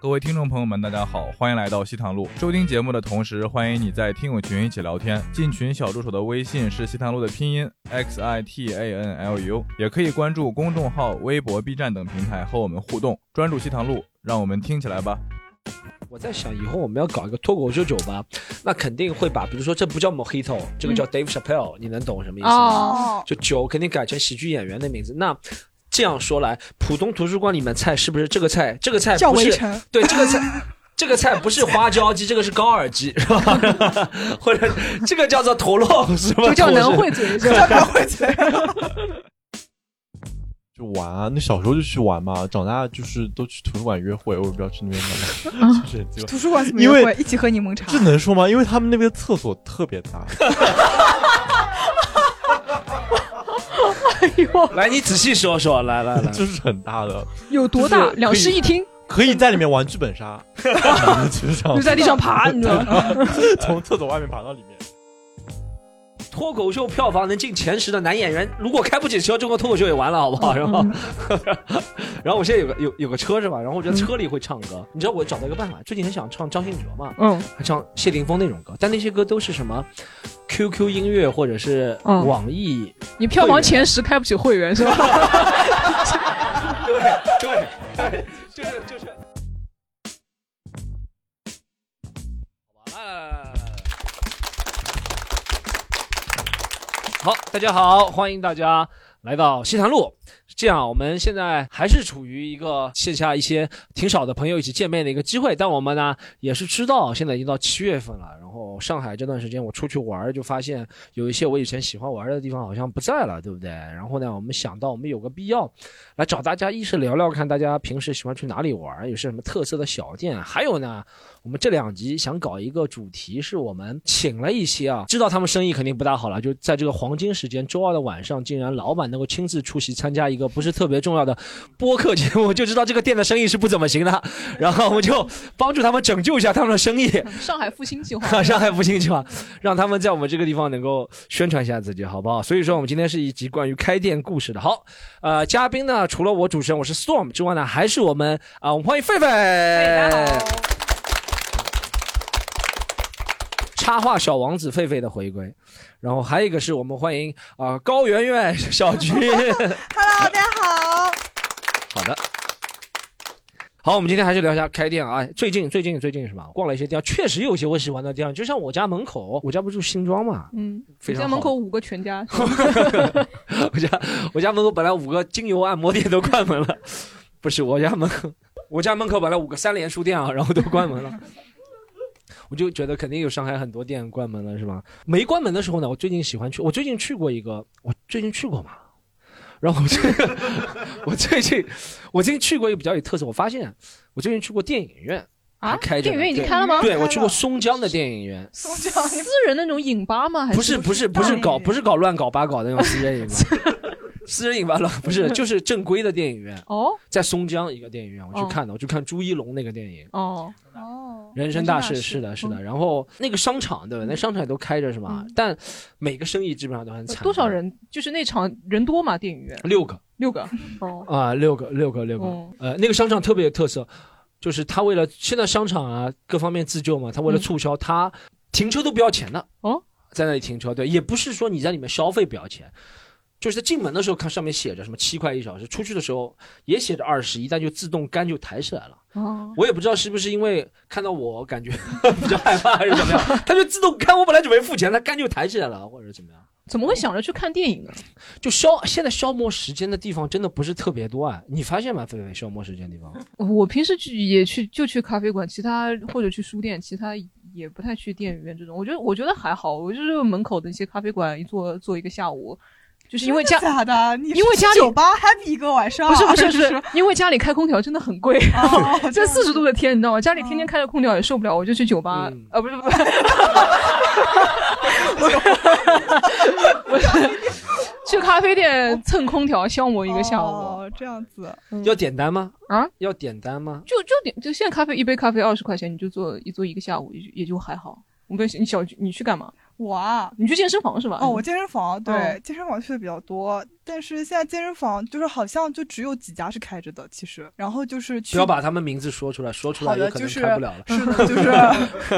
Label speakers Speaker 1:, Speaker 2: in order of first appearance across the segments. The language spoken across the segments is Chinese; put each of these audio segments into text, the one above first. Speaker 1: 各位听众朋友们，大家好，欢迎来到西塘路。收听节目的同时，欢迎你在听友群一起聊天。进群小助手的微信是西塘路的拼音 x i t a n l u，也可以关注公众号、微博、B 站等平台和我们互动。专注西塘路，让我们听起来吧。
Speaker 2: 我在想，以后我们要搞
Speaker 3: 哦
Speaker 2: 一个脱口秀酒吧，那肯定会把，比如说这不叫 Mojito，这个叫 Dave Chappelle，、你能懂什么意思吗？
Speaker 3: 嗯哦，
Speaker 2: 就酒肯定改成喜剧演员的名字。那这样说来，浦东图书馆里面菜是不是这个菜？这个菜
Speaker 4: 叫
Speaker 2: 不
Speaker 4: 围
Speaker 2: 是
Speaker 4: 城，
Speaker 2: 对这个菜。这个菜不是花椒鸡，这个是高尔基，是吧？或者 这个叫做 头肉，是吧？
Speaker 3: 这叫
Speaker 2: 头
Speaker 3: 能
Speaker 2: 是
Speaker 3: 会 嘴是
Speaker 4: 叫
Speaker 3: 吧？
Speaker 4: 南汇街。
Speaker 5: 就玩啊，那小时候就去玩嘛，长大就是都去图书馆约会，我也不知道去那边干嘛， 就是很奇怪
Speaker 4: 啊图书馆怎么
Speaker 5: 因为
Speaker 4: 约会？一起喝柠檬茶。
Speaker 5: 这能说吗？因为他们那边厕所特别大，
Speaker 4: 哎
Speaker 2: 来，你仔细说说，来来来，
Speaker 5: 就是很大的，
Speaker 3: 有多大？两室一厅，
Speaker 5: 可以在里面玩剧 本杀，就是这
Speaker 3: 就
Speaker 5: 样，
Speaker 3: 在地上爬，你知道吗？
Speaker 5: 从厕所外面爬到里面。
Speaker 2: 脱口秀票房能进前十的男演员，如果开不起车，中国脱口秀也完了，好不好？然后，
Speaker 3: 嗯
Speaker 2: 然后我现在有个有有个车是吧？然后我觉得车里会唱歌， 你知道我找到一个办法，最近很想唱张信哲嘛，
Speaker 3: 嗯，
Speaker 2: 唱谢霆锋那种歌，但那些歌都是什么 QQ 音乐或者是
Speaker 3: 嗯
Speaker 2: 网易，
Speaker 3: 你票房前十开不起会员是吧？
Speaker 2: 对对对，就是就是。好吧，来来来来来来。好，大家好，欢迎大家来到西坛路。这样，我们现在还是处于一个线下一些挺少的朋友一起见面的一个机会，但我们呢也是知道，现在已经到七月份了。然后上海这段时间我出去玩儿，就发现有一些我以前喜欢玩儿的地方好像不在了，对不对？然后呢，我们想到我们有个必要来找大家一是聊聊看大家平时喜欢去哪里玩儿，有些什么特色的小店，还有呢，我们这两集想搞一个主题，是我们请了一些啊，知道他们生意肯定不大好了，就在这个黄金时间，周二的晚上，竟然老板能够亲自出席参加一个不是特别重要的播客节目，就知道这个店的生意是不怎么行的。然后我们就帮助他们拯救一下他们的生意，，
Speaker 3: 上海复兴计划
Speaker 2: 上海复兴计划，让他们在我们这个地方能够宣传一下自己，好不好？所以说，我们今天是一集关于开店故事的。好，呃，嘉宾呢，除了我主持人我是 Storm 之外呢，还是我们啊、我们欢迎狒狒。插画小王子狒狒的回归，然后还有一个是我们欢迎啊、高圆圆小菊。
Speaker 4: Hello，大家好。
Speaker 2: 好的，好，我们今天还是聊一下开店啊。最近最近最近是吧？逛了一些地方，确实有一些我喜欢的地方，就像我家门口，我家不住新庄嘛，
Speaker 3: 嗯，
Speaker 2: 非常
Speaker 3: 家
Speaker 2: 好
Speaker 3: 门口五个全 家，
Speaker 2: 我家 我家门口本来五个精油按摩店都关门了，不是我家门口，我家门口本来五个三联书店啊，然后都关门了。我就觉得肯定有上海很多店关门了，是吧？没关门的时候呢，我最近喜欢去，我最近去过一个，我最近去过嘛。然后我这 我最近我最近去过一个比较有特色，我发现我最近去过电影院，
Speaker 3: 啊
Speaker 2: 还开着呢
Speaker 3: 电影院已经开了吗？
Speaker 2: 对我去过松江的电影院，
Speaker 4: 松江
Speaker 3: 私人那种影吧吗？还
Speaker 2: 不是不是不
Speaker 4: 大
Speaker 2: 是
Speaker 4: 电
Speaker 2: 搞
Speaker 4: 影
Speaker 2: 不是搞乱搞八搞的那种私人影吧，私人影吧了不是就是正规的电影院，
Speaker 3: 哦
Speaker 2: 在松江一个电影院我去看的，我去看朱一龙那个电影。
Speaker 3: 哦，
Speaker 4: 哦，
Speaker 2: 人生大事是的，是的。然后那个商场，对吧？那商场也都开着，是吧？
Speaker 3: 嗯
Speaker 2: 但每个生意基本上都很惨。
Speaker 3: 多少？人？就是那场人多嘛，电影院
Speaker 2: 六个
Speaker 3: 六个。哦，
Speaker 2: 啊，六个，六个，六个。
Speaker 3: 嗯
Speaker 2: 呃，那个商场特别有特色，就是他为了现在商场啊各方面自救嘛，他为了
Speaker 3: 嗯
Speaker 2: 促销，他停车都不要钱的
Speaker 3: 哦，
Speaker 2: 在那里停车，对，也不是说你在里面消费不要钱，就是在进门的时候看上面写着什么七块一小时，出去的时候也写着二十一，但就自动杆就抬起来了。
Speaker 3: 哦，
Speaker 2: 我也不知道是不是因为看到我感觉 比较害怕还是怎么样，他就自动杆，我本来准备付钱，他杆就抬起来了，或者怎么样。
Speaker 3: 怎么会想着去看电影呢？
Speaker 2: 就消现在消磨时间的地方真的不是特别多啊，你发现吗？菲菲消磨时间的地方，
Speaker 3: 我平时去也去就去咖啡馆，其他或者去书店，其他也不太去电影院这种。我觉得我觉得还好，我就是门口的一些咖啡馆一坐坐一个下午，就是因为家
Speaker 4: 真的假的，你
Speaker 3: 因为
Speaker 4: 是
Speaker 3: 家里
Speaker 4: 酒吧 happy 一个晚上，啊
Speaker 3: 不是不是 不
Speaker 4: 是
Speaker 3: 是，因为家里开空调真的很贵。
Speaker 4: 哦，
Speaker 3: 这四十
Speaker 4: 样嗯
Speaker 3: 度的天，你知道吗？家里天天开着空调也受不了，我就去酒吧
Speaker 2: 嗯。
Speaker 3: 啊，不是不是，我去咖啡店蹭空调消磨
Speaker 4: 子
Speaker 3: 一个下午。
Speaker 4: 哦哦，这样子，
Speaker 2: 要点单吗？
Speaker 3: 啊，
Speaker 2: 要点单吗？
Speaker 3: 就就点就现在咖啡一杯咖啡二十块钱，你就做一做一个下午，也就也就还好。我跟你小你去干嘛？
Speaker 4: 我啊，
Speaker 3: 你去健身房是吧？嗯
Speaker 4: 哦，我健身房对、
Speaker 3: 哦
Speaker 4: 健身房去的比较多，但是现在健身房就是好像就只有几家是开着的，其实，然后就是去
Speaker 2: 不要把他们名字说出来，说出来
Speaker 4: 好
Speaker 2: 有
Speaker 4: 的
Speaker 2: 可
Speaker 4: 就
Speaker 2: 能
Speaker 4: 是
Speaker 2: 开不了了。
Speaker 4: 是的， 就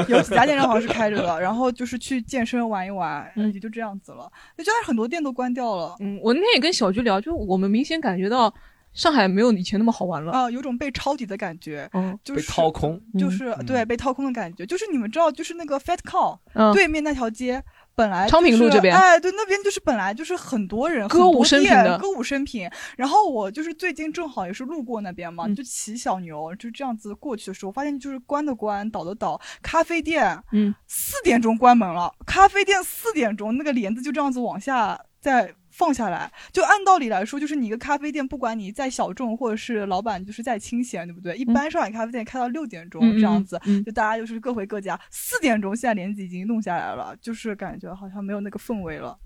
Speaker 4: 是有几家健身房是开着的，然后就是去健身玩一玩，
Speaker 3: 嗯
Speaker 4: 也就这样子了。就现在很多店都关掉了，
Speaker 3: 嗯，我那天也跟小菊聊，就我们明显感觉到上海没有以前那么好玩了。
Speaker 4: 啊、有种被抄底的感觉，
Speaker 3: 嗯
Speaker 4: 就
Speaker 2: 被
Speaker 4: 是
Speaker 2: 掏空，
Speaker 4: 就是
Speaker 2: 嗯
Speaker 4: 对被掏空的感觉，就是你们知道，就是那个 Fat Cow
Speaker 3: 嗯，
Speaker 4: 对面那条街。本来、就是、
Speaker 3: 昌平路这边
Speaker 4: 哎，对，那边就是本来就是很多人，
Speaker 3: 歌舞升平的
Speaker 4: 很多店歌舞升平。然后我就是最近正好也是路过那边嘛，
Speaker 3: 嗯
Speaker 4: 就骑小牛，就这样子过去的时候，发现就是关的关，倒的倒，咖啡店
Speaker 3: 嗯，
Speaker 4: 四点钟关门了，咖啡店四点钟那个帘子就这样子往下再放下来。就按道理来说，就是你一个咖啡店，不管你再小众或者是老板就是再清闲，对不对？一般上海咖啡店开到六点钟、
Speaker 3: 嗯
Speaker 4: 这样子，
Speaker 3: 嗯嗯
Speaker 4: 就大家就是各回各家。四点钟现在帘子已经弄下来了，就是感觉好像没有那个氛围了。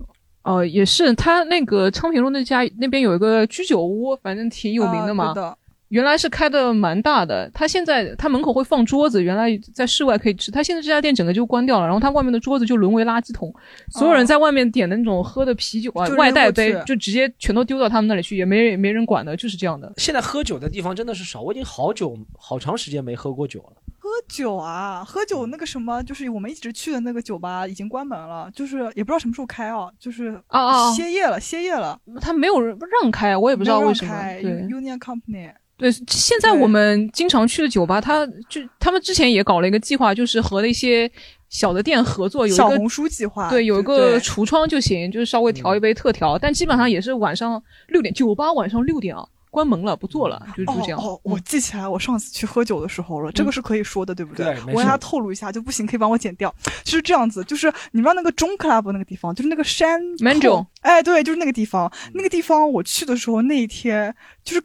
Speaker 3: 哦、也是，他那个昌平路那家那边有一个居酒屋，反正挺有名的嘛。
Speaker 4: 啊对的，
Speaker 3: 原来是开的蛮大的，他现在他门口会放桌子，原来在室外可以吃，他现在这家店整个就关掉了，然后他外面的桌子就沦为垃圾桶，所有人在外面点的那种喝的啤酒啊、
Speaker 4: 嗯就扔
Speaker 3: 外带
Speaker 4: 过
Speaker 3: 杯
Speaker 4: 去
Speaker 3: 就直接全都丢到他们那里去，也没人也没人管的，就是这样的。
Speaker 2: 现在喝酒的地方真的是少，我已经好久好长时间没喝过酒了。
Speaker 4: 喝酒啊，喝
Speaker 3: 嗯
Speaker 4: 酒那个什么，就是我们一直去的那个酒吧已经关门了，就是也不知道什么时候开啊，就是
Speaker 3: 啊啊啊
Speaker 4: 歇业了，歇业了，
Speaker 3: 他没有人让开，我也不知道为什么。
Speaker 4: 没有
Speaker 3: 对
Speaker 4: 人开 Union Company。
Speaker 3: 对，现在
Speaker 4: 对
Speaker 3: 我们经常去的酒吧，他就他们之前也搞了一个计划，就是和那些小的店合作，有一
Speaker 4: 小
Speaker 3: 个
Speaker 4: 红书计划，
Speaker 3: 对，有一
Speaker 4: 对
Speaker 3: 个橱窗就行，就是稍微调一杯特调，但基本上也是晚上六点，酒吧晚上六点啊，关门了，不做了，就就
Speaker 4: 哦
Speaker 3: 这样。
Speaker 4: 哦，我记起来，我上次去喝酒的时候了，这个是可以说的，对不
Speaker 2: 对没
Speaker 4: 我让
Speaker 2: 事
Speaker 4: 他透露一下，就不行可以帮我剪掉。就是这样子，就是你知道那个中 club 那个地方，就是那个山
Speaker 3: Manjo 嗯
Speaker 4: 后哎，对，就是那个地方，那个地方我去的时候那一天就是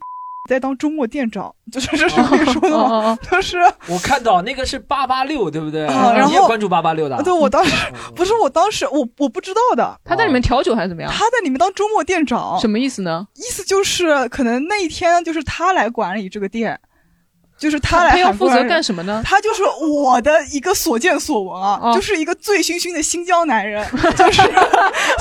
Speaker 4: 在当周末店长，就是这是可以说的
Speaker 3: 哦
Speaker 4: 吗？
Speaker 3: 哦
Speaker 4: 就是
Speaker 2: 我看到那个是八八六，对不对？
Speaker 4: 啊然后
Speaker 2: 你也关注八八六的啊？
Speaker 4: 对我当时
Speaker 2: 嗯
Speaker 4: 不是我当时我我不知道的，
Speaker 3: 他在里面调酒还是怎么样？
Speaker 4: 他在里面当周末店长，
Speaker 3: 什么意思呢？
Speaker 4: 意思就是可能那一天就是他来管理这个店，就是他来
Speaker 3: 他要
Speaker 4: 喊
Speaker 3: 负
Speaker 4: 过来
Speaker 3: 责
Speaker 4: 人
Speaker 3: 干什么呢？
Speaker 4: 他就是我的一个所见所闻啊，
Speaker 3: 哦
Speaker 4: 就是一个醉醺醺的新疆男人，就是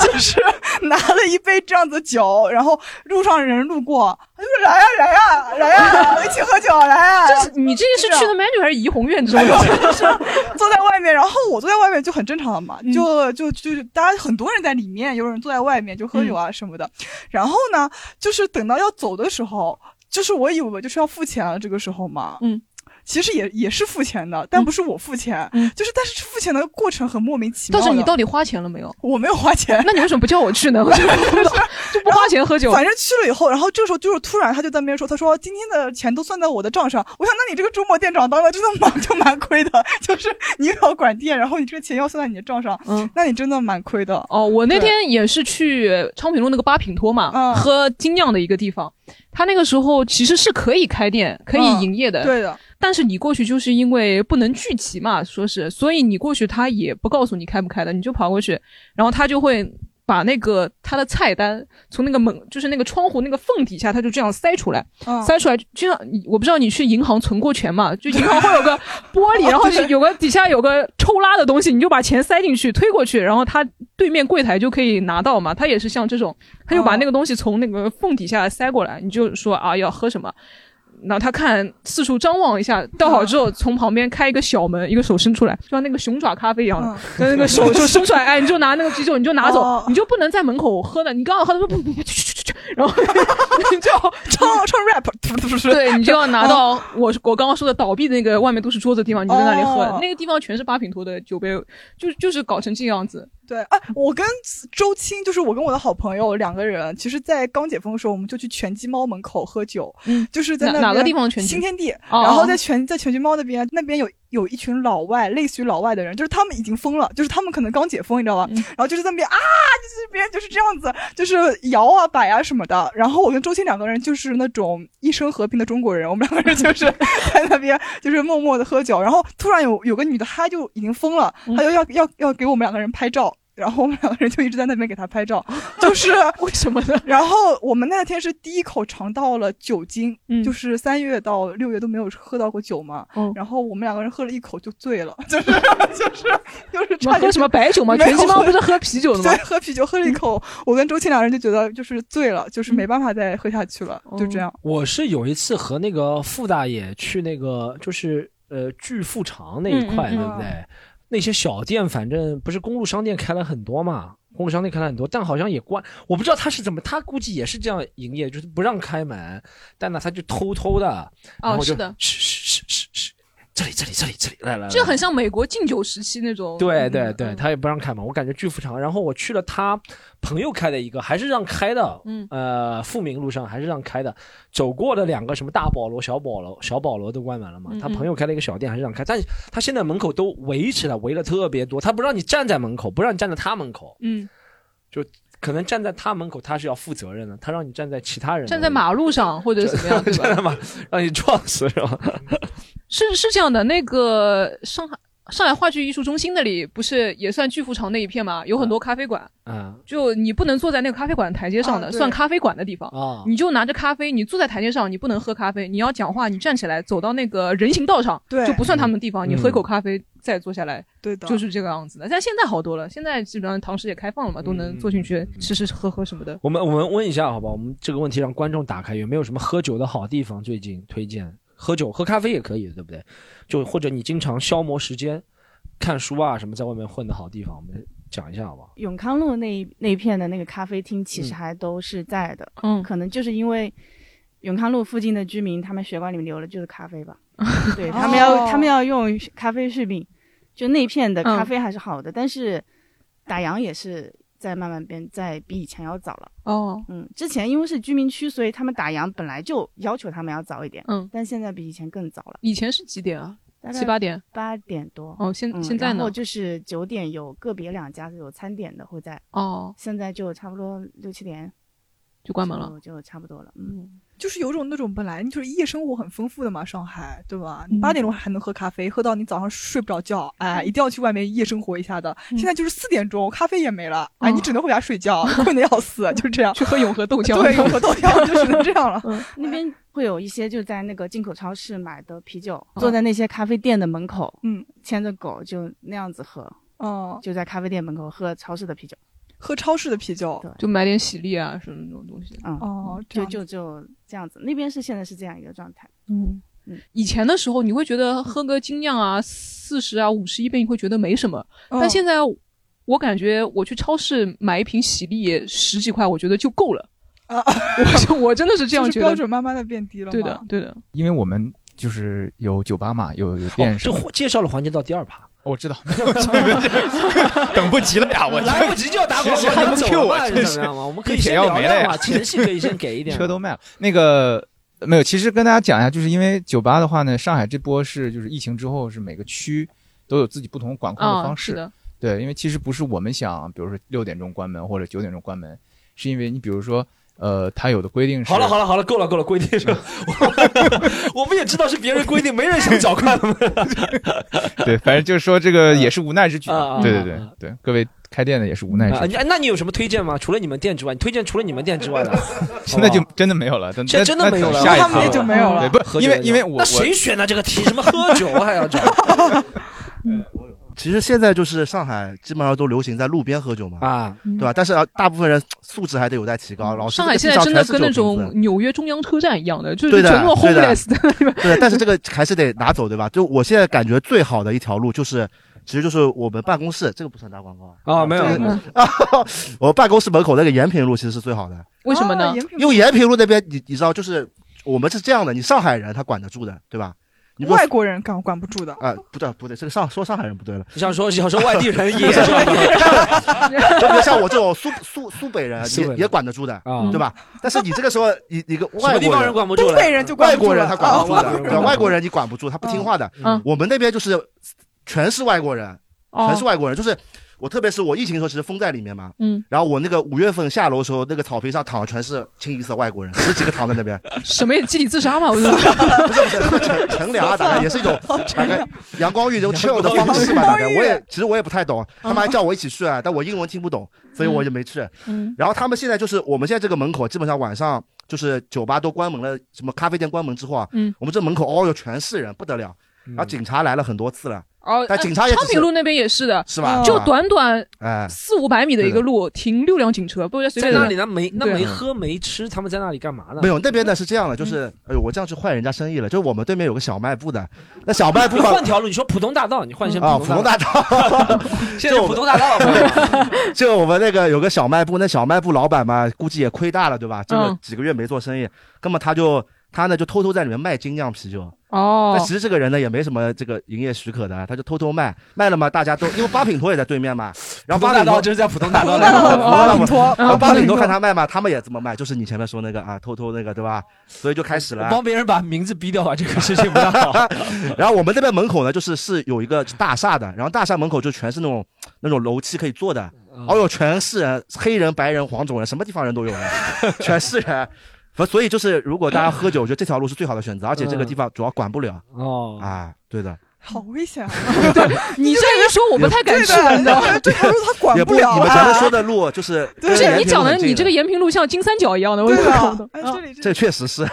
Speaker 4: 就是拿了一杯这样子酒，然后路上人路过，他就说来呀、来呀、来呀、一起喝酒来呀、
Speaker 3: 这是你这个是去的 manager 还是怡红院这种？
Speaker 4: 坐在外面，然后我坐在外面就很正常了嘛，
Speaker 3: 嗯
Speaker 4: 就就就大家很多人在里面，有人坐在外面就
Speaker 3: 嗯
Speaker 4: 喝酒啊什么的。然后呢，就是等到要走的时候，就是我以为就是要付钱了，这个时候嘛，
Speaker 3: 嗯。
Speaker 4: 其实也也是付钱的，但不是我付钱，
Speaker 3: 嗯
Speaker 4: 就是但是付钱的过程很莫名其妙
Speaker 3: 但
Speaker 4: 的。
Speaker 3: 是你到底花钱了没有？
Speaker 4: 我没有花钱，
Speaker 3: 那你为什么不叫我去呢？我就不 知道就不花钱喝酒。
Speaker 4: 反正去了以后，然后这个时候就是突然他就在那边说，他说哦今天的钱都算在我的账上。我想，那你这个周末店长当的真的蛮就蛮亏的，就是你又要管店，然后你这个钱要算在你的账上，
Speaker 3: 嗯，
Speaker 4: 那你真的蛮亏的。
Speaker 3: 哦，我那天也是去昌平路那个八品托嘛，
Speaker 4: 嗯
Speaker 3: 喝精酿的一个地方。他那个时候其实是可以开店、可以
Speaker 4: 嗯
Speaker 3: 营业的，
Speaker 4: 对的，
Speaker 3: 但是你过去就是因为不能聚集嘛，说是，所以你过去他也不告诉你开不开的，你就跑过去，然后他就会把那个他的菜单从那个门，就是那个窗户那个缝底下，他就这样塞出来，
Speaker 4: 嗯，
Speaker 3: 塞出来，就像你我不知道你去银行存过钱嘛，就银行会 有个玻璃，
Speaker 4: 哦
Speaker 3: 然后是有个底下有个抽拉的东西，你就把钱塞进去，推过去，然后他对面柜台就可以拿到嘛。他也是像这种，他就把
Speaker 4: 哦
Speaker 3: 那个东西从那个缝底下塞过来，你就说啊要喝什么。然后他看四处张望一下，倒
Speaker 4: 嗯
Speaker 3: 好之后，从旁边开一个小门，一个手伸出来，就像那个熊爪咖啡一样的，就那 个手就伸出来，哎，你就拿那个啤酒，你就拿走
Speaker 4: 嗯哦，
Speaker 3: 你就不能在门口喝的，你刚刚喝的不不不，去去去去，然后 你就
Speaker 4: 唱唱 rap，不是不嗯是，
Speaker 3: 对你就要拿到我我刚刚说的倒闭的那个外面都是桌子的地方，你在那里喝，
Speaker 4: 哦
Speaker 3: 那个地方全是八品托的酒杯，就就是搞成这样子。啊
Speaker 4: 对，哎，我跟周青，就是我跟我的好朋友两个人，其实，在刚解封的时候，我们就去拳击猫门口喝酒，
Speaker 3: 嗯，
Speaker 4: 就是在
Speaker 3: 哪
Speaker 4: 那
Speaker 3: 哪个
Speaker 4: 边
Speaker 3: 地方拳击
Speaker 4: 新天地，
Speaker 3: 哦
Speaker 4: 然
Speaker 3: 哦
Speaker 4: 后在拳在拳击猫那边，那边有有一群老外，类似于老外的人，就是他们已经疯了，就是他们可能刚解封，你知道吧？
Speaker 3: 嗯
Speaker 4: 然后就是在那边啊，就是别人就是这样子，就是摇啊摆啊什么的。然后我跟周青两个人就是那种一生和平的中国人，我们两个人就是 在那边就是默
Speaker 3: 嗯
Speaker 4: 默的喝酒，然后突然有有个女的，她就已经疯了，她就要要要给我们两个人拍照。然后我们两个人就一直在那边给他拍照，就是 为什么呢？然后我们那天是第一口尝到了酒精，
Speaker 3: 嗯
Speaker 4: 就是三月到六月都没有喝到过酒嘛，
Speaker 3: 哦
Speaker 4: 然后我们两个人喝了一口就醉 了，就是就是就是
Speaker 3: 你
Speaker 4: 差点
Speaker 3: 们喝什么白酒吗？
Speaker 4: 没有
Speaker 3: 拳击猫不是喝啤 酒的吗嗯
Speaker 4: 对，？喝啤酒喝了一口，我跟周青两人就觉得就是醉了，就是没办法再喝下去
Speaker 3: 哦
Speaker 4: 了，就这样。
Speaker 2: 我是有一次和那个傅大爷去那个就是呃巨富长那一块，
Speaker 4: 嗯嗯嗯
Speaker 2: 对不对？那些小店，反正不是公路商店开了很多嘛，公路商店开了很多，但好像也关，我不知道他是怎么，他估计也是这样营业，就是不让开门，但呢他就偷偷的，然后
Speaker 3: 哦，
Speaker 2: 就是
Speaker 3: 的，
Speaker 2: 这里这里这里这里来来，来
Speaker 3: 这很像美国禁酒时期那种。
Speaker 2: 对对
Speaker 3: 嗯
Speaker 2: 对，他也不让开嘛，我感觉巨富长。然后我去了他朋友开的一个，还是让开的，
Speaker 3: 嗯
Speaker 2: 呃，富民路上还是让开的。走过的两个什么大保罗、小保罗、小保罗都关门了嘛
Speaker 3: 嗯，
Speaker 2: 他
Speaker 3: 嗯
Speaker 2: 朋友开了一个小店还是让开，但是他现在门口都围起来，围了特别多，他不让你站在门口，不让你站在他门口，
Speaker 3: 嗯，
Speaker 2: 就可能站在他门口他是要负责任的，他让你站在其他人的
Speaker 3: 站在
Speaker 2: 位置
Speaker 3: 马路上或者怎么样，对吧？
Speaker 2: 站在马，让你撞死是吧？
Speaker 3: 是是这样的，那个上海上海话剧艺术中心那里不是也算巨富长那一片嘛，有很多咖啡馆，
Speaker 2: 嗯
Speaker 3: 就你不能坐在那个咖啡馆台阶上的，
Speaker 4: 啊对
Speaker 3: 算咖啡馆的地方。
Speaker 2: 啊，
Speaker 3: 你就拿着咖啡，你坐在台阶上，你不能喝咖啡，你要讲话，你站起来走到那个人行道上，
Speaker 4: 对
Speaker 3: 就不算他们的地方，
Speaker 2: 嗯
Speaker 3: 你喝一口咖啡再坐下来，
Speaker 4: 对的，
Speaker 3: 就是这个样子的。但现在好多了，现在基本上堂食也开放了嘛，都能坐进去吃吃喝喝什么的。
Speaker 2: 我们我们问一下，好吧？我们这个问题让观众打开，有没有什么喝酒的好地方？最近推荐喝酒、喝咖啡也可以，对不对？就或者你经常消磨时间，看书啊什么，在外面混的好地方，我们讲一下，好不好？
Speaker 6: 永康路那一那一片的那个咖啡厅其实还都是在的，
Speaker 3: 嗯
Speaker 6: 可能就是因为永康路附近的居民，他们血管里面流的就是 咖啡吧，对他们要、
Speaker 4: 哦
Speaker 6: 他们要用咖啡续命，就那一片的咖啡还是好
Speaker 3: 嗯
Speaker 6: 的，但是打烊也是在慢慢变，在比以前要早了。
Speaker 3: 哦，
Speaker 6: 嗯，之前因为是居民区，所以他们打烊本来就要求他们要早一点，
Speaker 3: 嗯，
Speaker 6: 但现在比以前更早了，
Speaker 3: 以前是几点啊？
Speaker 6: 大
Speaker 3: 七
Speaker 6: 概
Speaker 3: 八点。
Speaker 6: 八点多。
Speaker 3: 哦，现
Speaker 6: 嗯
Speaker 3: 现在
Speaker 6: 然
Speaker 3: 呢
Speaker 6: 后？就是九点有个别两家有餐点的会在，
Speaker 3: 哦，
Speaker 6: 现在就差不多六七点
Speaker 3: 就关门了。
Speaker 6: 就，就差不多了。嗯，
Speaker 4: 就是有种那种本来就是夜生活很丰富的嘛，上海对吧？
Speaker 3: 嗯
Speaker 4: 你八点钟还能喝咖啡，喝到你早上睡不着觉，哎，一定要去外面夜生活一下的。现在就是四点钟，咖啡也没了，哎，
Speaker 3: 嗯哦
Speaker 4: 你只能回家睡觉，困得要死，就这样。
Speaker 3: 去喝永和豆 浆。
Speaker 4: 对，有喝豆 浆就只能这样了。
Speaker 3: 嗯
Speaker 6: 那边会有一些就在那个进口超市买的啤酒，
Speaker 3: 哦
Speaker 6: 坐在那些咖啡店的门口，
Speaker 4: 嗯，
Speaker 6: 牵着狗就那样子喝，
Speaker 3: 哦
Speaker 4: 嗯，
Speaker 6: 就在咖啡店门口喝超市的啤酒。
Speaker 4: 喝超市的啤酒。
Speaker 6: 对
Speaker 3: 就买点喜力啊什么那种东西。
Speaker 6: 嗯，
Speaker 4: 哦，这
Speaker 6: 就
Speaker 4: 样
Speaker 6: 就就这样子。那边是现在是这样一个状态。
Speaker 3: 嗯
Speaker 6: 嗯，
Speaker 3: 以前的时候你会觉得喝个精酿啊、四十啊、五十一杯你会觉得没什么，
Speaker 4: 嗯
Speaker 3: 但现在我感觉我去超市买一瓶喜力十几块，我觉得就够了。
Speaker 4: 啊，
Speaker 3: 我就我真的是
Speaker 4: 就
Speaker 3: 这样
Speaker 4: 是
Speaker 3: 觉
Speaker 4: 标
Speaker 3: 得。
Speaker 4: 准慢慢的变低了。
Speaker 3: 对的，，对的，
Speaker 7: 因为我们就是有酒吧嘛，有有
Speaker 2: 哦
Speaker 7: 店，什
Speaker 2: 这
Speaker 7: 么的。
Speaker 2: 环介绍了环节到第二趴，
Speaker 7: 我知道，等不及了呀！啊我
Speaker 2: 来不及就要打广
Speaker 7: 谁
Speaker 2: 告，
Speaker 7: 还
Speaker 2: 你们
Speaker 7: 能
Speaker 2: 走
Speaker 7: cue 我
Speaker 2: 吧，是
Speaker 7: 真
Speaker 2: 怎
Speaker 7: 是
Speaker 2: 么样嘛？我们可以
Speaker 7: 地铁
Speaker 2: 先
Speaker 7: 要
Speaker 2: 聊
Speaker 7: 没
Speaker 2: 聊
Speaker 7: 了呀
Speaker 2: 嘛，前戏可以先给一点，
Speaker 7: 车都卖了。那个没有，其实跟大家讲一下，就是因为酒吧的话呢，上海这波是就是疫情之后是每个区都有自己不同管控的
Speaker 3: 啊、
Speaker 7: 方
Speaker 3: 是
Speaker 2: 哦
Speaker 7: 式。
Speaker 3: 的，
Speaker 7: 对，因为其实不是我们想，比如说六点钟关门或者九点钟关门，是因为你比如说呃，它有的规定是嗯
Speaker 2: 好了好了好了，够了够了，规定是， 我们也知道是别人规定，没人想早关 门
Speaker 7: 对，反正就是说这个也是无奈之举嘛。
Speaker 2: 啊
Speaker 7: 对对对
Speaker 2: 啊
Speaker 7: 对，各位开店的也是无奈之
Speaker 2: 啊。
Speaker 7: 举。
Speaker 2: 你那你有什么推荐吗？除了你们店之外，你推荐除了你们店之外 的，
Speaker 7: 现在就真的没有了，但
Speaker 2: 啊现在真的
Speaker 7: 那
Speaker 2: 没有
Speaker 7: 等
Speaker 2: 了
Speaker 7: 下一
Speaker 4: 他们
Speaker 7: 趴
Speaker 4: 也
Speaker 7: 吧
Speaker 4: 就没有
Speaker 7: 对，
Speaker 4: 了。
Speaker 7: 不，因为因为我
Speaker 2: 那
Speaker 7: 我
Speaker 2: 谁选的这个题？什么喝酒还要找
Speaker 8: 其实现在就是上海基本上都流行在路边喝酒嘛，
Speaker 2: 啊？
Speaker 8: 对吧？但是啊，大部分人素质还得有待提高。老
Speaker 3: 嗯
Speaker 8: 师
Speaker 3: 上海
Speaker 8: 这
Speaker 3: 现在
Speaker 8: 个地
Speaker 3: 真
Speaker 8: 上
Speaker 3: 的
Speaker 8: 全是
Speaker 3: 跟那
Speaker 8: 酒瓶子
Speaker 3: 种纽约中央车站一样的，就是
Speaker 8: 对的
Speaker 3: 全部
Speaker 8: 对的
Speaker 3: homeless 的那边。
Speaker 8: 对，但是这个还是得拿走，对吧？就我现在感觉最好的一条路就是，其实就是我们办公室，这个不算打广告啊。
Speaker 2: 啊，没有，
Speaker 8: 这个
Speaker 2: 没
Speaker 3: 嗯
Speaker 2: 有
Speaker 8: 我们办公室门口那个延平路其实是最好的，
Speaker 3: 为什么呢
Speaker 4: 啊？延平
Speaker 8: 因为延平路那边你你知道，就是我们是这样的，你上海人他管得住的，对吧？你不
Speaker 4: 外国人管管不住的。
Speaker 8: 啊、不对不对，这个上说上海人不对了，
Speaker 2: 你想说想说外地人也是吧
Speaker 8: 就比如像我这种苏苏苏北人
Speaker 2: 苏北
Speaker 8: 也
Speaker 2: 人
Speaker 8: 也管得住的，
Speaker 2: 啊
Speaker 8: 对？吧？但是你这个时候你你个
Speaker 2: 什
Speaker 8: 外
Speaker 2: 么地
Speaker 8: 国
Speaker 2: 方
Speaker 8: 人
Speaker 2: 人。管不
Speaker 4: 嗯
Speaker 2: 住
Speaker 4: 东
Speaker 2: 了？
Speaker 4: 北人就管
Speaker 8: 外
Speaker 4: 不住
Speaker 8: 国人
Speaker 4: 了
Speaker 8: 他管
Speaker 4: 啊
Speaker 8: 不住
Speaker 2: 啊
Speaker 8: 的，对吧？外国人你管不住，他不听话的。
Speaker 3: 嗯
Speaker 8: 我们那边就是全是外国人，全是
Speaker 3: 哦，
Speaker 8: 外国人，就是我，特别是我疫情的时候，其实封在里面嘛，
Speaker 3: 嗯，
Speaker 8: 然后我那个五月份下楼的时候，那个草坪上躺的 全是清一色外国人，十几个躺在那边， 啊
Speaker 3: 什么也集体自杀嘛，我觉得。
Speaker 8: 不是不是，乘凉啊，大概也是 一种大
Speaker 3: 啊
Speaker 8: 概阳光浴这种 chill 的方式吧，大概我也其实我也不太
Speaker 3: 啊
Speaker 8: 懂，他们还叫我一起去啊，但我英文听不懂，所以我就没去。
Speaker 9: 嗯
Speaker 8: 然后他们现在就是我们现在这个门口，基本上晚上就是酒吧都关门了，什么咖啡店关门之后啊，
Speaker 3: 嗯
Speaker 8: 我们这门口哦哟全是人，不得了。然后警察来了很多次了，
Speaker 3: 哦，
Speaker 8: 但
Speaker 3: 呃
Speaker 8: 警察也只
Speaker 3: 昌
Speaker 8: 是
Speaker 3: 平路那边也是的，
Speaker 8: 是
Speaker 4: 嗯
Speaker 8: 吧
Speaker 3: 就是
Speaker 8: 吧
Speaker 3: 短短
Speaker 8: 哎，
Speaker 3: 四五百米的一个路，停六辆警车，不是随
Speaker 2: 在
Speaker 3: 便
Speaker 2: 那里那没那
Speaker 3: 对
Speaker 2: 没喝没吃，他们在那里干嘛呢？
Speaker 8: 没有，那边呢是这样的，就是哎呦，我这样去坏人家生意了。就是我们对面有个小卖部的，那小卖部
Speaker 2: 你
Speaker 8: 吧
Speaker 2: 换条路，你说浦东大道，你换一下
Speaker 8: 啊，
Speaker 2: 浦
Speaker 8: 浦东大道，
Speaker 2: 现在是浦东大道了，
Speaker 8: 就我们那个有个小卖部，那小卖部老板嘛，估计也亏大了，对吧？这个
Speaker 3: 嗯
Speaker 8: 几个月没做生意，那么他就他呢就偷偷在里面卖精酿啤酒。
Speaker 3: 哦
Speaker 8: 但，其实这个人呢也没什么这个营业许可的，他就偷偷卖，卖了嘛，大家都因为八品托也在对面嘛，然后
Speaker 2: 浦
Speaker 8: 八
Speaker 2: 东大
Speaker 8: 品
Speaker 2: 道
Speaker 8: 托
Speaker 2: 就是在浦东大道
Speaker 8: 那个
Speaker 2: 那里。
Speaker 8: 然后八
Speaker 2: 品
Speaker 8: 品托
Speaker 2: 托
Speaker 8: 看他卖嘛，他们也这么卖，就是你前面说那个啊，偷偷那个对吧？所以就开始了。
Speaker 2: 帮别人把名字逼掉吧，啊这个事情不大好。
Speaker 8: 然后我们这边门口呢，就是是有一个大厦的，然后大厦门口就全是那种那种楼梯可以坐的，
Speaker 4: 嗯
Speaker 8: 哦哟，全是人，黑人、白人、黄种人，什么地方人都有 人，全是人。所所以就是，如果大家喝酒，我觉得这条路是最好的选择，而且这个地方主要管不了。
Speaker 4: 嗯
Speaker 2: 哦，
Speaker 8: 啊，对的，
Speaker 4: 好危险 啊！
Speaker 3: 你这样一说，我不太敢去啊
Speaker 4: 对的
Speaker 3: 你知道吗？
Speaker 4: 这条路他管
Speaker 8: 也
Speaker 4: 了
Speaker 8: 你们前面
Speaker 4: 啊。
Speaker 8: 说的路就是
Speaker 3: 不是
Speaker 8: 跟
Speaker 3: 你
Speaker 8: 延平
Speaker 3: 讲
Speaker 8: 路
Speaker 3: 的，
Speaker 8: 很近
Speaker 3: 你这个延平路像金三角一样的，我
Speaker 4: 对
Speaker 3: 搞
Speaker 4: 啊
Speaker 3: 的。，
Speaker 4: 哎，这里
Speaker 8: 这确实是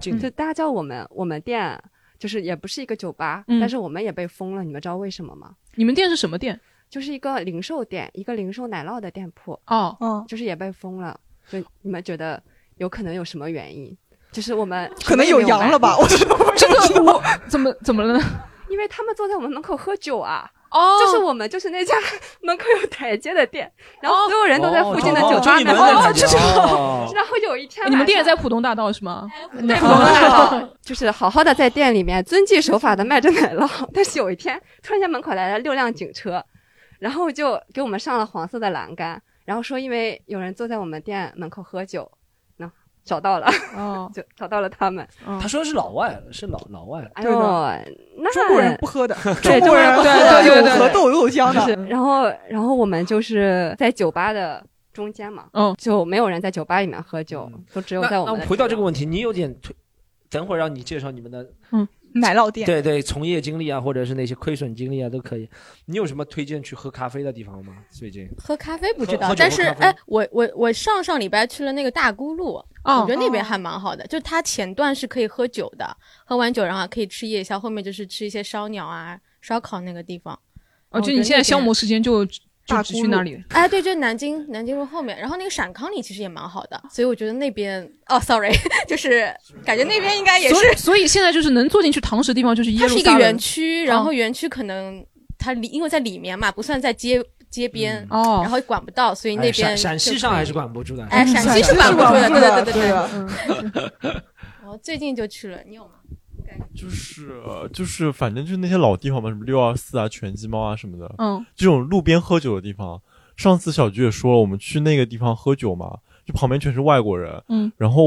Speaker 10: 就大家叫我们我们店就是也不是一个酒吧，
Speaker 3: 嗯
Speaker 10: 但是我们也被封了，你们知道为什么吗？
Speaker 3: 你们店是什么店？
Speaker 10: 就是一个零售店，一个零售奶酪的店铺，
Speaker 3: 哦，
Speaker 4: 嗯，
Speaker 10: 就是也被封了。就你们觉得有可能有什么原因？就是我们
Speaker 4: 可能有羊了 吧？我觉得我
Speaker 3: 这个我怎么怎么了呢？
Speaker 10: 因为他们坐在我们门口喝酒啊。
Speaker 3: 哦
Speaker 10: 就是我们就是那家 门口有台阶的店，然后所有人都在附近的酒吧买
Speaker 3: 哦
Speaker 10: 喝
Speaker 3: 哦就
Speaker 10: 酒
Speaker 3: 你们在台阶
Speaker 2: 哦。
Speaker 10: 然后有一天晚
Speaker 3: 哎
Speaker 10: 上，
Speaker 3: 你们店也在浦东大道是吗？
Speaker 10: 对，我们奶酪，就是好好的在店里面遵纪守法的卖着奶酪，但是有一天突然间门口来了六辆警车，然后就给我们上了黄色的栏杆，然后说因为有人坐在我们店门口喝酒，那找到了，
Speaker 3: 哦，
Speaker 10: 就找到了他们。
Speaker 2: 他说的是老外，是老老外。
Speaker 10: 哎
Speaker 4: 嗯对
Speaker 10: 呦
Speaker 4: 的，
Speaker 10: 那
Speaker 4: 中国人不喝的，中
Speaker 10: 对
Speaker 4: 国人喝
Speaker 10: 中国人
Speaker 4: 的
Speaker 3: 对对对
Speaker 4: 有
Speaker 3: 对
Speaker 4: 河豆有香
Speaker 10: 是
Speaker 4: 的，，
Speaker 10: 然后然后我们就是在酒吧的中间嘛，
Speaker 3: 嗯
Speaker 10: 就没有人在酒吧里面喝酒，都 只
Speaker 2: 嗯
Speaker 10: 有
Speaker 2: 那
Speaker 10: 在我
Speaker 2: 那
Speaker 10: 们的
Speaker 2: 回到这
Speaker 10: 酒
Speaker 2: 个问题，你有点推，等会儿让你介绍你们的
Speaker 3: 嗯
Speaker 4: 奶酪店。
Speaker 2: 对对从业经历啊，或者是那些亏损经历啊，都可以。你有什么推荐去喝咖啡的地方吗？最近
Speaker 9: 喝咖啡不知
Speaker 2: 喝喝
Speaker 9: 道，
Speaker 2: 酒
Speaker 9: 但是
Speaker 2: 喝咖啡
Speaker 9: 哎，我我我上上礼拜去了那个大沽路，
Speaker 3: 哦
Speaker 9: 我觉得那边还蛮好的，就是它前段是可以喝酒的，喝完酒然后还可以吃夜宵，后面就是吃一些烧鸟啊、烧烤那个地方。
Speaker 3: 哦，就你现在消磨时间就就
Speaker 4: 大
Speaker 3: 只
Speaker 4: 沽
Speaker 3: 去
Speaker 4: 路
Speaker 3: 那里？
Speaker 9: 哎，对，就是南京南京路后面，然后那个陕康里其实也蛮好的，所以我觉得那边哦，sorry，就是 感觉那边应该也
Speaker 3: 所以
Speaker 9: 是，
Speaker 3: 所以现在就是能坐进去堂食的地方就是耶
Speaker 9: 它
Speaker 3: 路
Speaker 9: 是一
Speaker 3: 撒
Speaker 9: 个
Speaker 3: 冷
Speaker 9: 园区，然后
Speaker 3: 哦
Speaker 9: 园区可能它里因为在里面嘛，不算在街街边，
Speaker 3: 哦
Speaker 9: 然，后管不到，所以那
Speaker 2: 嗯哎陕
Speaker 9: 边
Speaker 2: 陕西
Speaker 9: 就
Speaker 2: 上
Speaker 9: 可
Speaker 2: 还
Speaker 9: 以
Speaker 2: 是管不住的。
Speaker 9: 哎，陕西是管不住的，对对对对对。嗯
Speaker 4: 对，
Speaker 9: 我最近就去了，你有吗？
Speaker 5: 就是呃就是反正就是那些老地方嘛，什么六二四啊、拳击猫啊什么的，
Speaker 3: 嗯，
Speaker 5: 这种路边喝酒的地方。上次小菊也说了，我们去那个地方喝酒嘛，就旁边全是外国人。
Speaker 3: 嗯，
Speaker 5: 然后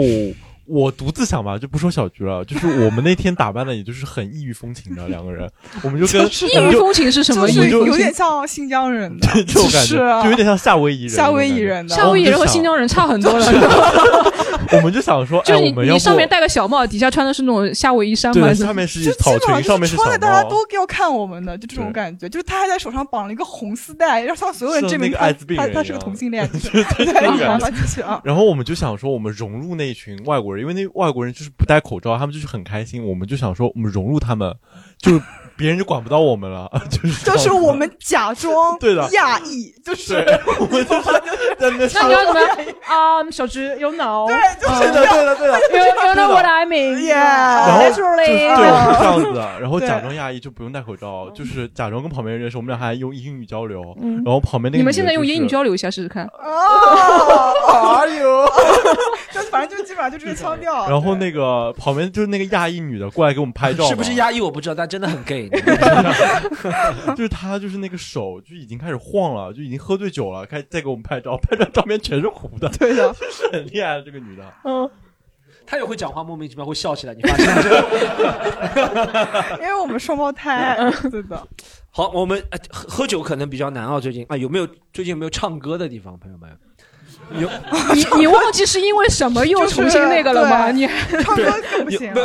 Speaker 5: 我独自想吧，就不说小菊了，就是我们那天打扮的也就是很异域风情的两个人，我们就 跟
Speaker 3: 异域风情是什
Speaker 4: 就
Speaker 3: 么意
Speaker 4: 是
Speaker 3: 思？
Speaker 4: 有点像新疆人的，
Speaker 5: 这种感
Speaker 4: 是
Speaker 5: 觉，
Speaker 4: 啊
Speaker 5: 就有点像夏威夷人，
Speaker 4: 夏威夷。人的。
Speaker 3: 夏威夷人和新疆人差很多了，
Speaker 4: 啊
Speaker 5: 我们就想说，
Speaker 3: 就
Speaker 5: 哎，
Speaker 3: 是
Speaker 5: 我
Speaker 3: 你
Speaker 5: 们要
Speaker 3: 你
Speaker 5: 不
Speaker 3: 上面戴个小帽，底下穿的是那种夏威夷衫吗？
Speaker 5: 对，
Speaker 3: 还是
Speaker 5: 下面是
Speaker 4: 就
Speaker 5: 草
Speaker 4: 基本上
Speaker 5: 裙，上
Speaker 4: 就
Speaker 5: 面
Speaker 4: 是
Speaker 5: 是
Speaker 4: 穿
Speaker 5: 小
Speaker 4: 的，大家
Speaker 5: 猫
Speaker 4: 都。要看我们的，就这种
Speaker 5: 对
Speaker 4: 感觉。就是他还在手上绑了一个红丝带，让他所有人
Speaker 5: 像
Speaker 4: 证明
Speaker 5: 那个
Speaker 4: 他
Speaker 5: 艾滋病
Speaker 4: 他
Speaker 5: 人
Speaker 4: 他
Speaker 5: 一
Speaker 4: 是个
Speaker 5: 样
Speaker 4: 同性 恋。对， 对好，好继续啊。
Speaker 5: 然后我们就想说，我们融入那一群外国人，因为那外国人就是不戴口罩，他们就是很开心。我们就想说，我们融入他们，就别人就管不到我们了，就是这
Speaker 4: 就
Speaker 5: 样
Speaker 4: 是我们假装
Speaker 5: 对的
Speaker 4: 亚裔， 就是
Speaker 5: 对，我们就是在 那
Speaker 3: 那
Speaker 5: 说
Speaker 3: 你要怎么样啊？小菊，you know，
Speaker 4: 对，就是
Speaker 5: 对
Speaker 3: 啊
Speaker 5: 的，对的，对
Speaker 3: you
Speaker 5: 的，
Speaker 3: you know what I
Speaker 5: 然
Speaker 4: Yeah
Speaker 5: 后
Speaker 3: mean？
Speaker 5: 就是对，我们是这样子的，然后
Speaker 4: 对
Speaker 5: 假装亚裔就不用戴口罩，就是假装跟旁边人认识，我们俩还用英语交流，然后旁边那个
Speaker 3: 你们现在用英语
Speaker 5: 交
Speaker 3: 交流一下试试看。
Speaker 4: 啊， 就反正就基本上就这个腔调。
Speaker 5: 然后那个旁边就是那个亚裔女的过来给我们拍照嘛，
Speaker 2: 是不是压抑我不知道，但真的很 gay。
Speaker 5: 就是他就是那个手就已经开始晃了，就已经喝醉酒了，开始再给我们拍照，拍照照片全是糊的，
Speaker 4: 对 的，
Speaker 5: 是很厉
Speaker 7: 啊
Speaker 5: 害的这个女的。
Speaker 4: 嗯
Speaker 2: 他也会讲话，莫名其妙会笑起来，你发现这个？
Speaker 4: 因为我们双胞胎，
Speaker 3: 嗯
Speaker 4: 对的。
Speaker 2: 好，我们、呃、喝喝酒可能比较难啊，最近啊，有没有最近有没有唱歌的地方，朋友们？有
Speaker 3: 你你忘记是因为什么又重新那个了吗？
Speaker 2: 就
Speaker 3: 你
Speaker 2: 是不
Speaker 3: 啊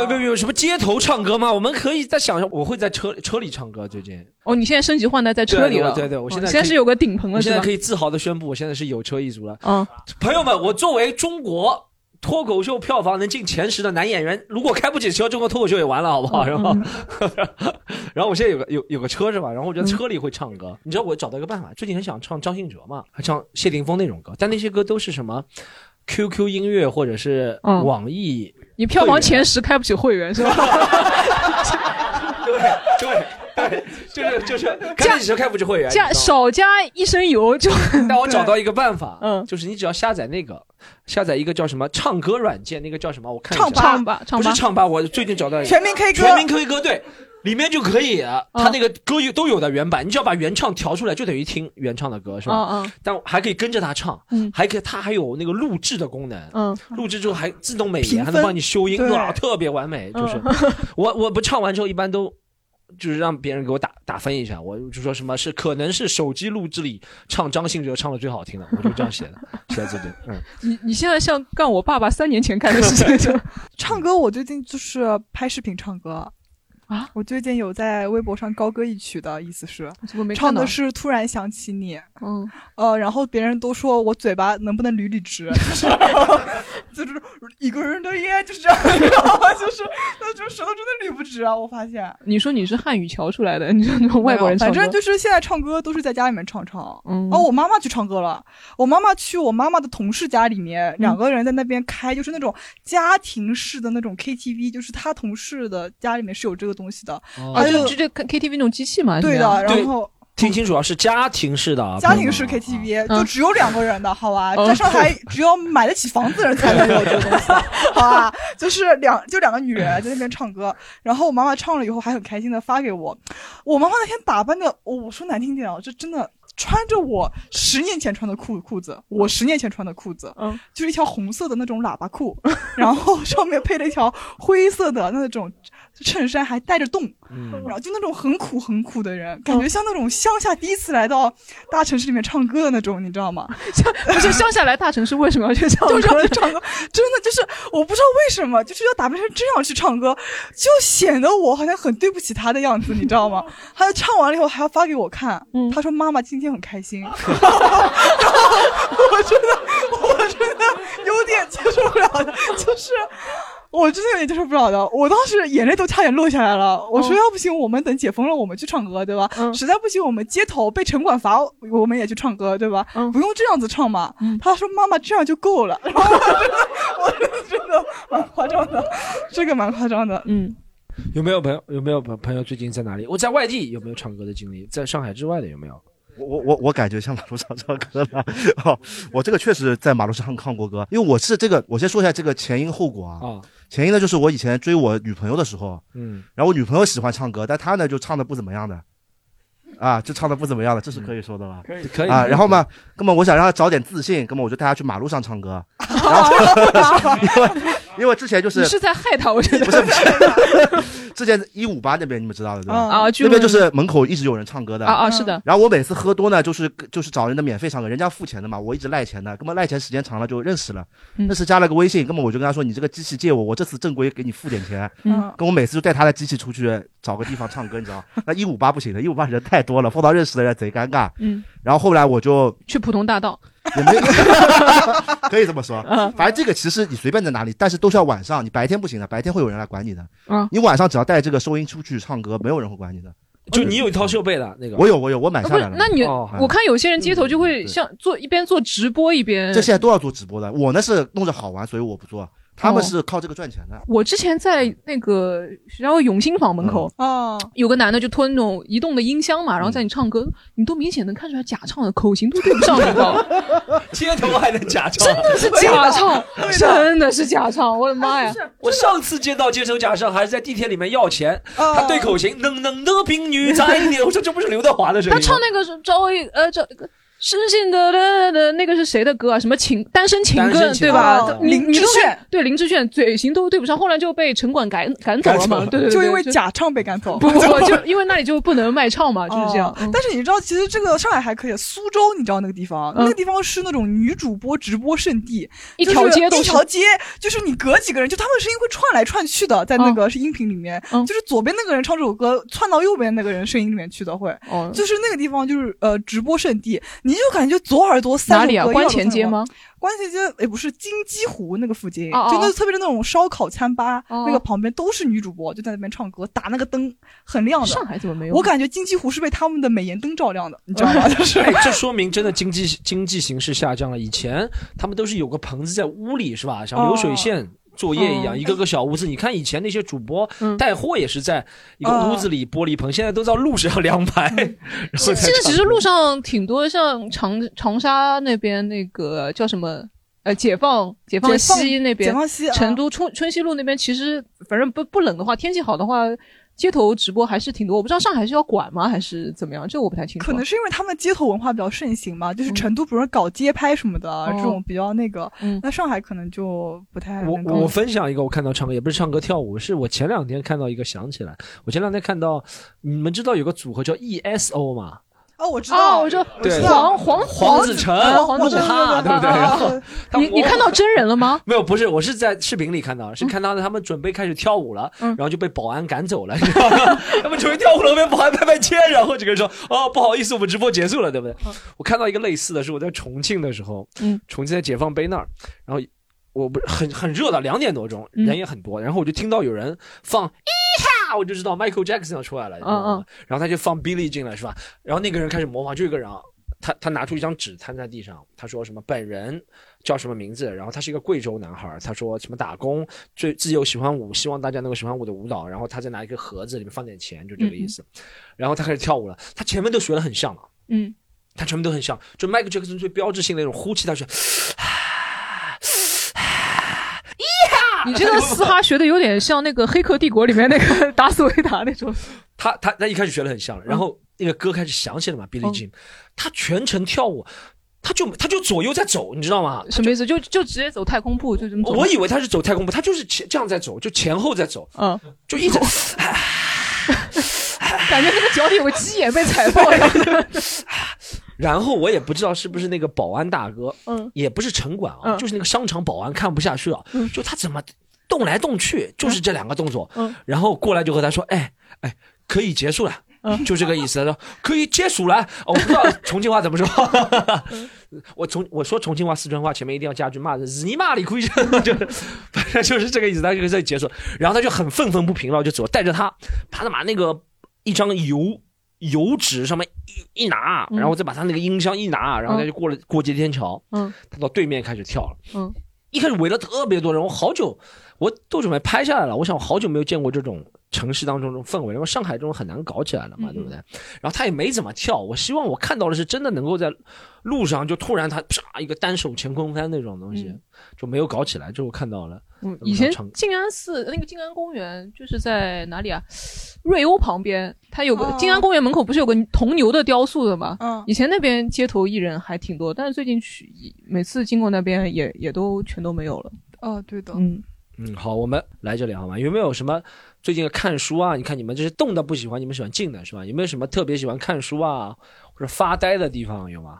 Speaker 2: 不不不，什么街头唱歌吗？我们可以在想象，我会在车车里唱歌。最近，
Speaker 3: 哦，你现在升级换代在车里了，
Speaker 2: 对对对我现在
Speaker 3: 哦你现在
Speaker 2: 可以
Speaker 3: 是有个顶棚
Speaker 2: 我
Speaker 3: 了，
Speaker 2: 现在可
Speaker 3: 以，
Speaker 2: 以自豪的宣布，我现在是有车一族了。
Speaker 3: 嗯，
Speaker 2: 朋友们，我作为中国脱口秀票房能进前十的男演员，如果开不起车，中国脱口秀也完了，好不好？然后，
Speaker 3: 嗯
Speaker 2: 然后我现 在有个有有个车是吧？然后我就在车里会唱歌。你知道我找到一个办法，最近很想唱张信哲嘛，还唱谢霆锋那种歌，但那些歌都是什么 QQ 音乐或者是
Speaker 3: 嗯
Speaker 2: 网易。
Speaker 3: 你票房前十开不起会员是吧？
Speaker 2: 对对对，就是就是，开始时开不起会员，
Speaker 3: 加
Speaker 2: 你知道吗
Speaker 3: 少加一升油就。
Speaker 2: 但我找到一个办法，嗯，就是你只要下载那个，下载一个叫什么唱歌软件，那个叫什么？我看一下
Speaker 3: 唱吧唱吧唱吧
Speaker 2: 不是唱吧，我最近找到一个
Speaker 3: 全民 K 歌
Speaker 2: 全民 K 歌对。里面就可以，啊
Speaker 3: 嗯
Speaker 2: 它那个歌有都有的原版，你只要把原唱调出来，就等于听原唱的歌，是吧
Speaker 3: 嗯嗯？
Speaker 2: 但还可以跟着他唱
Speaker 3: 嗯，
Speaker 2: 还可以它还有那个录制的功能，
Speaker 3: 嗯，
Speaker 2: 录制之后还自动美
Speaker 3: 评分
Speaker 2: 颜，还能帮你修音，
Speaker 3: 对
Speaker 2: 哇，特别完美。就是
Speaker 3: 嗯
Speaker 2: 我我不唱完之后，一般都就是让别人给我打打分一下，我就说什么是可能是手机录制里唱张信哲唱的最好听的，我就这样写的， 写在这里。嗯，
Speaker 3: 你你现在像干我爸爸三年前干的事 情就，
Speaker 4: 唱歌，我最近就是拍视频唱歌。
Speaker 3: 啊！
Speaker 4: 我最近有在微博上高歌一曲的意思是
Speaker 3: 怎么没，看
Speaker 4: 唱
Speaker 3: 到
Speaker 4: 的是《突然想起你》。
Speaker 3: 嗯，
Speaker 4: 呃，然后别人都说我嘴巴能不能捋捋直，就是一个人的夜就是这样， 你知道吗？就是那就舌头真的捋不直啊！我发现，
Speaker 3: 你说你是汉语瞧出来的，你知道那 种外国人唱
Speaker 4: 反
Speaker 3: 歌，
Speaker 4: 正就是现在唱歌都是在家里面唱唱。
Speaker 3: 嗯
Speaker 4: 哦，我妈妈去唱歌了，我妈妈去我妈妈的同事家里面，两个人在那边开，就是那种家庭式的那种 KTV，就是她同事的家里面是有这个东西的，
Speaker 3: 啊，
Speaker 4: 她
Speaker 3: 就
Speaker 4: 就
Speaker 3: 就这 KTV 那种机器嘛，
Speaker 4: 对
Speaker 3: 是吧
Speaker 4: 的，然后。
Speaker 2: 听清楚啊，是家庭式的啊，
Speaker 4: 家庭式 KTV 就只有两个人的，好吧？
Speaker 2: 嗯
Speaker 4: 在上海，只有买得起房子的人才能有这个东西，好吧？就是两就两个女人在那边唱歌，然后我妈妈唱了以后还很开心的发给我，我妈妈那天打扮的，我我说难听点啊，这真的。穿着我十年前穿的裤裤子，我十年前穿的裤子，
Speaker 3: 嗯，
Speaker 4: 就是一条红色的那种喇叭裤，然后上面配了一条灰色的那种衬衫，还带着洞，
Speaker 2: 嗯
Speaker 4: 然后就那种很苦很苦的人，
Speaker 3: 哦
Speaker 4: 感觉像那种乡下第一次来到大城市里面唱歌的那种，你知道吗？
Speaker 3: 不是 乡下来大城市为什么要去唱歌？
Speaker 4: 就是要去唱歌，真的就是我不知道为什么，就是要打扮成这样去唱歌，就显得我好像很对不起他的样子，你知道吗？ 他唱完了以后还要发给我看，
Speaker 3: 嗯
Speaker 4: 他说妈妈今天很开心， 然后我真的我真的有点接受不了的，就是。我真的有点接受不了的，我当时眼泪都差点落下来了。我说
Speaker 3: 嗯
Speaker 4: 要不行，我们等解封了，我们去唱歌，对吧？实在不行，我们街头被城管罚，我们也去唱歌，对吧？不用这样子唱嘛。他说妈妈这样就够了，然后我真的我真的蛮夸张的，这个蛮夸张的。
Speaker 3: 嗯，
Speaker 2: 有没有朋友有没有朋朋友最近在哪里？我在外地有没有唱歌的经历？在上海之外的有没有？
Speaker 8: 我我我我感觉像马路上唱歌了， 哦，我这个确实在马路上唱过歌，因为我是这个，我先说一下这个前因后果啊。
Speaker 2: 啊
Speaker 8: 前因呢，就是我以前追我女朋友的时候，
Speaker 2: 嗯，
Speaker 8: 然后我女朋友喜欢唱歌，但她呢就唱的不怎么样的，啊，就唱的不怎么样的，这是可以说的
Speaker 3: 嗯
Speaker 8: 吧？
Speaker 2: 可以可以
Speaker 8: 啊。然后嘛，那么我想让她找点自信，那么我就带她去马路上 唱歌， 因为因为之前就
Speaker 3: 你是在害他，我觉得不
Speaker 8: 是不是之前一五八那边你们知道的对吧？
Speaker 3: 啊啊俱
Speaker 8: 那
Speaker 3: 乐部
Speaker 8: 边就是门口一直有人唱歌的
Speaker 3: 啊啊是的
Speaker 8: 然后我每次喝多呢，就是就是找人的免费唱歌，人家付钱的嘛，我一直赖钱的，根本赖钱时间长了就认识了，
Speaker 3: 嗯
Speaker 8: 认识加了个微信，根本我就跟他说你这个机器借我，我这次正规给你付点钱。
Speaker 3: 嗯
Speaker 8: 跟我每次就带他的机器出去找个地方唱歌，你知道？那一五八不行的，一五八人太多了，碰到认识的人贼尴尬。
Speaker 3: 嗯，
Speaker 8: 然后后来我就
Speaker 3: 去普通大道，
Speaker 8: 也没可以这么说，
Speaker 3: 嗯
Speaker 8: 反正这个其实你随便在哪里，但是都是要晚上，你白天不行的，白天会有人来管你的。
Speaker 3: 嗯
Speaker 8: 你晚上只要带这个收音出去唱歌，没有人会管你的。
Speaker 2: 就你有一套设备的那个，
Speaker 8: 我有，我有，我买
Speaker 3: 啊
Speaker 8: 下
Speaker 3: 不是
Speaker 8: 来了。？
Speaker 3: 那你
Speaker 2: 哦嗯
Speaker 3: 我看有些人街头就会
Speaker 8: 嗯对
Speaker 3: 像做一边做直播一边
Speaker 8: 这现在都要做直播的，我呢是弄着好玩，所以我不做。他们是靠这个赚钱的。
Speaker 3: 我之前在那个学校永兴坊门口，
Speaker 4: 哦，
Speaker 3: 有个男的就推那种移动的音箱嘛，然后在你唱歌，你都明显能看出来假唱的，口型都对不上，你知 道吗？
Speaker 2: 街头还能假 唱，
Speaker 3: 真的是假 唱，真的是假唱，我的妈呀！
Speaker 2: 我上次见到街头假唱还是在地铁里面要钱，
Speaker 4: 哦
Speaker 2: 他对口型，冷冷的冰女在你，我说这不是刘德华的声音
Speaker 3: 他
Speaker 2: 吗？
Speaker 3: 唱那个是周一呃这深信的的的那个是谁的歌啊？什么情单身情
Speaker 2: 单
Speaker 3: 歌
Speaker 2: 身情
Speaker 3: 对吧
Speaker 2: 歌？
Speaker 3: 你
Speaker 2: 林
Speaker 3: 你
Speaker 2: 志
Speaker 3: 都
Speaker 2: 炫
Speaker 3: 对林志炫嘴型都对不上，后来就被城管赶赶走了嘛。对对对，
Speaker 4: 就因为假唱被赶走。
Speaker 3: 不不不，就因为那里就不能卖唱嘛，就是这样
Speaker 4: 哦。但是你知道，其实这个上海还可以，苏州你知道那个地方，
Speaker 3: 嗯
Speaker 4: 那个地方是那种女主播直播圣地，
Speaker 3: 一
Speaker 4: 就是
Speaker 3: 条街都
Speaker 4: 一
Speaker 3: 是
Speaker 4: 条街，就是你隔几个人，就他们声音会串来串去的，在
Speaker 3: 嗯
Speaker 4: 那个是音频里面，就是左边那个人唱这首歌，窜到右边那个人声音里面去的会，
Speaker 3: 哦
Speaker 4: 就是那个地方就是呃直播圣地，你就感觉左耳朵三
Speaker 3: 哪
Speaker 4: 首歌
Speaker 3: 里啊
Speaker 4: 右耳朵
Speaker 3: 观
Speaker 4: 三
Speaker 3: 前街
Speaker 4: 首歌
Speaker 3: 吗？
Speaker 4: 关前街也不是金鸡湖那个附近，
Speaker 3: 哦哦
Speaker 4: 就那特别是那种烧烤餐吧，
Speaker 3: 哦
Speaker 4: 那个旁边都是女主播，就在那边唱歌，打那个灯很亮的。
Speaker 3: 上海怎么没有
Speaker 4: 我感觉金鸡湖是被他们的美颜灯照亮的，你知 道吗？就是
Speaker 2: 哎，这说明真的经济经济形势下降了。以前他们都是有个棚子在屋里，是吧？像流水线。作业一样，
Speaker 4: 哦
Speaker 2: 一个个小屋子。你看以前那些主播带货也是在一个屋子里玻璃棚，现在都到路上两排。然后
Speaker 3: 现
Speaker 2: 再
Speaker 3: 现在其实
Speaker 2: 唱
Speaker 3: 路上挺多，像长长沙那边那个叫什么？呃，解放解放
Speaker 4: 解放
Speaker 3: 西那边，
Speaker 4: 解放西啊
Speaker 3: 成都春春熙路那边，其实反正不不冷的话，天气好的话，街头直播还是挺多。我不知道上海是要管吗，还是怎么样？这我不太清楚。
Speaker 4: 可能是因为他们街头文化比较盛行嘛，
Speaker 3: 嗯
Speaker 4: 就是成都，比如说搞街拍什么的，
Speaker 3: 哦
Speaker 4: 这种比较那个。
Speaker 3: 嗯
Speaker 4: 那上海可能就不太能够。
Speaker 2: 我我分享一个，我看到唱歌也不是唱歌跳舞，是我前两天看到一个，想起来，我前两天看到，你们知道有个组合叫 ESO 吗？
Speaker 4: 哦，我知道，
Speaker 3: 我知道，
Speaker 2: 对
Speaker 3: 黄黄
Speaker 2: 黄子成、
Speaker 3: 呃黄
Speaker 2: 鹿
Speaker 3: 子成
Speaker 2: 晗，对不对？
Speaker 3: 啊啊
Speaker 2: 然
Speaker 3: 啊
Speaker 2: 后他
Speaker 3: 你
Speaker 2: 们
Speaker 3: 你看到真人了吗？
Speaker 2: 没有，不是，我是在视频里看到，是看到他们准备开始跳舞了，然后就被保安赶走了，你 知道吗？他们准备跳舞了，被保安拍拍肩，然后这个人说：“哦，不好意思，我们直播结束了，对不对？”我看到一个类似的是我在重庆的时候，
Speaker 3: 嗯
Speaker 2: 重庆在解放碑那儿，然后我不是很很热的，两点多钟，
Speaker 3: 嗯
Speaker 2: 人也很多，然后我就听到有人放一哈，我就知道 Michael Jackson 要出来了，你知道吗
Speaker 3: 嗯
Speaker 2: 然后他就放 Billy 进来是吧？然后那个人开始模仿，就有一个人啊，他他拿出一张纸摊在地上，他说什么本人叫什么名字，然后他是一个贵州男孩，他说什么打工，最自由喜欢舞，希望大家能够喜欢我的舞蹈，然后他再拿一个盒子里面放点钱，就这个意思。 然后他开始跳舞了，他前面都学的很像了。
Speaker 3: 嗯
Speaker 2: 他全部都很像，就 Michael Jackson 最标志性的那种呼气，他是，
Speaker 3: 你这个嘶哈学的有点像那个《黑客帝国》里面那个 达斯维达那种。
Speaker 2: 他他他一开始学的很像，然后那个歌开始响起了嘛，Billie Jean，他全程跳舞，他就他就左右在走，你知道吗？
Speaker 3: 什么意思？就就直接走太空步，就这么走。
Speaker 2: 我以为他是走太空步，他就是前这样在走，就前后在走，
Speaker 3: 嗯，
Speaker 2: 就一直
Speaker 3: 感觉那个脚底有个鸡眼被踩爆了。
Speaker 2: 然后我也不知道是不是那个保安大哥，
Speaker 3: 嗯
Speaker 2: 也不是城管啊，就是那个商场保安看不下去了，就他怎么动来动去，就是这两个动作，
Speaker 3: 嗯
Speaker 2: 然后过来就和他说，哎哎，可以结束了。
Speaker 3: 嗯
Speaker 2: 就这个意思，他说可以结束了。哦我不知 道重庆话怎么说，
Speaker 3: 嗯
Speaker 2: 我重我说重庆话、四川话，前面一定要加句骂的，日你妈的亏钱，就是反正就是这个意思。他就在结束，然后他就很愤愤不平了，就走，带着他，他他妈那个一张油油纸上面一一拿，
Speaker 3: 嗯
Speaker 2: 然后再把他那个音箱一拿，然后他就过了过街天桥，
Speaker 3: 嗯
Speaker 2: 他到对面开始跳了。
Speaker 3: 嗯
Speaker 2: 一开始围了特别多人，我好久我都准备拍下来了。我想我好久没有见过这种城市当中这种氛围，因为上海这种很难搞起来了嘛，对不对？
Speaker 3: 嗯
Speaker 2: 然后他也没怎么跳，我希望我看到的是真的能够在路上就突然他啪一个单手前空翻那种东西，
Speaker 3: 嗯
Speaker 2: 就没有搞起来，就我看到了。
Speaker 3: 嗯
Speaker 2: 他们
Speaker 3: 以前
Speaker 2: 唱
Speaker 3: 静安寺那个静安公园就是在哪里啊？瑞欧旁边，它有个、
Speaker 4: 哦
Speaker 3: 静安公园门口不是有个铜牛的雕塑的吗？
Speaker 4: 嗯
Speaker 3: 以前那边街头艺人还挺多，但是最近去每次经过那边也也都全都没有了。
Speaker 4: 哦，对的，
Speaker 3: 嗯，
Speaker 2: 嗯，好，我们来这里好吗？有没有什么最近看书啊？你看你们这是动的不喜欢，你们喜欢静的是吧？有没有什么特别喜欢看书啊，或者发呆的地方有吗？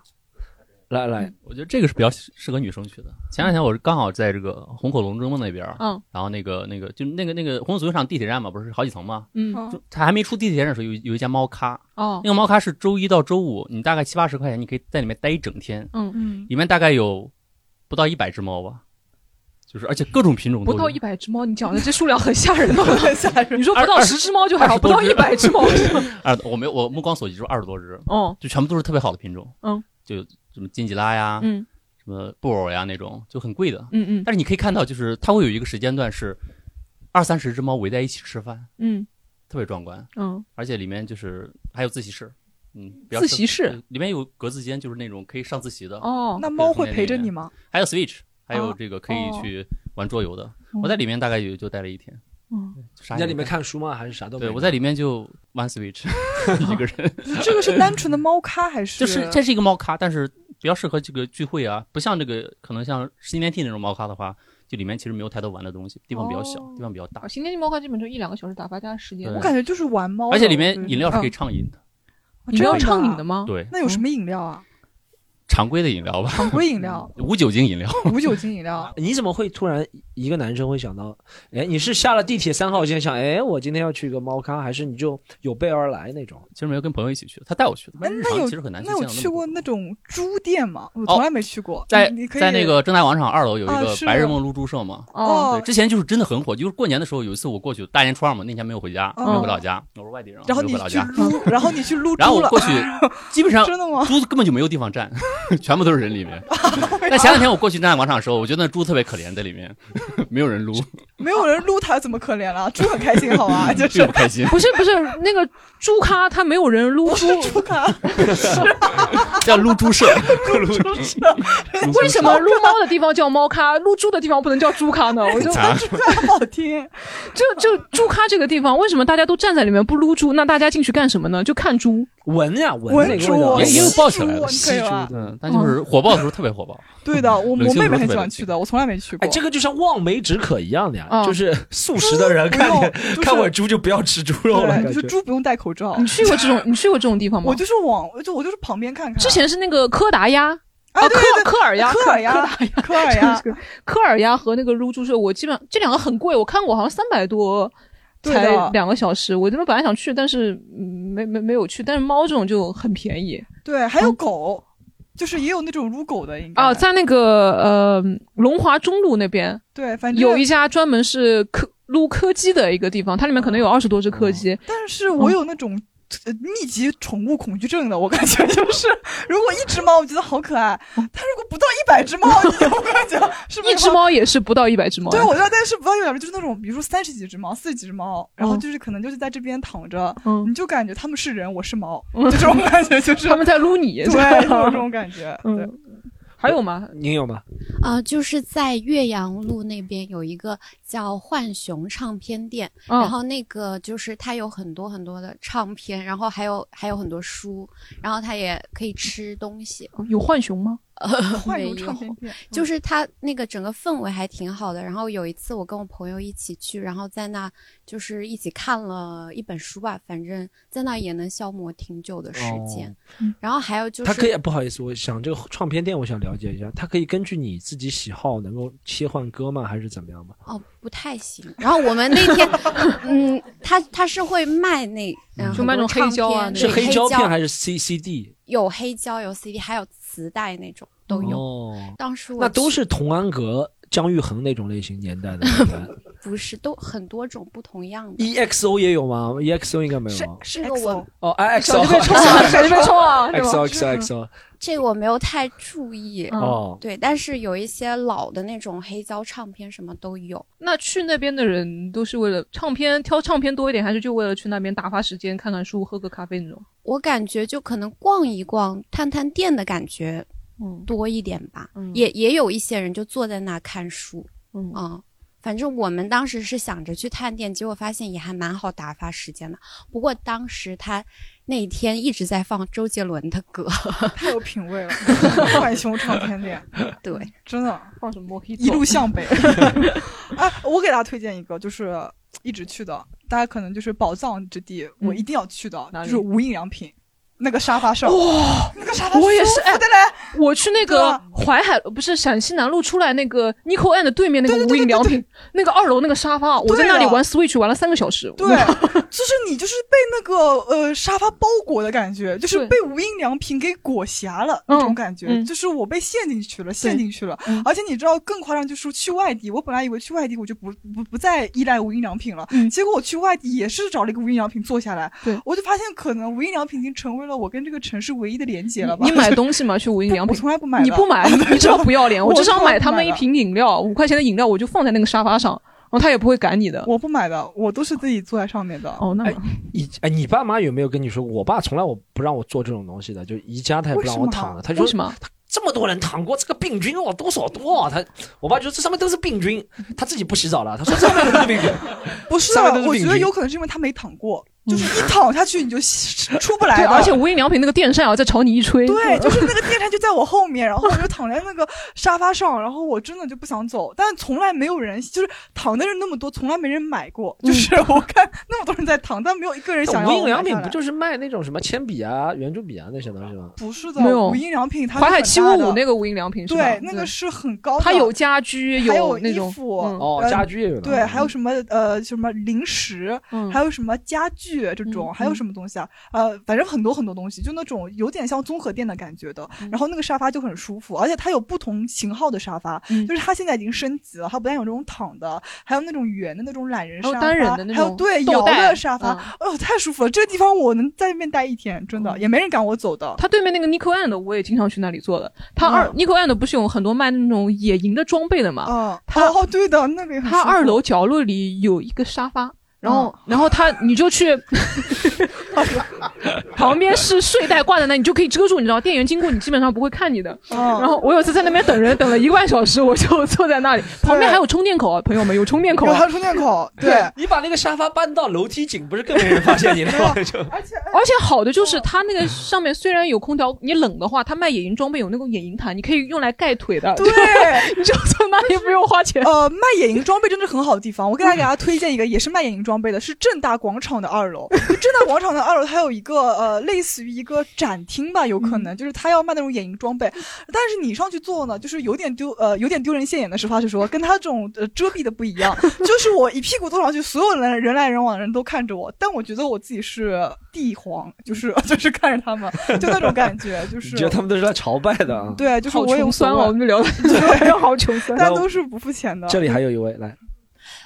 Speaker 2: 来来，
Speaker 11: 嗯我觉得这个是比较适合女生去的。前两天我是刚好在这个虹口龙之梦那边，
Speaker 3: 嗯，
Speaker 11: 然后那个那个就那个那个虹口足球场地铁站嘛，不是好几层嘛，
Speaker 3: 嗯
Speaker 2: 哦
Speaker 11: 就它还没出地铁站的时候，有有一家猫咖，
Speaker 3: 哦
Speaker 11: 那个猫咖是周一到周五，你大概七八十块钱，你可以在里面待一整天，
Speaker 3: 嗯嗯，
Speaker 11: 里面大概有不到一百只猫吧，就是而且各种品种
Speaker 3: 不
Speaker 11: 都有
Speaker 3: 到一百 只猫，你讲的这数量很吓 人的，很 吓人。你说不
Speaker 11: 二
Speaker 3: 到
Speaker 11: 二
Speaker 3: 十只猫就还好，
Speaker 11: 20
Speaker 3: 不
Speaker 11: 多
Speaker 3: 到一百只猫 就，
Speaker 11: 二十我没有我目光所及是二十多只，
Speaker 3: 哦
Speaker 11: 就全部都是特别好的品种，
Speaker 3: 嗯
Speaker 11: 就有什么金吉拉呀，
Speaker 3: 嗯，
Speaker 11: 什么布偶呀那种，就很贵的，
Speaker 3: 嗯嗯
Speaker 11: 但是你可以看到，就是它会有一个时间段是二三十只猫围在一起吃饭，
Speaker 3: 嗯
Speaker 11: 特别壮观，
Speaker 3: 嗯，
Speaker 11: 而且里面就是还有自习室，嗯，比较
Speaker 3: 自习
Speaker 11: 适合
Speaker 3: 室
Speaker 11: 里面有格子间，就是那种可以上自习的
Speaker 3: 哦
Speaker 4: 那猫会陪着你？吗？
Speaker 11: 还有 Switch，还有
Speaker 4: 哦
Speaker 11: 这个可以去玩桌游的。
Speaker 4: 哦。
Speaker 11: 我在里面大概也就待了一天，
Speaker 3: 嗯，
Speaker 11: 啥
Speaker 2: 你在
Speaker 11: 也没
Speaker 2: 里面
Speaker 11: 干
Speaker 2: 看书吗？还是啥都没
Speaker 11: 对
Speaker 2: 有？
Speaker 11: 我在里面就 one switch 一个人
Speaker 4: 这个 是单纯的猫咖还是？
Speaker 11: 就是这是一个猫咖，但是比较适合这个聚会啊，不像这个可能像新天地那种猫咖的话，就里面其实没有太多玩的东西，地方比较小，
Speaker 3: 哦
Speaker 11: 地方比较大，
Speaker 3: 新天地猫咖基本就一两个小时打发大家时间。
Speaker 11: 对我感觉
Speaker 4: 就是玩猫的
Speaker 11: 而且里面饮料是可以畅饮的，
Speaker 4: 嗯
Speaker 3: 饮料畅饮的吗？
Speaker 11: 对
Speaker 4: 那有什么饮料 啊？
Speaker 11: 常规的饮料吧，，
Speaker 4: 常规哦饮料
Speaker 11: 无酒精饮料。
Speaker 4: 无酒精饮料。啊
Speaker 2: 啊你怎么会突然一个男生会想到，哎，你是下了地铁三号线想，哎，我今天要去个猫咖，还是你就有备而来那种？
Speaker 11: 其实没有跟朋友一起去，他带我去的。
Speaker 4: 哎，那有
Speaker 11: 嗯其实很难去
Speaker 4: 那有
Speaker 11: 见到那么
Speaker 4: 去
Speaker 11: 多
Speaker 4: 过那种猪店吗？我
Speaker 11: 哦
Speaker 4: 从来没去过。
Speaker 11: 在
Speaker 4: 你你可以
Speaker 11: 在那个正大广场二楼有一
Speaker 4: 啊
Speaker 11: 个
Speaker 4: 是
Speaker 11: 白日梦露珠社嘛，
Speaker 4: 哦
Speaker 11: 对，之前就是真的很火，就是过年的时候有一次我过去，大年初二嘛，那天没有回家，
Speaker 4: 哦
Speaker 11: 没有回老家，我是外地人啊，
Speaker 4: 然后
Speaker 11: 没
Speaker 4: 你
Speaker 11: 有回老
Speaker 4: 去
Speaker 11: 家，
Speaker 4: 撸，然后你去撸猪了，
Speaker 11: 然后 我过去基本上
Speaker 4: 真的吗？
Speaker 11: 猪根本就没有地方站， 全部都是人 里面。但前两天我过去正大广场的时候，我觉得那猪特别可怜，在里面 没有人撸，
Speaker 4: 没有人撸它，怎么可怜了？ 猪很开心，好吧？就
Speaker 11: 这
Speaker 4: 是
Speaker 11: 不开心。
Speaker 3: 不是不是，那个猪咖它没有人撸猪，
Speaker 4: 猪 咖
Speaker 11: 叫撸猪社，撸猪
Speaker 4: 社，
Speaker 3: 为什么撸猫的地方叫猫咖，撸猪的地方不能叫猪咖呢？ 我就
Speaker 11: 咋
Speaker 4: 好听。
Speaker 3: 就就猪咖这个地方，为什么大家都站在里面不撸猪？那大家进去干什么呢？就看猪。
Speaker 2: 闻呀
Speaker 4: 闻
Speaker 2: 那个
Speaker 4: 猪
Speaker 2: 味道，
Speaker 11: 也也有爆起来
Speaker 4: 猪
Speaker 11: 了，
Speaker 4: 你
Speaker 11: 吸
Speaker 4: 可以
Speaker 11: 猪
Speaker 4: 吧，
Speaker 11: 嗯，但就是火爆的时候特别火爆。
Speaker 4: 对的，我
Speaker 11: 冷
Speaker 4: 我
Speaker 11: 静
Speaker 4: 妹
Speaker 11: 不
Speaker 4: 妹
Speaker 11: 是
Speaker 4: 很喜
Speaker 11: 特别
Speaker 4: 欢去的，我从来没去过。
Speaker 2: 哎，这个就像望梅止渴一样的呀，
Speaker 4: 嗯
Speaker 2: 就是素食的人
Speaker 4: 不
Speaker 2: 看见、
Speaker 4: 用就是
Speaker 2: 看我猪就不要吃猪肉了，
Speaker 4: 对，
Speaker 2: 感
Speaker 4: 就
Speaker 2: 觉
Speaker 4: 猪不用戴口罩。
Speaker 3: 你去过这种？你去过这种地方吗？
Speaker 4: 我就是往，就我就是 旁边看看。
Speaker 3: 之前是那个柯达鸭。
Speaker 4: 啊
Speaker 3: 哦
Speaker 4: 对对
Speaker 3: 科科尔鸭，
Speaker 4: 科
Speaker 3: 科
Speaker 4: 尔鸭
Speaker 3: 科
Speaker 4: 尔 鸭，
Speaker 3: 真是科尔鸭和那个撸猪是我基本上这两个很贵，我看过好像三百多
Speaker 4: 对的
Speaker 3: 才两个小时。我这边本来想去，但是嗯没没没有去。但是猫这种就很便宜
Speaker 4: 对，还
Speaker 3: 嗯
Speaker 4: 有狗，就是也有那种撸狗的，应该
Speaker 3: 啊，在那个呃龙华中路那边
Speaker 4: 对，反正
Speaker 3: 有一家专门是科撸柯基的一个地方，它里面可能有二十多只柯基。
Speaker 4: 哦但是我有那种呃密集宠物恐惧症的，我感觉就是，如果一只猫，我觉得好可爱；它如果不到一百只猫，我感觉是没
Speaker 3: 一只
Speaker 4: 法
Speaker 3: 猫也是不到一百只猫。
Speaker 4: 对，我知道，但是不要有点就是那种，比如说三十几只猫、四十几只猫，然
Speaker 3: 嗯
Speaker 4: 后就是可能就是在这边躺着，你就感觉它们是人，我是猫，
Speaker 3: 嗯
Speaker 4: 就这种感觉，就是
Speaker 3: 他们在撸你，
Speaker 4: 对，
Speaker 3: 是
Speaker 4: 就
Speaker 3: 吧
Speaker 4: 有这种感觉。对，
Speaker 3: 还有吗？
Speaker 2: 你有吗？
Speaker 12: 啊、就是在岳阳路那边有一个叫浣熊唱片店，
Speaker 3: 嗯
Speaker 12: 然后那个就是它有很多很多的唱片，然后还有还有很多书，然后它也可以吃东西。
Speaker 3: 哦有浣熊 吗？
Speaker 12: 呃，
Speaker 3: 浣
Speaker 12: 没
Speaker 3: 熊
Speaker 12: 有
Speaker 3: 唱片店，
Speaker 12: 就是它那个整个氛围还挺好的。然后有一次我跟我朋友一起去，然后在那就是一起看了一本书吧，反正在那也能消磨挺久的时间。
Speaker 3: 哦
Speaker 12: 然后还有就是
Speaker 2: 他可以不好意思，我想这个唱片店，我想了解一下，他可以根据你自己喜好能够切换歌吗？还是怎么样吗？
Speaker 12: 哦，不太行。然后我们那天， 嗯，他他是会卖那，嗯，
Speaker 3: 就卖那种黑胶啊
Speaker 12: 很多
Speaker 2: 是
Speaker 12: 唱片对
Speaker 2: 黑
Speaker 12: 黑
Speaker 2: 胶片还是 C C D？
Speaker 12: 有黑胶，有 CD，还有磁带那种都有。
Speaker 2: 哦，
Speaker 12: 当时我
Speaker 2: 那都
Speaker 12: 去
Speaker 2: 是童安格、姜育恒那种类型年代 的。
Speaker 12: 不是都很多种不同样的。
Speaker 2: E X O 也有吗？E X O 应该没有吧。
Speaker 12: 这个我
Speaker 2: 哦，I X
Speaker 12: 小
Speaker 2: O，
Speaker 12: 心被冲啊小心被冲 啊是吧
Speaker 2: x O X O X O，
Speaker 12: 这个我没有太注意
Speaker 2: 嗯哦
Speaker 12: 对，但是有一些老的那种黑胶唱片什么都有。
Speaker 3: 那去那边的人都是为了唱片挑唱片多一点，还是就为了去那边打发时间、看看书、喝个咖啡那种？
Speaker 12: 我感觉就可能逛一逛、探探店的感觉，
Speaker 4: 嗯
Speaker 12: 多一点吧。也也有一些人就坐在那看书，啊
Speaker 3: 嗯
Speaker 12: 反正我们当时是想着去探店，结果发现也还蛮好打发时间的。不过当时他那一天一直在放周杰伦的歌，
Speaker 4: 太有品味了， 浣熊唱片 店，
Speaker 12: 对，
Speaker 4: 真的
Speaker 3: 放什么
Speaker 4: 一路向北。 哎，我给大家推荐一个，就是一直去的，大家可能就是宝藏之地，
Speaker 3: 嗯
Speaker 4: 我一定要去的，就是无印良品那个沙发上，
Speaker 3: 哇
Speaker 4: 那个沙发
Speaker 3: 我也是
Speaker 4: 舒服
Speaker 3: 哎
Speaker 4: 的嘞。啊
Speaker 3: 我去那个淮海，不是陕西南路出来那个 Nico and 对面那个无印良品，那个二楼那个沙发， 我在那里玩 Switch 玩了三个小时。
Speaker 4: 啊对，啊就是你就是被那个呃沙发包裹的感觉，就是被无印良品给裹挟了那种感觉，
Speaker 3: 嗯
Speaker 4: 就是我被陷进去了，陷进去了。而且你知道更夸张，就是去外地，我本来以为去外地我就不不不再依赖无印良品了，结果我去外地也是找了一个无印良品坐下来，
Speaker 3: 嗯对
Speaker 4: 我就发现可能无印良品已经成为了我跟这个城市唯一的连接了吧。
Speaker 3: 你 买东西吗？去无印良 品？
Speaker 4: 我从来不买的
Speaker 3: 你不买，你知道不要脸。
Speaker 4: 我
Speaker 3: 我至少
Speaker 4: 从来
Speaker 3: 买
Speaker 4: 不
Speaker 3: 他们
Speaker 4: 买
Speaker 3: 一
Speaker 4: 的
Speaker 3: 瓶饮料，五块钱的饮料，我就放在那个沙发上，然后他也不会赶你的。
Speaker 4: 我不买的，我都是自己坐在上面的。
Speaker 3: 哦，那
Speaker 2: 宜哎，你爸妈有没有跟你说过？我爸从来我不让我做这种东西的，就宜家他也不让我
Speaker 4: 为什么
Speaker 2: 躺的，他就说
Speaker 3: 为什么
Speaker 2: 他这么多人躺过这个病菌哦，多少多啊！他我爸就说这上面都是病菌，他自己不洗澡了。他说这上面都是病菌，
Speaker 4: 不是
Speaker 2: 上
Speaker 4: 啊
Speaker 2: 面都，是
Speaker 4: 我
Speaker 2: 病
Speaker 4: 觉
Speaker 2: 菌。
Speaker 4: 得有可能是因为他没躺过，就是一躺下去你就 出不来
Speaker 3: 嗯对
Speaker 4: 了，
Speaker 3: 而且无印良品那个电扇啊，在朝你一吹。
Speaker 4: 对， 就是那个电扇就在我后面，然后我就躺在那个沙发上，然后我真的就不想走，但从来没有人就是躺的人那么多，从来没人买过，就是我看那么多人在躺，但没有一个人想要
Speaker 2: 嗯无印良
Speaker 4: 我买
Speaker 2: 品
Speaker 4: 下来
Speaker 2: 不就是卖那种什么铅笔啊、圆珠笔啊那些东西吗？
Speaker 4: 不是的，
Speaker 3: 没有
Speaker 4: 无印良品它
Speaker 3: 淮海
Speaker 4: 是
Speaker 3: 七
Speaker 4: 很大
Speaker 3: 五
Speaker 4: 的
Speaker 3: 五那个无印良品是吧？
Speaker 4: 对，
Speaker 3: 嗯
Speaker 4: 那个是很高的，
Speaker 3: 它有家居
Speaker 4: 还
Speaker 3: 有
Speaker 4: 有
Speaker 3: 那
Speaker 4: 衣
Speaker 3: 种
Speaker 4: 服
Speaker 3: 嗯
Speaker 2: 哦
Speaker 4: 呃
Speaker 2: 家居也有的
Speaker 4: 对，
Speaker 2: 嗯
Speaker 4: 还有什么呃什么零食，
Speaker 3: 嗯
Speaker 4: 还有什么家具这种，还有什么东西啊？呃，反正很多很多东西，就那种有点像综合店的感觉的。
Speaker 3: 嗯
Speaker 4: 然后那个沙发就很舒服，而且它有不同型号的沙发，
Speaker 3: 嗯
Speaker 4: 就是它现在已经升级了，它不但有那种躺的，还有那种圆的那种懒人
Speaker 3: 还
Speaker 4: 沙发，
Speaker 3: 有单人的那
Speaker 4: 还有
Speaker 3: 种
Speaker 4: 对
Speaker 3: 豆
Speaker 4: 摇
Speaker 3: 袋嗯
Speaker 4: 的沙发，哦，太舒服了！这个地方我能在那边待一天，真的也没人赶我走的。嗯
Speaker 3: 它对面那个 Nico and 我也经常去那里做的。它二、Nico and 不是有很多卖那种野营的装备的嘛？
Speaker 4: 哦，它哦对的，那个也很
Speaker 3: 它
Speaker 4: 舒服
Speaker 3: 二楼角落里有一个沙发，然后、
Speaker 4: 嗯
Speaker 3: 然后它你 就去旁边是睡袋挂在那，你就可以遮住，你知道，店员经过你基本上不会看你的。
Speaker 4: 嗯
Speaker 3: 然后我有次在那边等人，等了一个半小时，我就坐在那里，旁边还有充电口啊，朋友们有充电口、啊，
Speaker 4: 有充电 口，
Speaker 2: 你把那个沙发搬到楼梯井，不是更没人 发现你了吗？就
Speaker 3: 而且好的就是它那个上面虽然有空调，你冷的话，它卖野营装备有那种野营毯，你可以用来盖腿 的。
Speaker 4: 对
Speaker 3: 你就从那里不用花钱。
Speaker 4: 呃，卖野营装备真的是很好的地方。我给大家给大家推荐一个，也是卖野营装备的，是正大广场的 二楼。就正大广场的二楼，它有一个呃，类似于一个展厅吧，有
Speaker 3: 嗯
Speaker 4: 可能、就是它要卖那种野营装备。但是你上去坐呢，就是有点丢呃，有点丢人现眼的。实话实说，跟它这种呃遮蔽的不一 样。就是我一屁股坐上去，所有人人来人往的人都看着我，但我觉得我自己是帝皇，就是 就是看着他们，就那种感 觉，就
Speaker 2: 你
Speaker 4: 是
Speaker 2: 觉得他们都是来朝拜的啊？
Speaker 4: 对，就是
Speaker 3: 好
Speaker 4: 我也
Speaker 3: 穷
Speaker 4: 无所
Speaker 3: 酸哦
Speaker 4: 谓
Speaker 3: 我们就聊到这
Speaker 4: 对，
Speaker 3: 好穷酸
Speaker 4: 但都是不付钱的。
Speaker 2: 这里还有一位来，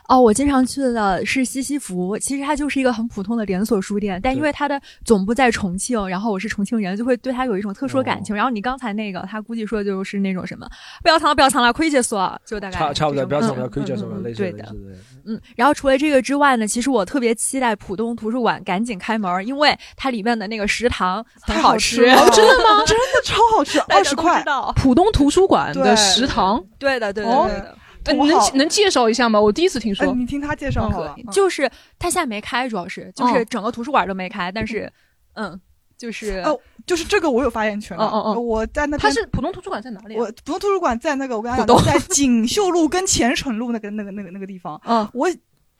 Speaker 13: 哦，我经常去的是西西弗，其实它就是一个很普通的连锁书店，但因为它的总部在重庆，然后我是重庆人，就会对它有一种特殊的
Speaker 2: 哦
Speaker 13: 感情。然后你刚才那个，他估计说的就是那种什么，不要藏了，不要藏了，亏解锁了，就大概
Speaker 2: 差差不多，
Speaker 13: 这种
Speaker 2: 不要
Speaker 13: 嗯
Speaker 2: 怎么亏欠什么
Speaker 13: 嗯嗯
Speaker 2: 类似
Speaker 13: 对
Speaker 2: 的。类似的。
Speaker 13: 嗯，然后除了这个之外呢，其实我特别期待浦东图书馆赶紧开门儿，因为它里面的那个食堂很
Speaker 3: 好
Speaker 13: 吃。
Speaker 3: 了哦真的吗
Speaker 4: 真的超好吃，
Speaker 13: 大家都知道。
Speaker 3: 浦东图书馆的
Speaker 13: 对
Speaker 3: 食堂，
Speaker 13: 对的，对的，
Speaker 3: 哦
Speaker 13: 对的。
Speaker 3: 呃能能介绍一下
Speaker 13: 哦
Speaker 3: 吗？我第一次听说。
Speaker 4: 哎你听他介
Speaker 13: 嗯就是它现在没开，主要是就是
Speaker 3: 嗯
Speaker 13: 整个图书馆都没开，但是，嗯，就是
Speaker 4: 哦，就是这个我有发言权的。
Speaker 13: 哦哦哦
Speaker 4: 我在那边。
Speaker 3: 它是浦东图书馆在哪里啊？
Speaker 4: 我浦东图书馆在那个，我跟大家
Speaker 3: 浦
Speaker 4: 讲，
Speaker 3: 东
Speaker 4: 在锦绣路跟前城路那个、那个、那个、那个地方。
Speaker 3: 嗯，
Speaker 4: 我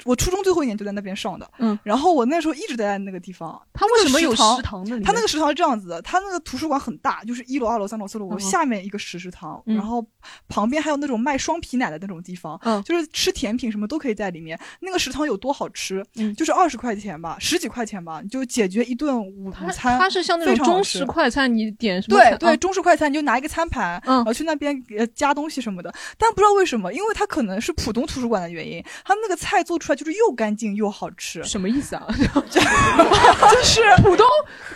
Speaker 4: 我初中最后一年就在那边上的。
Speaker 3: 嗯，
Speaker 4: 然后我那时候一直待在那个地方。
Speaker 3: 它为什么有食堂呢里面
Speaker 4: 它那个食堂是这样子的，它那个图书馆很大，就是一楼、二楼、三楼、四楼，
Speaker 3: 嗯嗯
Speaker 4: 下面一个食食堂，
Speaker 3: 嗯
Speaker 4: 然后旁边还有那种卖双皮奶的那种地方，
Speaker 3: 嗯
Speaker 4: 就是吃甜品什么都可以在里面。那个食堂有多好吃？
Speaker 3: 嗯
Speaker 4: 就是二十块钱吧，十几块钱吧，你就解决一顿午午餐。
Speaker 3: 它是像那
Speaker 4: 非
Speaker 3: 种
Speaker 4: 常好
Speaker 3: 中
Speaker 4: 吃
Speaker 3: 式快餐，你点什么嗯
Speaker 4: 对
Speaker 3: 餐？
Speaker 4: 对，
Speaker 3: 嗯
Speaker 4: 中式快餐你就拿一个餐盘，然后去那边呃加东西什么的。但不知道为什么，因为它可能是浦东图书馆的原因，它那个菜做出来就是又干净又好吃。
Speaker 3: 什么 意思啊？
Speaker 4: 就是
Speaker 3: 浦东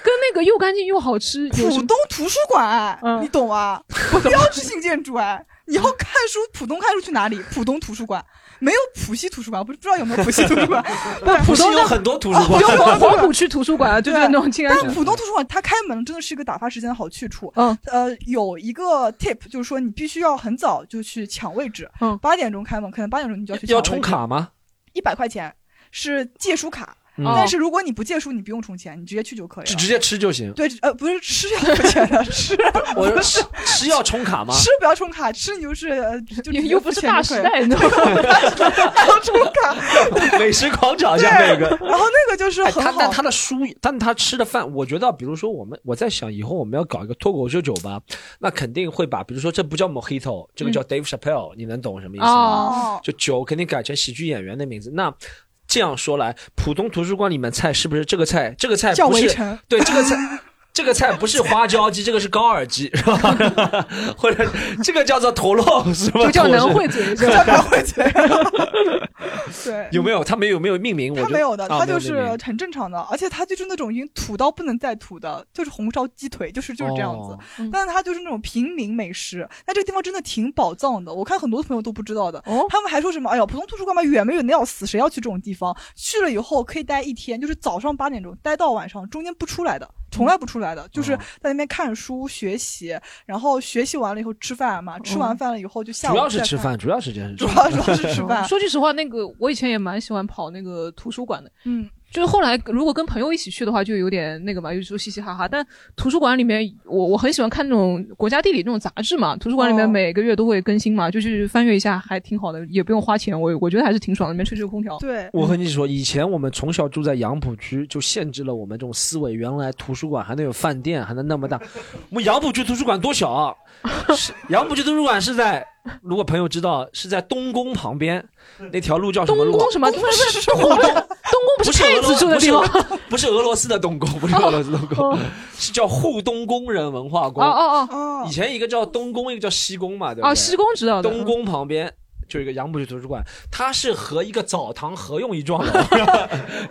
Speaker 3: 跟那个又干净又好吃。有什
Speaker 4: 浦
Speaker 3: 么嗯
Speaker 4: 东图书馆，你懂啊？标志性建筑哎。你要看书，浦东看书去哪里？浦东图书馆没有浦西图书馆，不是不知道有没有浦西图书 馆 对
Speaker 2: 浦西有很多图书馆
Speaker 4: 啊浦东
Speaker 3: 黄浦区图书馆啊，就是那种静安
Speaker 4: 但浦东图书馆它开门真的是一个打发时间的好去处。
Speaker 3: 嗯，
Speaker 4: 呃，有一个 tip 就是说你必须要很早就去抢位置。
Speaker 3: 嗯，
Speaker 4: 八点钟开门，可能八点钟你就要去抢
Speaker 2: 要充卡吗？
Speaker 4: 一百块钱是借书卡。
Speaker 2: 嗯
Speaker 3: 哦
Speaker 4: 但是如果你不借书，你不用充钱，你直接去就可以了。
Speaker 2: 只直接吃就行。
Speaker 4: 对，呃，不是吃要付钱的，吃 不
Speaker 2: 我说
Speaker 4: 是
Speaker 2: 吃 吃要充卡吗？
Speaker 4: 吃不要充卡，吃你就是呃就
Speaker 3: 又
Speaker 4: 直接
Speaker 3: 又不
Speaker 4: 付
Speaker 3: 是
Speaker 4: 钱
Speaker 3: 大
Speaker 4: 就
Speaker 3: 时
Speaker 4: 可以
Speaker 3: 代，
Speaker 4: 了
Speaker 3: 你知道吗？
Speaker 2: 美食广场下面有
Speaker 4: 对，
Speaker 2: 个。
Speaker 4: 然后那个就是
Speaker 2: 哎
Speaker 4: 很
Speaker 2: 他
Speaker 4: 好，
Speaker 2: 但他的书，但他吃的饭，我觉得，比如说我们，我在想以后我们要搞一个脱口秀酒吧，那肯定会把，比如说这不叫 Mojito，这个
Speaker 4: 嗯
Speaker 2: 叫 Dave Chappelle，、你能懂我什么意思吗？
Speaker 3: 哦
Speaker 2: 就酒肯定改成喜剧演员的名字。那这样说来，浦东图书馆里面菜是不是这个菜？这个菜
Speaker 4: 叫
Speaker 2: 不是
Speaker 4: 围城
Speaker 2: 对这个菜。 这个菜不是花椒鸡，这个是高尔基，是吧？ 或者这个叫做陀螺，是吧？
Speaker 3: 就叫
Speaker 2: 陀螺
Speaker 3: 南汇 嘴
Speaker 2: 是
Speaker 3: 就叫
Speaker 2: 吧
Speaker 3: 南
Speaker 4: 汇嘴。对，
Speaker 2: 有没有？他们有没有命名？我
Speaker 4: 他
Speaker 2: 就
Speaker 4: 没有的，他
Speaker 2: 啊没
Speaker 4: 就
Speaker 2: 有命
Speaker 4: 是
Speaker 2: 名
Speaker 4: 很正常的，而且他就是那种已经土到不能再土的，就是红烧鸡腿，就是就是这样子。
Speaker 2: 哦
Speaker 4: 但是他就是那种平民美食，那这个地方真的挺宝藏的，我看很多朋友都不知道的，他们还说什么，哎呀，浦东图书馆嘛，远没远的要死，谁要去这种地方？去了以后可以待一天，就是早上八点钟待到晚上，中间不出来的。从来不出来的，
Speaker 2: 哦
Speaker 4: 就是在那边看书学习，然后学习完了以后吃饭嘛，吃完饭了以后就下午
Speaker 2: 哦主要是
Speaker 4: 再
Speaker 2: 吃
Speaker 4: 看
Speaker 2: 饭，主要是这样，
Speaker 4: 主要主要是吃饭
Speaker 3: 哦说句实话，那个我以前也蛮喜欢跑那个图书馆的，
Speaker 4: 嗯，
Speaker 3: 就是后来如果跟朋友一起去的话，就有点那个嘛，有时候嘻嘻哈哈。但图书馆里面，我我很喜欢看那种国家地理那种杂志嘛，图书馆里
Speaker 4: 哦
Speaker 3: 面每个月都会更新嘛，就去翻阅一下，还挺好的，也不用花钱，我我觉得还是挺爽的，里面吹吹空调。
Speaker 4: 对
Speaker 2: 我和你说，以前我们从小住在杨浦区，就限制了我们这种思维。原来图书馆还能有饭店，还能那么大。我们杨浦区图书馆多小 啊！是杨浦区图书馆是在，如果朋友知道，是在东宫旁边那条路叫什么路啊？
Speaker 3: 东宫什么？东宫东宫不
Speaker 2: 不
Speaker 3: 是
Speaker 2: 是
Speaker 3: 太
Speaker 2: 俄罗
Speaker 3: 子
Speaker 2: 斯
Speaker 3: 住的地方
Speaker 2: 不是俄 不是俄罗斯的东宫，不是俄罗斯东宫， 是叫沪东工人文化宫。
Speaker 3: 哦哦哦
Speaker 2: 以前一个叫东宫，一个叫西宫嘛，对不对？
Speaker 3: 哦西宫知道的
Speaker 2: 东宫旁边。就有一个杨浦区图书馆，它是和一个澡堂合用一幢楼，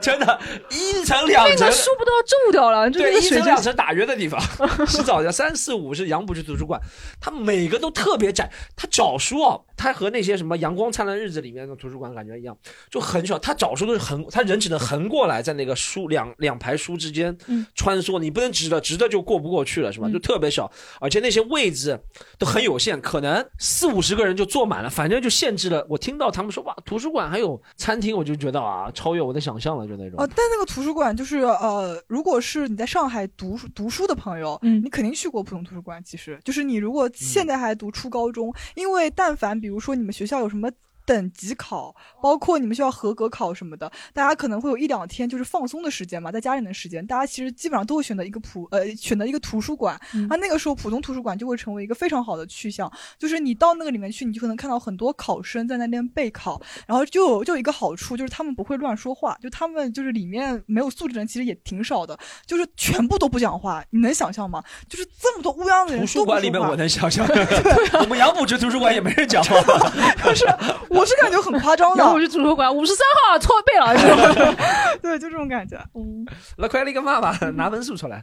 Speaker 2: 真的，一层两
Speaker 3: 那
Speaker 2: 层
Speaker 3: 个，书不都要皱掉了，就那
Speaker 2: 对，
Speaker 3: 个
Speaker 2: 一
Speaker 3: 水
Speaker 2: 层
Speaker 3: 就
Speaker 2: 两层打约的地方 是早上三四五是杨浦区图书馆，它每个都特别窄。它找书啊，它和那些什么《阳光灿烂日子》里面的图书馆感觉一样，就很小。它找书都是横，它人只能横过来，在那个书两两排书之间
Speaker 3: 嗯
Speaker 2: 穿梭，你不能直的，直的就过不过去了，是吧？就特别小，而且那些位置都很有限，可能四五十个人就坐满了，反正就限制了。我听到他们说哇，图书馆还有餐厅，我就觉得啊，超越我的想象了，就那种。
Speaker 4: 哦，但那个图书馆就是呃，如果是你在上海读书读书的朋友，
Speaker 3: 嗯，
Speaker 4: 你肯定去过浦东图书馆。其实就是你如果现在还读初高中，因为但凡比如说你们学校有什么。等级考，包括你们学校合格考什么的，大家可能会有一两天就是放松的时间嘛，在家里的时间，大家其实基本上都会选择一个普呃选择一个图书馆，
Speaker 3: 嗯
Speaker 4: 啊，那个时候浦东图书馆就会成为一个非常好的去向，就是你到那个里面去，你就可能看到很多考生在那边备考，然后就有就有一个好处就是他们不会乱说话，就他们就是里面没有素质的人其实也挺少的，就是全部都不讲话，你能想象吗？就是这么多乌泱的人
Speaker 2: 图
Speaker 4: 都
Speaker 2: 书
Speaker 4: 不
Speaker 2: 馆里
Speaker 4: 说
Speaker 2: 面
Speaker 4: 话
Speaker 2: 我能想象， 我们杨浦区图书馆也没人讲话。
Speaker 4: 我 是啊感觉很夸张的。
Speaker 3: 然后我去图书馆，五十三号啊错背了，是吧？
Speaker 4: 对，就这种感觉。嗯，
Speaker 2: 来，快立个 爸爸拿文书出来。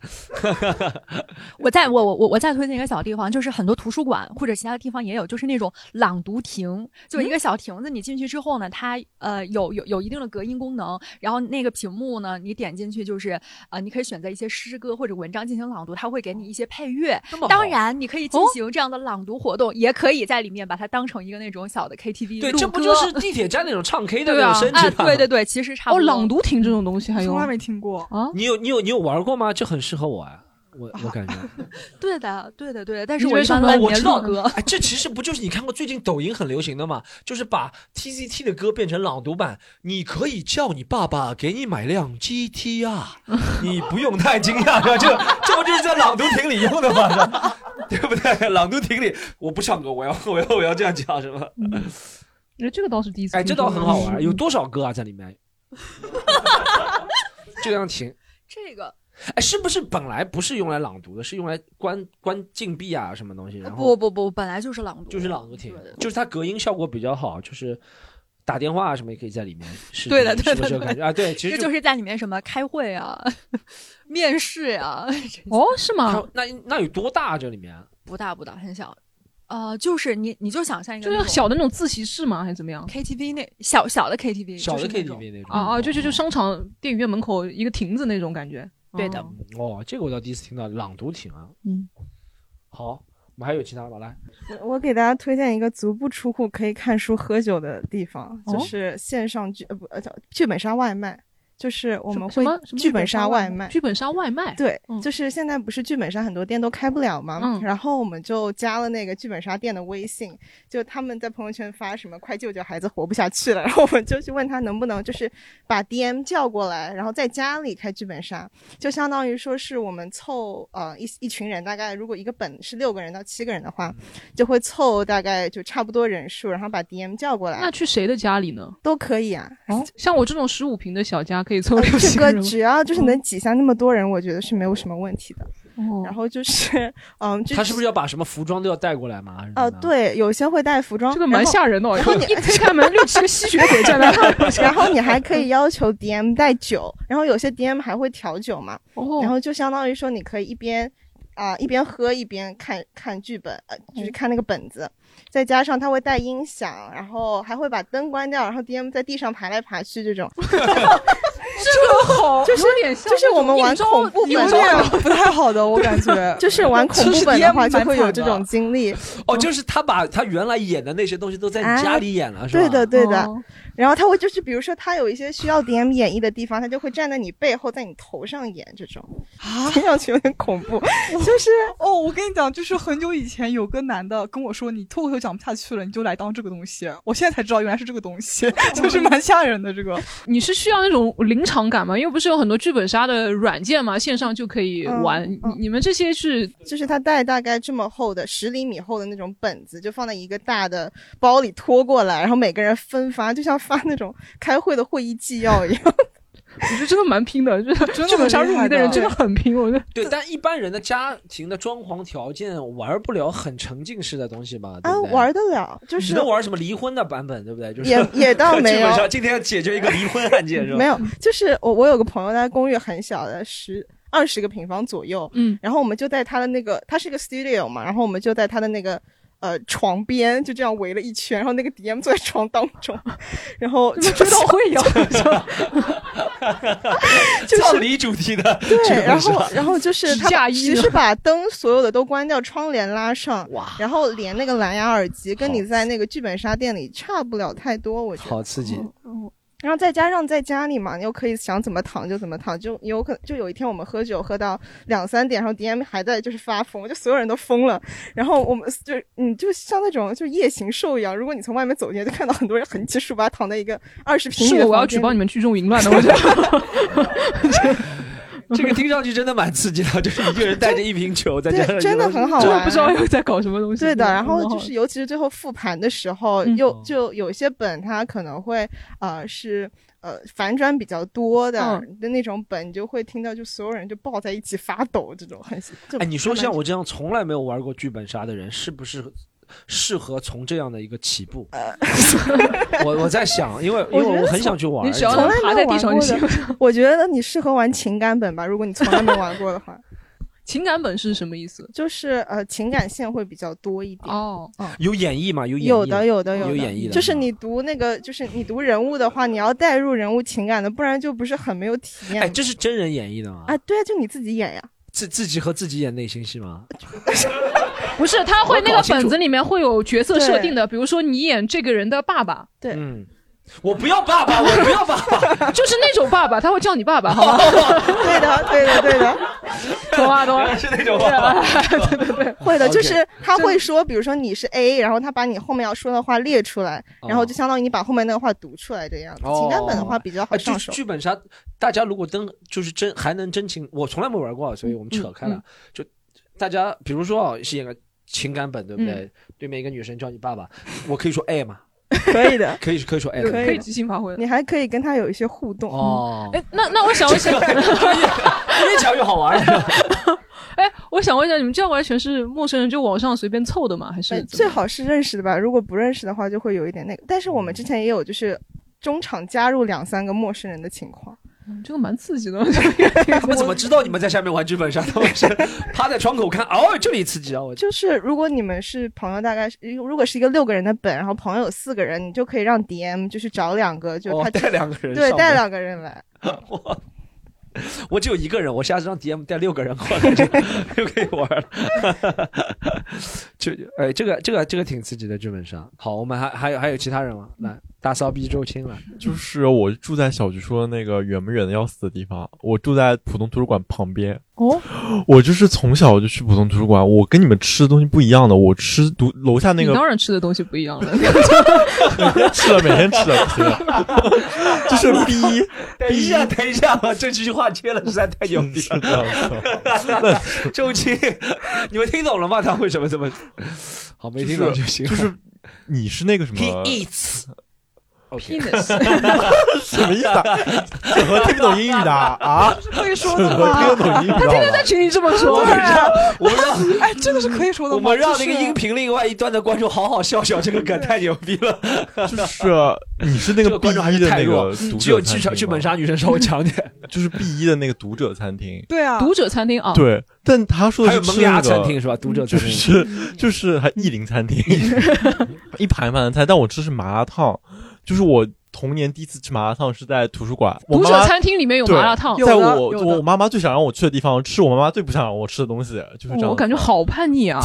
Speaker 13: 我再我我我我再推荐一个小地方，就是很多图书馆或者其他地方也有，就是那种朗读亭，
Speaker 2: 嗯
Speaker 13: 就是一个小亭子，你进去之后呢，它呃有有有一定的隔音功能，然后那个屏幕呢，你点进去就是呃你可以选择一些诗歌或者文章进行朗读，它会给你一些配乐
Speaker 2: 哦
Speaker 3: 这么好。
Speaker 13: 当然，你可以进行这样的朗读活动，也可以在里面把它当成一个那种小的 KTV
Speaker 2: 对，
Speaker 13: 录
Speaker 2: 这不
Speaker 13: 歌
Speaker 2: 就是地铁站那种唱 K 的
Speaker 13: 对
Speaker 2: 那
Speaker 13: 啊
Speaker 2: 种升
Speaker 13: 啊
Speaker 2: 级版？
Speaker 4: 哎
Speaker 13: 对对。对，其实差不
Speaker 3: 哦，
Speaker 13: 多。
Speaker 3: 朗读亭这种东西还有，
Speaker 13: 从来没
Speaker 4: 听过
Speaker 3: 啊。
Speaker 2: 你有你有你有玩过吗？这很适合我啊，我我感觉。
Speaker 13: 对的，对的，对的。但是
Speaker 2: 你
Speaker 13: 我
Speaker 2: 为
Speaker 13: 一
Speaker 2: 什
Speaker 13: 般
Speaker 2: 么
Speaker 13: 都在里
Speaker 2: 我
Speaker 13: 面
Speaker 2: 知道
Speaker 13: 录歌。
Speaker 2: 哎，这其实不就是你看过最近抖音很流行的嘛？就是把 T C T 的歌变成朗读版，你可以叫你爸爸给你买辆 G T R，你不用太惊讶，这这不就是在朗读亭里用的吗？对不对？朗读亭里我不唱歌，我要我要我要这样讲是吧？
Speaker 13: 嗯
Speaker 3: 觉得这个倒是第一次。
Speaker 2: 哎，这倒很好 玩，有多少歌啊在里面？这样停。
Speaker 13: 这个
Speaker 2: 哎，是不是本来不是用来朗读的，是用来关关禁闭啊什么东西？然后
Speaker 13: 不不不，本来就是朗读，
Speaker 2: 就是朗读亭，就是它隔音效果比较好，就是打电话啊什么也可以在里面。是
Speaker 13: 对的，对
Speaker 2: 是
Speaker 13: 的，
Speaker 2: 不是
Speaker 13: 对
Speaker 2: 有感觉啊，对，其实
Speaker 13: 这就是在里面什么开会啊、 面试啊，
Speaker 3: 哦，是
Speaker 2: 它？那那有多大啊？这里面
Speaker 13: 不大不大，很小，呃，就是你你就想象一个
Speaker 3: 就
Speaker 13: 那
Speaker 3: 是
Speaker 13: 种
Speaker 3: 小的那种自习室吗？还是怎么样
Speaker 13: KTV 那小小的 KTV，
Speaker 2: 小的
Speaker 13: 就是那种
Speaker 2: KTV 那种哦
Speaker 3: 啊啊，就就就商场电影院门口一个亭子那种感觉。
Speaker 13: 对的
Speaker 3: 哦
Speaker 2: 哦，这个我倒第一次听到朗读亭啊。
Speaker 13: 嗯，
Speaker 2: 好，我们还有其他的来。
Speaker 14: 我我给大家推荐一个足不出户可以看书喝酒的地方，
Speaker 3: 哦
Speaker 14: 就是线上剧呃不呃叫剧本杀外卖，就是我们
Speaker 3: 什
Speaker 14: 会
Speaker 3: 么什么
Speaker 14: 剧本
Speaker 3: 杀
Speaker 14: 杀
Speaker 3: 外
Speaker 14: 外卖。
Speaker 3: 剧本杀外卖，
Speaker 14: 对，就是现在不是剧本杀很多店都开不了嘛，
Speaker 3: 嗯
Speaker 14: 然后我们就加了那个剧本杀店的微信，就他们在朋友圈发什么“快救救孩子活不下去了”，然后我们就去问他能不能就是把 DM 叫过来，然后在家里开剧本杀，就相当于说是我们凑呃一一群人，大概如果一个本是六个人到七个人的话，就会凑大概就差不多人数，然后把 DM 叫过来。
Speaker 3: 那去谁的家里呢？
Speaker 14: 都可以啊。
Speaker 3: 哦，像我这种十五平的小家可以凑六七
Speaker 14: 这
Speaker 3: 个
Speaker 14: 个
Speaker 3: 人吗。
Speaker 14: 只要就是能挤下那么多人，我觉得是没有什么问题的。
Speaker 3: 哦
Speaker 14: 然后就是，嗯，就
Speaker 2: 他是不是要嗯把什么服装都要带过来嘛？还是
Speaker 14: 呃，对，有些会带服装，这
Speaker 3: 个蛮吓人的哦
Speaker 14: 然后你
Speaker 3: 一推开门六七个吸血鬼站在那儿
Speaker 14: 然后你还可以要求
Speaker 3: 哦
Speaker 14: DM 带酒，然后有些 DM 还会调酒嘛，然后就相当于说你可以一边。啊、一边喝一边看看剧本，呃，就是
Speaker 3: 嗯
Speaker 14: 看那个本子，再加上他会带音响，然后还会把灯关掉，然后 DM 在地上爬来爬去 这种，
Speaker 4: 这个好，
Speaker 14: 就是
Speaker 4: 有点像
Speaker 14: 就是我们玩
Speaker 4: 那种
Speaker 14: 恐怖
Speaker 4: 有
Speaker 14: 本
Speaker 4: 点不太好的，我感觉
Speaker 14: 就是玩恐怖本的话就会有这种经历。
Speaker 2: 哦，就是他把他原来演的那些东西都在
Speaker 14: 哎
Speaker 2: 你家里演了，是吧？
Speaker 14: 对的，对的。
Speaker 2: 哦
Speaker 14: 然后他会就是，比如说他有一些需要 DM 演绎的地方，他就会站在你背后，在你头上演这种，
Speaker 3: 啊
Speaker 14: 听上去有点恐怖。 就是
Speaker 4: 哦，我跟你讲，就是很久以前有个男的跟我说，你脱口秀讲不下去了，你就来当这个东西。我现在才知道原来是这个东 西，就是蛮吓人的这 个。
Speaker 3: 你是需要那种临场感吗？因为不是有很多剧本杀的软件嘛，线上就可以玩。
Speaker 14: 嗯
Speaker 3: 你你们这些是
Speaker 14: 就是他带大概这么厚的十厘米厚的那种本子，就放在一个大的包里拖过来，然后每个人分发，就像发那种开会的会议纪 要一样。
Speaker 3: 我觉得真的蛮拼的，就是
Speaker 4: 真的
Speaker 3: 剧本杀
Speaker 4: 很厉
Speaker 3: 入
Speaker 4: 害
Speaker 3: 迷的人
Speaker 4: 的
Speaker 3: 真的很拼，我觉得。
Speaker 2: 对，但一般人的家庭的装潢条件玩不了很沉浸式的东西吧？对
Speaker 14: 啊
Speaker 2: 不，对
Speaker 14: 玩得了，就
Speaker 2: 只
Speaker 14: 是
Speaker 2: 能玩什么离婚的版本，对不对？就是
Speaker 14: 也也倒没有
Speaker 2: 基本上今天要解决一个离婚案件是吧？
Speaker 14: 没有，就是我我有个朋友，他公寓很小的，十二十个平方左右，
Speaker 3: 嗯，
Speaker 14: 然后我们就在他的那个，他是个 studio 嘛，然后我们就在他的那个。呃，床边就这样围了一圈，然后那个 DM 坐在床当中， 然后就追悼
Speaker 3: 会
Speaker 14: 有，
Speaker 2: 就是葬礼主题的 剧
Speaker 14: 对，
Speaker 2: 本
Speaker 14: 然
Speaker 2: 杀，
Speaker 14: 后然后就是他把其实把灯所有的都关掉，窗帘拉上，然后连那个蓝牙耳机，跟你在那个剧本杀店里差不了太多，我觉得。
Speaker 2: 好刺激。
Speaker 14: 嗯，然后再加上在家里嘛，你又可以想怎么躺就怎么躺，就有可就有一天我们喝酒喝到两三点，然后 DM 还在就是发疯，就所有人都疯了。然后我们就你就像那种就夜行兽一样，如果你从外面走进来，就看到很多人横七竖八躺在一个二十平米
Speaker 3: 是
Speaker 14: 的
Speaker 3: 我我要
Speaker 14: 房间
Speaker 3: 举报
Speaker 14: 里
Speaker 3: 你们聚众淫乱的，我觉得。
Speaker 2: 这个听上去真的蛮刺激的，就是一个人带着一瓶酒，再加上
Speaker 14: 对，真的很好玩，
Speaker 2: 真的
Speaker 3: 搞什么东
Speaker 14: 对的，
Speaker 2: 嗯
Speaker 14: 然后
Speaker 2: 很好
Speaker 14: 就是尤其是最后复盘的时候，又就有一些本它可能会呃是。呃，反转比较多的、
Speaker 2: 嗯
Speaker 14: 的那种本，你就会听到就所有人就抱在一起发抖，这种很就
Speaker 2: 哎，你说
Speaker 14: 还蛮
Speaker 2: 像我这样从来没有玩过剧本杀的人，是不是适合从这样的一个起步？ 我我在想，因为因
Speaker 14: 呃我觉
Speaker 2: 为
Speaker 14: 得
Speaker 2: 我很想去玩，
Speaker 14: 从来
Speaker 3: 爬
Speaker 14: 没
Speaker 3: 在
Speaker 14: 有
Speaker 3: 地
Speaker 14: 玩
Speaker 3: 上
Speaker 14: 过
Speaker 3: 就
Speaker 14: 的。 我觉得你适合玩情感本吧，如果你从来没玩过的话，
Speaker 3: 情感本是什么意思？
Speaker 14: 就是呃情感线会比较多一点。
Speaker 3: 哦，
Speaker 2: 有演绎吗？有演绎
Speaker 14: 有的，有的，
Speaker 2: 有
Speaker 14: 的，
Speaker 2: 演绎的，
Speaker 14: 就是你读那个，就是你读人物的话，你要带入人物情感的，不然就不是很没有体验。
Speaker 2: 哎，这是真人演绎的吗？
Speaker 14: 啊，对啊，就你自 己演呀。
Speaker 2: 自自己和自己演内心戏吗？
Speaker 3: 不是，他会那
Speaker 2: 我搞
Speaker 3: 个
Speaker 2: 清楚
Speaker 3: 本子里面会有角色设定的，比如说你演这个人的爸爸，
Speaker 14: 对，
Speaker 2: 嗯，我不要爸 爸，我不要爸爸，
Speaker 3: 就是那种爸爸，他会叫你爸爸， 好吗？
Speaker 4: 哦
Speaker 14: 对的，对的，对的，
Speaker 3: 懂啊懂啊，
Speaker 2: 是那种爸爸。
Speaker 14: 会的，
Speaker 2: OK
Speaker 14: 就是他会说，比如说你是 A，然后他把你后面要说的话列出来，
Speaker 2: 哦
Speaker 14: 然后就相当于你把后面那个话读出来这样子。 情感本的话比较好
Speaker 2: 哎剧
Speaker 14: 上手。
Speaker 2: 剧本杀，大家如果真就是真还能真情，我从来没玩过啊，所以我们扯开了。
Speaker 14: 嗯嗯
Speaker 2: 就大家比如说啊，是演个情感本，对不对？
Speaker 3: 嗯
Speaker 2: 对面一个女生叫你爸爸，我可以说爱吗？
Speaker 14: 可以 的，
Speaker 2: 可以可以说哎爱，
Speaker 14: 可以
Speaker 3: 哎即兴发挥，
Speaker 14: 你还可以跟他有一些互动。
Speaker 2: 哦
Speaker 3: 哎，那那我想问一下，
Speaker 2: 越讲越好玩。
Speaker 3: 哎，我想问一下，你们这样玩全是陌生人，就网上随便凑的吗？还
Speaker 14: 哎
Speaker 3: 是怎
Speaker 14: 最
Speaker 3: 么
Speaker 14: 好是认识的吧，如果不认识的话，就会有一点那个。但是我们之前也有就是中场加入两三个陌生人的情况。
Speaker 3: 嗯这个蛮刺激的，
Speaker 2: 他们怎么知道你们在下面玩剧本杀？他们是趴在窗口看，哦，这里刺激啊！我
Speaker 14: 就是如果你们是朋友，大概是如果是一个六个人的本，然后朋友有四个人，你就可以让 DM 就是找两个，就
Speaker 2: 哦
Speaker 14: 他、
Speaker 2: 带两个人
Speaker 14: 对，
Speaker 2: 上
Speaker 14: 带
Speaker 2: 门
Speaker 14: 两个人来。
Speaker 2: 我只有一个人，我下次让 DM 带六个人过来就就可以玩了。 就哎，这个这个这个挺刺激的剧本杀。好，我们还还有还有其他人吗？来，大骚逼周青来。
Speaker 5: 就是我住在小菊说的那个远不远的要死的地方，我住在浦东图书馆旁边。
Speaker 3: 哦，
Speaker 5: 我就是从小就去浦东图书馆，我跟你们吃的东西不一样的，我吃读楼下那
Speaker 3: 你
Speaker 5: 个
Speaker 3: 当然吃的东西不一样了，
Speaker 5: 吃了每天吃了，吃了就是逼。
Speaker 2: 等一下，等一下，这句话缺了实在太牛逼了。 周青，你们听懂了吗？他为什么这么？好，没听懂
Speaker 5: 就是
Speaker 2: 行。
Speaker 9: E
Speaker 5: 就是你是那个什么
Speaker 9: 嗯
Speaker 2: He eats
Speaker 3: penis
Speaker 5: 什么意思 啊？怎么听不懂英语的啊？啊
Speaker 4: 可以说
Speaker 5: 怎
Speaker 4: 的
Speaker 5: 么
Speaker 4: 吗？
Speaker 5: 听不懂英语的？
Speaker 4: 他天天在群里这么说，
Speaker 2: 对啊我们让
Speaker 4: 哎，这个是可以说的
Speaker 2: 我
Speaker 4: 吗？
Speaker 2: 们让那个
Speaker 4: 就是
Speaker 2: 音频另外一端的观众好好笑笑，这个梗太牛逼了。
Speaker 5: 是 你是那
Speaker 2: 这
Speaker 5: 个
Speaker 2: 个
Speaker 5: B
Speaker 2: 观众还
Speaker 5: 一
Speaker 2: 是
Speaker 5: 的
Speaker 2: 太
Speaker 5: 那
Speaker 2: 弱
Speaker 5: 个读，
Speaker 2: 只有
Speaker 5: 者
Speaker 2: 剧
Speaker 5: 餐
Speaker 2: 场
Speaker 5: 厅
Speaker 2: 剧本杀女生稍微强点。
Speaker 5: 就是 B 一的那个读者餐厅。
Speaker 4: 对啊，
Speaker 3: 读者餐厅啊，
Speaker 5: 对，但他说的
Speaker 2: 还
Speaker 5: 是
Speaker 2: 有
Speaker 5: 吃
Speaker 2: 萌芽
Speaker 5: 那个
Speaker 2: 餐厅是吧读者
Speaker 5: 就
Speaker 2: 餐厅
Speaker 5: 是就是还意 林餐厅，一盘一盘的菜，但我吃是麻辣烫，就是我童年第一次吃麻辣烫是在图书馆。我
Speaker 3: 读
Speaker 5: 妈
Speaker 3: 者
Speaker 5: 妈
Speaker 3: 餐厅里面有
Speaker 5: 对
Speaker 3: 麻辣烫有
Speaker 5: 在
Speaker 3: 的
Speaker 5: 我
Speaker 3: 有的
Speaker 5: 我妈妈最想让我去的地方，吃我妈妈最不想让我吃的东西，就是这样。
Speaker 3: 哦我感觉好叛逆 啊，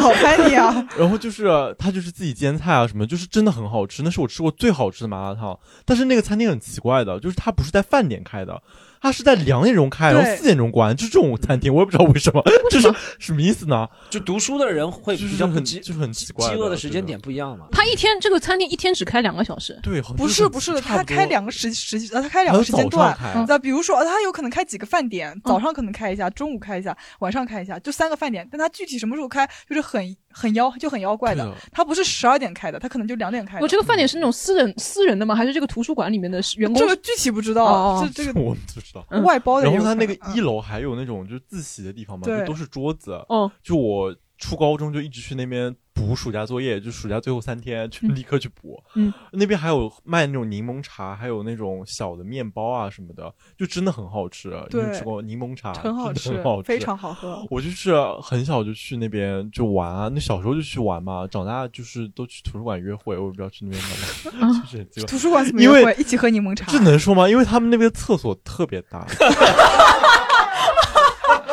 Speaker 4: 好叛逆啊！
Speaker 5: 然后就是他就是自己煎菜啊什么，就是真的很好吃，那是我吃过最好吃的麻辣烫。但是那个餐厅很奇怪的，就是它不是在饭点开的，它是在两点钟开，然后
Speaker 2: 对
Speaker 5: 四点钟关，就这种餐厅我也不知道为什么， 这是什么意思呢？
Speaker 2: 就读书的人会比较很就是
Speaker 5: 很奇
Speaker 2: 怪，饥饿的时间点不一样嘛。
Speaker 3: 他一天这个餐厅一天只开两个小时，
Speaker 5: 对，
Speaker 4: 不是不是，他开两个时时，呃，他开两
Speaker 3: 好
Speaker 4: 个
Speaker 3: 像
Speaker 4: 时间
Speaker 3: 早
Speaker 4: 段
Speaker 3: 上开，
Speaker 4: 那比如说，呃他有可能开几个饭点，早上可能开一下，中午开一下，晚上开一下，就三个饭点。但他具体什么时候开，就是很很妖，就很妖怪
Speaker 5: 对
Speaker 4: 的
Speaker 5: 的。
Speaker 4: 他不是十二点开的，他可能就两点开的。
Speaker 3: 我这个饭店是那种私人私人的吗？还是这个图书馆里面的员工？
Speaker 4: 这个具体不知道啊
Speaker 3: 哦
Speaker 4: 这这个
Speaker 5: 我们不知道
Speaker 4: 嗯外包的
Speaker 5: 然后
Speaker 4: 有
Speaker 5: 他
Speaker 4: 可
Speaker 5: 那个
Speaker 4: 能
Speaker 5: 一楼还有那种就是自习的地方嘛，
Speaker 4: 对
Speaker 5: 就都是桌子。
Speaker 3: 哦，
Speaker 5: 就我初高中就一直去那边补暑假作业，就暑假最后三天去立刻去补。
Speaker 3: 嗯，
Speaker 5: 那边还有卖那种柠檬茶，还有那种小的面包啊什么的，就真的很好吃。啊你有
Speaker 4: 对
Speaker 5: 吃过柠檬茶？
Speaker 4: 很好
Speaker 5: 真的
Speaker 4: 吃
Speaker 5: 啊 很好吃，
Speaker 4: 非常好喝
Speaker 5: 我就是很小就去那边就玩啊，那小时候就去玩嘛，长大就是都去图书馆约会，我也不知道去那边干 嘛，就是很奇怪
Speaker 4: 啊图书馆怎么约
Speaker 5: 因为
Speaker 4: 会一起喝柠檬茶
Speaker 5: 这能说吗？因为他们那边厕所特别 大，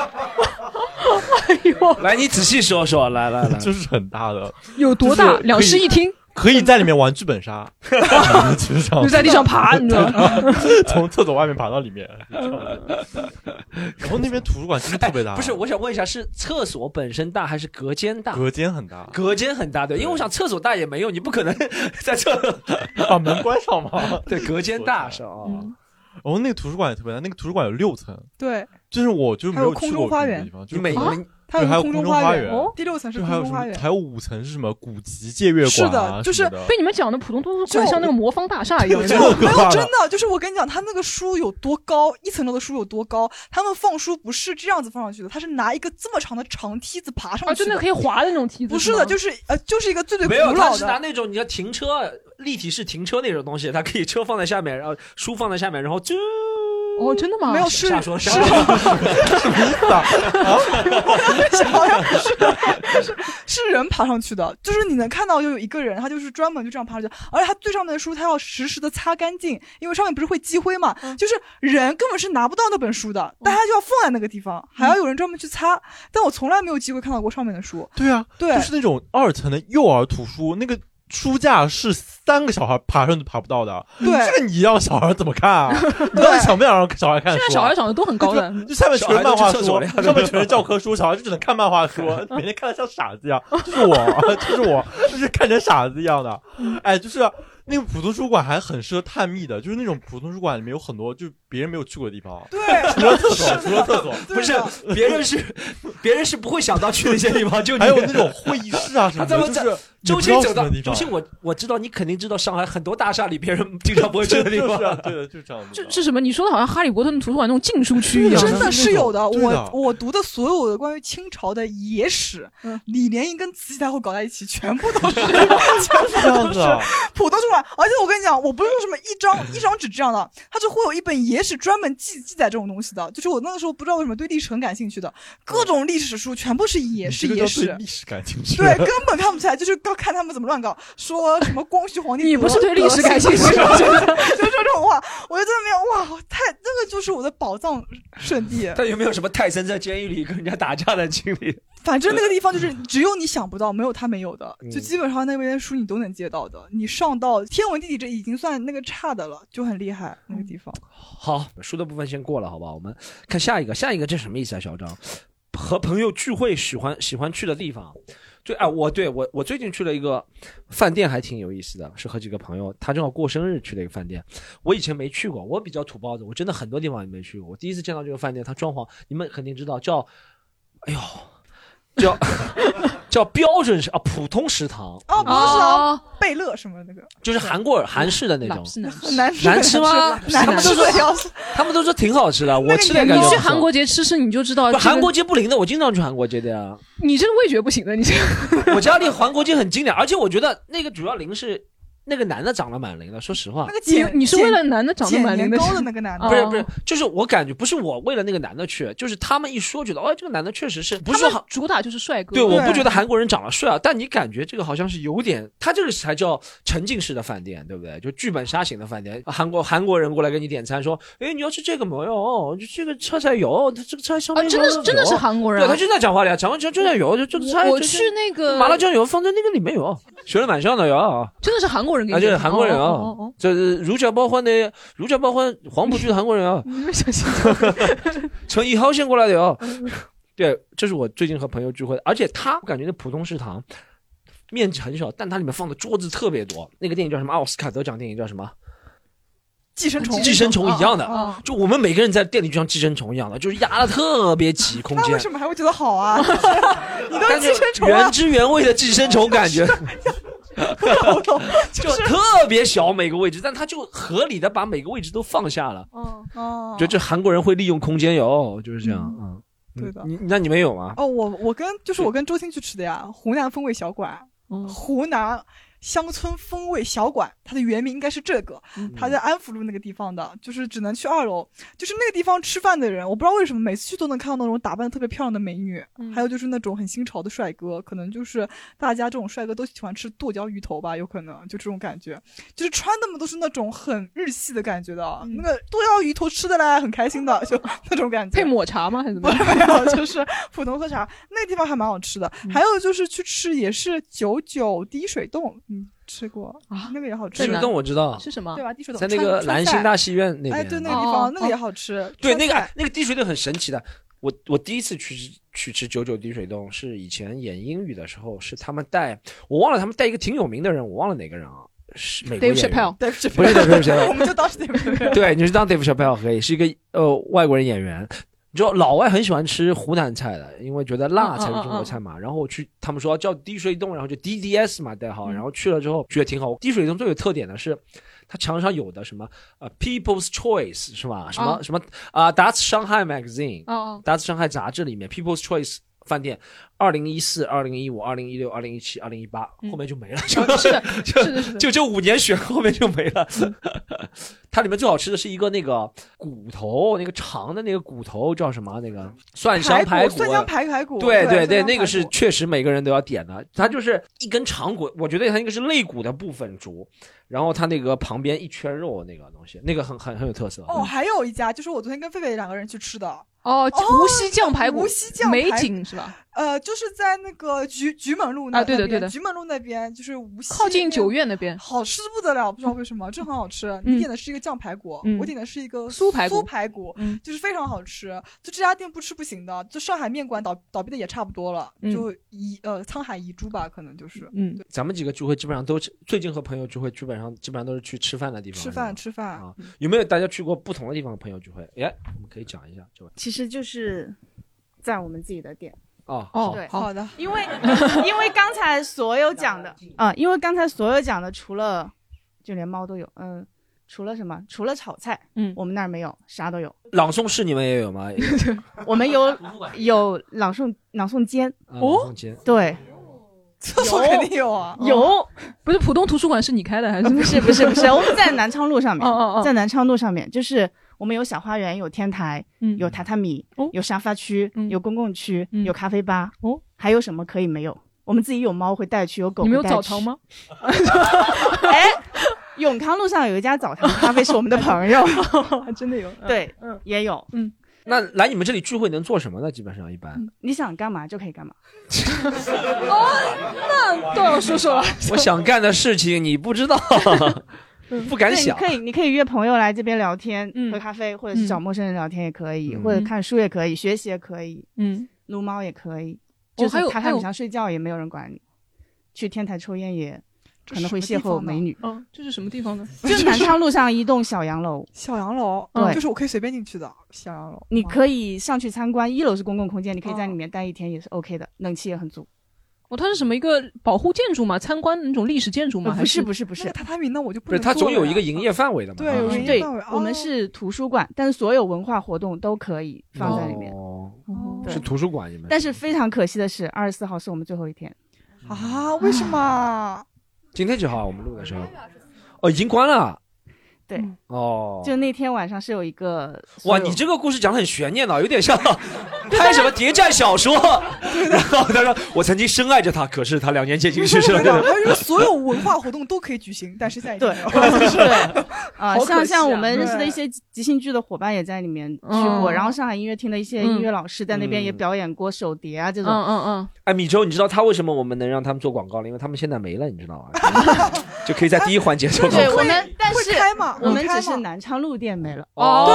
Speaker 4: 哎
Speaker 2: 来，你仔细说说，来来来，
Speaker 5: 就是很大的，
Speaker 3: 有多大？
Speaker 5: 就是
Speaker 3: 两室一厅，
Speaker 5: 可以在里面玩剧 本杀，就是这样
Speaker 3: 就在地上爬你知道吗
Speaker 5: 对从厕所外面爬到里面。然后那边图书馆真的特别大，啊
Speaker 2: 哎不是，我想问一下，是厕所本身大还是隔间大？
Speaker 5: 隔间很大，
Speaker 2: 隔间很大，对，因为我想厕所大也没用，你不可能 在厕
Speaker 5: 把门关上 嘛。
Speaker 2: 对，隔间大是啊。
Speaker 4: 嗯
Speaker 5: 然后哦那个图书馆也特别大，那个图书馆有六层，
Speaker 4: 对，
Speaker 5: 就是我就没
Speaker 4: 还有
Speaker 5: 去
Speaker 4: 空
Speaker 5: 过
Speaker 4: 中花
Speaker 5: 这个
Speaker 4: 园
Speaker 5: 地方，，就
Speaker 4: 你
Speaker 5: 是
Speaker 4: 每
Speaker 5: 可能
Speaker 4: 它
Speaker 5: 对还有
Speaker 4: 空
Speaker 5: 中
Speaker 4: 花哦
Speaker 5: 园，
Speaker 4: 第六层是
Speaker 5: 就
Speaker 4: 空
Speaker 5: 还有
Speaker 4: 中
Speaker 5: 什
Speaker 4: 花
Speaker 5: 么？
Speaker 4: 园
Speaker 5: 还。有五层是什么？古籍借阅
Speaker 4: 是
Speaker 5: 馆啊、
Speaker 4: 的，就是
Speaker 5: 什么的
Speaker 3: 被你们讲的普通图书
Speaker 4: 就
Speaker 3: 馆像那个魔方大厦一样，
Speaker 4: 没
Speaker 3: 你知道
Speaker 4: 有
Speaker 3: 吗
Speaker 4: 没有真的，就是我跟你讲，他那个书有多高，一层楼的书有多高，他们放书不是这样子放上去的，他是拿一个这么长的长梯子爬上去
Speaker 3: 啊，就那个可以滑的那种梯子。
Speaker 4: 不是
Speaker 3: 吗
Speaker 4: 的，就是呃，就是一个最最
Speaker 2: 没有，
Speaker 4: 古
Speaker 2: 他
Speaker 4: 老
Speaker 2: 是拿
Speaker 4: 的。
Speaker 2: 那种你要停车立体式停车那种东西，它可以车放在下面，然后书放在下面，然后就
Speaker 3: 哦，真的吗？
Speaker 2: 没有是瞎说是瞎说
Speaker 4: 好像是是是人爬上去的，就是你能看到，就有一个人，他就是专门就这样爬上去，而且他最上面的书他要实时的擦干净，因为上面不是会积灰嘛，
Speaker 5: 嗯
Speaker 4: 就是人根本是拿不到那本书的，但他就要放在那个地方，还要有人专门去擦。但我从来没有机会看到过上面的书。
Speaker 5: 对啊，
Speaker 4: 对
Speaker 5: 就是那种二层的幼儿图书，那个书架是三个小孩爬上去爬不到的。
Speaker 4: 对
Speaker 5: 这个你让小孩怎么看 啊？你到底想不想让小孩看书
Speaker 3: 现
Speaker 5: 啊？
Speaker 3: 在小孩长得都很 高的
Speaker 5: 就就下面全是漫画
Speaker 3: 小孩都
Speaker 5: 书，
Speaker 3: 去厕所了呀
Speaker 5: 上面全是教科书，小孩就只能看漫画书，每天看的像傻子一样。就是我， 就是我，就是看成傻子一样的。哎，就是那个普通书馆还很适合探秘的，就是那种普通书馆里面有很多就是别人没有去过的地方。对，除了厕所，除了厕所，
Speaker 2: 不
Speaker 4: 啊
Speaker 2: 是别人是别人是不会想到去那些地方，就你
Speaker 5: 还有那种会议室啊什
Speaker 2: 他
Speaker 5: 么的
Speaker 2: 怎么
Speaker 5: 就是
Speaker 2: 在
Speaker 5: 你
Speaker 2: 周
Speaker 5: 不知
Speaker 2: 青
Speaker 5: 道
Speaker 2: 走
Speaker 5: 什
Speaker 2: 到
Speaker 5: 么地
Speaker 2: 周
Speaker 5: 方
Speaker 2: 青，我我知道你肯定知道上海很多大厦里别人经常不会去的地方
Speaker 5: 就是啊，对的，就是这样子
Speaker 3: 这。是什么？你说的好像《哈利波特》的图书馆那种禁书区一样，
Speaker 4: 真的是有的。
Speaker 5: 对的
Speaker 4: 我我读的所有的关于清朝的野史，
Speaker 5: 嗯
Speaker 4: 李莲英跟慈禧太后搞在一起，全部 都是， 全部
Speaker 5: 这样
Speaker 4: 都
Speaker 5: 子
Speaker 4: 是
Speaker 5: 啊
Speaker 4: 普通出版。而且我跟你讲，我不是说什么一张一张纸这样的，它是会有一本野史专门记记载这种东西的。就是我那个时候不知道为什么对历史很感兴趣的，各种历史书全部是野
Speaker 5: 嗯你
Speaker 4: 史
Speaker 5: 这个
Speaker 4: 野
Speaker 5: 叫
Speaker 4: 史
Speaker 5: 对。历史感兴趣，
Speaker 4: 对，根本看不起来，就是刚看他们怎么乱搞，说什么光绪皇帝得，
Speaker 3: 你不是对历史感兴趣
Speaker 4: 得
Speaker 3: 吗
Speaker 4: 就说这种话，我就在那边哇，太那个就是我的宝藏圣地。
Speaker 2: 他有没有什么泰森在监狱里跟人家打架的经历？
Speaker 4: 反正那个地方就是只有你想不到，没有他没有的，
Speaker 2: 嗯
Speaker 4: 就基本上那边的书你都能借到的。你上到天文地理这已经算那个差的了，就很厉害那个地方。
Speaker 2: 好，书的部分先过了，好不好？我们看下一个，下一个这什么意思啊？小张，和朋友聚会喜欢喜欢去的地方，对啊，我对我我最近去了一个饭店，还挺有意思的，是和几个朋友，他正好过生日去的一个饭店，我以前没去过，我比较土包子，我真的很多地方也没去过。我第一次见到这个饭店，它装潢，你们肯定知道叫，哎呦。叫 叫标准食啊普通食堂，
Speaker 4: 哦，不是哦，贝勒什么那个，
Speaker 2: 就是韩国韩式的那种，
Speaker 4: 很难
Speaker 2: 难吃吗？
Speaker 4: 难
Speaker 2: 他们都
Speaker 4: 吃
Speaker 2: 说
Speaker 4: 的要死。
Speaker 2: 他们都说挺好吃的，我吃了
Speaker 3: 你
Speaker 2: 感觉
Speaker 3: 去
Speaker 2: 不错
Speaker 3: 韩国。街吃吃，你就知道
Speaker 2: 不
Speaker 3: 这个
Speaker 2: 韩国街不灵的，我经常去韩国街的呀。
Speaker 3: 你这个味觉不行的，你这个。
Speaker 2: 我家里韩国街很经典，而且我觉得那个主要灵是那个男的长得蛮灵的。说实话，
Speaker 3: 你你是为哦了男的长得蛮灵
Speaker 4: 剪年糕的那个男的
Speaker 2: 不是不是，就是我感觉不是我为了那个男的去，就是他们一说觉得，哦，这个男的确实是不是说韩
Speaker 3: 主打就是帅哥。
Speaker 2: 对，我不觉得韩国人长得帅啊，但你感觉这个好像是有点，他这个才叫沉浸式的饭店，对不对？就剧本杀型的饭店，韩国韩国人过来给你点餐，说，哎，你要吃这个没有？就这个菜菜有，他这个菜上面、
Speaker 3: 啊真的是真的是韩国人啊
Speaker 2: 对他就在讲话里啊，讲话讲就在有，就就菜
Speaker 3: 我
Speaker 2: 就
Speaker 3: 去
Speaker 2: 就
Speaker 3: 那个
Speaker 2: 麻辣酱油放在那个里面有，学了蛮像的有啊。
Speaker 3: 真的是韩国人给
Speaker 2: 啊，
Speaker 3: 你
Speaker 2: 就
Speaker 3: 点的。
Speaker 2: 是韩国人
Speaker 3: 哦
Speaker 2: 啊
Speaker 3: 哦哦哦，
Speaker 2: 这是如假包换的，如假包换黄浦区的韩国 人啊，
Speaker 3: 你们小心。
Speaker 2: 从一号线过来的哦。
Speaker 4: 嗯
Speaker 2: 对，这是我最近和朋友聚会的，而且他我感觉那普通食堂面积很小，但它里面放的桌子特别多。那个电影叫什么？奥斯卡得奖电影叫什么？
Speaker 4: 寄生虫，
Speaker 2: 寄生虫一样的，
Speaker 4: 哦哦
Speaker 2: 就我们每个人在店里就像寄生虫一样的，就是压的特别挤，空
Speaker 4: 那
Speaker 2: 间
Speaker 4: 为。什么还会觉得好啊？ 你都是
Speaker 2: 但
Speaker 4: 寄
Speaker 2: 是
Speaker 4: 生虫啊
Speaker 2: 原！汁原味的寄生虫 感觉， 就特别小每个位置，但他就合理的把每个位置都放下了。
Speaker 4: 哦哦，
Speaker 2: 就这韩国人会利用空间有，就是这样嗯，
Speaker 4: 对的
Speaker 2: 你那你们有吗？
Speaker 4: 哦，我我跟就是我跟周星去吃的呀，湖南风味小馆，湖南乡村风味小馆，它的原名应该是这个，它在安福路那个地方的，就是只能去二楼，就是那个地方吃饭的人，我不知道为什么每次去都能看到那种打扮的特别漂亮的美女，
Speaker 3: 嗯
Speaker 4: 还有就是那种很新潮的帅哥，可能就是大家这种帅哥都喜欢吃剁椒鱼头吧，有可能就这种感觉，就是穿的嘛都是那种很日系的感觉的，啊
Speaker 3: 嗯
Speaker 4: 那个剁椒鱼头吃的嘞，很开心的， 就那种感觉，
Speaker 3: 配抹茶吗？还是怎
Speaker 4: 不
Speaker 3: 么
Speaker 4: 是
Speaker 3: 样？嗯
Speaker 4: 没有，就是普通喝茶，那个地方还蛮好吃的。还有就是去吃也是九九滴水洞，嗯，吃过啊，那个也好吃。
Speaker 2: 滴水洞我知道是
Speaker 3: 什么
Speaker 4: 对吧？滴水洞
Speaker 2: 在那个
Speaker 4: 川
Speaker 2: 兰心大戏院那
Speaker 4: 川菜哎，
Speaker 2: 边，
Speaker 4: 对那个地方，那个也好吃。
Speaker 2: 对，
Speaker 4: 川
Speaker 2: 那个
Speaker 4: 菜
Speaker 2: 那个滴水洞很神奇的。我我第一次去去吃九九滴水洞是以前演英语的时候，是他们带我忘了他们带一个挺有名的人，我忘了哪个人啊，是美国演
Speaker 3: Dave
Speaker 2: 员。
Speaker 3: Chappelle，
Speaker 4: 对
Speaker 2: 不是 Dave Chappelle
Speaker 4: 我们就当时 Dave
Speaker 2: 对，你是当 Dave Chappelle 可以，是一个呃外国人演员。你知道老外很喜欢吃湖南菜的，因为觉得辣才是中国菜嘛。然后我去，他们说叫滴水洞，然后就 DDS 嘛代号。然后去了之后觉得挺好。滴水洞最有特点的是，它墙上有的什么呃 People's Choice 是吧？什么、
Speaker 11: 哦
Speaker 2: 什么啊、That's Shanghai Magazine，
Speaker 11: 哦哦
Speaker 2: 达斯上海杂志里面 People's Choice 饭店，二零一四、二零一五、二零一六、二零一七、二零一八，后面就没了，
Speaker 4: 嗯
Speaker 2: 就是的，
Speaker 3: 是的，是
Speaker 2: 的，就这五年选后面就没了。
Speaker 4: 嗯
Speaker 2: 它里面最好吃的是一个那个骨头，那个长的那个骨头叫什么？啊那个蒜香
Speaker 4: 排
Speaker 2: 骨，啊
Speaker 4: 蒜香排排骨，
Speaker 2: 对
Speaker 4: 对
Speaker 2: 对，那个是确实每个人都要点的。它就是一根长骨，我觉得它应该是肋骨的部分煮，然后它那个旁边一圈肉那个东西，那个很很很有特色。嗯
Speaker 4: 哦，还有一家就是我昨天跟狒狒两个人去吃的。
Speaker 3: 嗯哦，无锡酱排骨，
Speaker 4: 无锡酱
Speaker 3: 美
Speaker 4: 排骨
Speaker 3: 景是吧？
Speaker 4: 呃，就是在那个菊菊门路那
Speaker 3: 啊对的
Speaker 4: 那边
Speaker 3: 对的
Speaker 4: 菊门路那边就是无锡
Speaker 3: 靠近
Speaker 4: 那边
Speaker 3: 九院那边
Speaker 4: 好吃得不得了，不知道为什么，这很好吃。
Speaker 3: 嗯
Speaker 4: 你点的是一个酱排骨，
Speaker 3: 嗯
Speaker 4: 我点的是一个
Speaker 3: 酥排骨嗯
Speaker 4: 酥排骨，就是非常好吃。就这家店不吃不行的，就上海面馆倒倒闭的也差不多了，
Speaker 2: 嗯
Speaker 4: 就遗呃沧海遗珠吧，可能就是
Speaker 3: 嗯，
Speaker 2: 咱们几个聚会基本上都是最近和朋友聚会，基本上基本上都是去吃饭的
Speaker 3: 嗯
Speaker 2: 地方。
Speaker 4: 吃饭吃饭
Speaker 2: 是吧有没有大家去过不同的地方的朋友聚会？哎，我们可以讲一下，就
Speaker 6: 其实就是在我们自己的店。
Speaker 2: 哦
Speaker 6: 对，
Speaker 2: 好
Speaker 4: 的，
Speaker 6: 因为 因为刚才所有讲的啊，因为刚才所有讲的，除了就连猫都有，嗯，除了什么？除了炒菜，
Speaker 3: 嗯，
Speaker 6: 我们那儿没有，啥都有。
Speaker 2: 朗诵室你们也有吗？
Speaker 6: 我们有有朗诵朗诵间
Speaker 2: 啊朗诵间
Speaker 6: 对，
Speaker 4: 厕所肯定有啊，
Speaker 6: 有，
Speaker 3: 哦不是浦东图书馆是你开的还是？不
Speaker 6: 不是不是不是，我们在南昌路上面，
Speaker 3: 哦哦哦
Speaker 6: 在南昌路上面，就是我们有小花园，有天台，
Speaker 3: 嗯
Speaker 6: 有榻榻米，有沙发区，有公共区，有咖啡吧，
Speaker 3: 哦，
Speaker 6: 还有什么可以没有？我们自己有猫会带去，有狗
Speaker 3: 你
Speaker 6: 会
Speaker 3: 们有
Speaker 6: 带去。
Speaker 3: 澡堂吗？
Speaker 6: 永康路上有一家澡堂咖啡是我们的朋友，
Speaker 3: 真的有
Speaker 6: 对，也有，
Speaker 3: 嗯，
Speaker 2: 那来你们这里聚会能做什么呢？基本上一般，
Speaker 6: 你想干嘛就可以干嘛。
Speaker 3: 哦，那倒要说说了。
Speaker 2: 我想干的事情你不知道，不敢
Speaker 6: 对，你
Speaker 2: 想。
Speaker 6: 可以，你可以约朋友来这边聊天，喝咖啡，或者是找陌生人聊天也可以，
Speaker 3: 嗯
Speaker 6: 或者看书也可以，学习也可以，
Speaker 3: 嗯，
Speaker 6: 撸猫也可以，
Speaker 3: 哦
Speaker 6: 就
Speaker 3: 还有
Speaker 6: 是榻
Speaker 3: 还
Speaker 6: 榻
Speaker 3: 有
Speaker 6: 米上睡觉也没有人管你，去天台抽烟也可能会邂逅美女。
Speaker 3: 嗯，这是什么 地方呢？
Speaker 6: 就南昌嗯路上一栋小洋楼，
Speaker 4: 小洋楼，
Speaker 3: 嗯
Speaker 6: 对，
Speaker 4: 就是我可以随便进去的小洋楼。
Speaker 6: 你可以上去参观，一楼是公共空间，你可以
Speaker 3: 嗯
Speaker 6: 在里面待一天也是 OK 的，冷气也很足。
Speaker 3: 哦，它是什么一个保护建筑吗？参观的那种历史建筑吗？
Speaker 6: 呃
Speaker 3: 还
Speaker 6: 不是不是不是，
Speaker 4: 榻榻米那我就
Speaker 2: 不是，它总有一个营业范围的嘛。
Speaker 4: 对有营业
Speaker 6: 嗯对
Speaker 4: 范围，
Speaker 6: 我们是图书馆，但是所有文化活动都可以
Speaker 2: 嗯
Speaker 6: 放在里面。
Speaker 2: 哦，
Speaker 6: 对
Speaker 2: 是图书馆你们。
Speaker 6: 但是非常可惜的是，二十四号是我们最后一天。
Speaker 2: 嗯
Speaker 4: 啊？为什么？
Speaker 2: 今天几号啊？我们录的时候，哦，已经关了。
Speaker 6: 对，
Speaker 4: 嗯
Speaker 2: 哦，
Speaker 6: 就那天晚上是有一个
Speaker 2: 哇，你这个故事讲的很悬念呢，有点像拍什么谍战小说。然后他说：“我曾经深爱着他，可是他两年前已经去世了。”
Speaker 4: 因为所有文化活动都可以举行，但是在对
Speaker 6: 对啊，
Speaker 4: 好可
Speaker 6: 像
Speaker 4: 惜
Speaker 6: 像
Speaker 4: 啊
Speaker 6: 我们认识的
Speaker 4: 对
Speaker 6: 一些即即兴剧的伙伴也在里面去
Speaker 2: 嗯
Speaker 6: 过，然后上海音乐厅的一些音乐
Speaker 2: 嗯
Speaker 6: 老师在那边也表演过手碟啊这种。
Speaker 2: 嗯
Speaker 3: 嗯嗯。
Speaker 2: 哎，米粥，你知道他为什么我们能让他们做广告了？因为他们现在没了，你知道 吗？就可以在第一环节做广
Speaker 6: 对
Speaker 2: 告。
Speaker 6: 我们，但是我
Speaker 4: 会
Speaker 6: 们
Speaker 4: 开
Speaker 6: 只
Speaker 4: 嘛
Speaker 6: 是南昌路店没了。
Speaker 2: 哦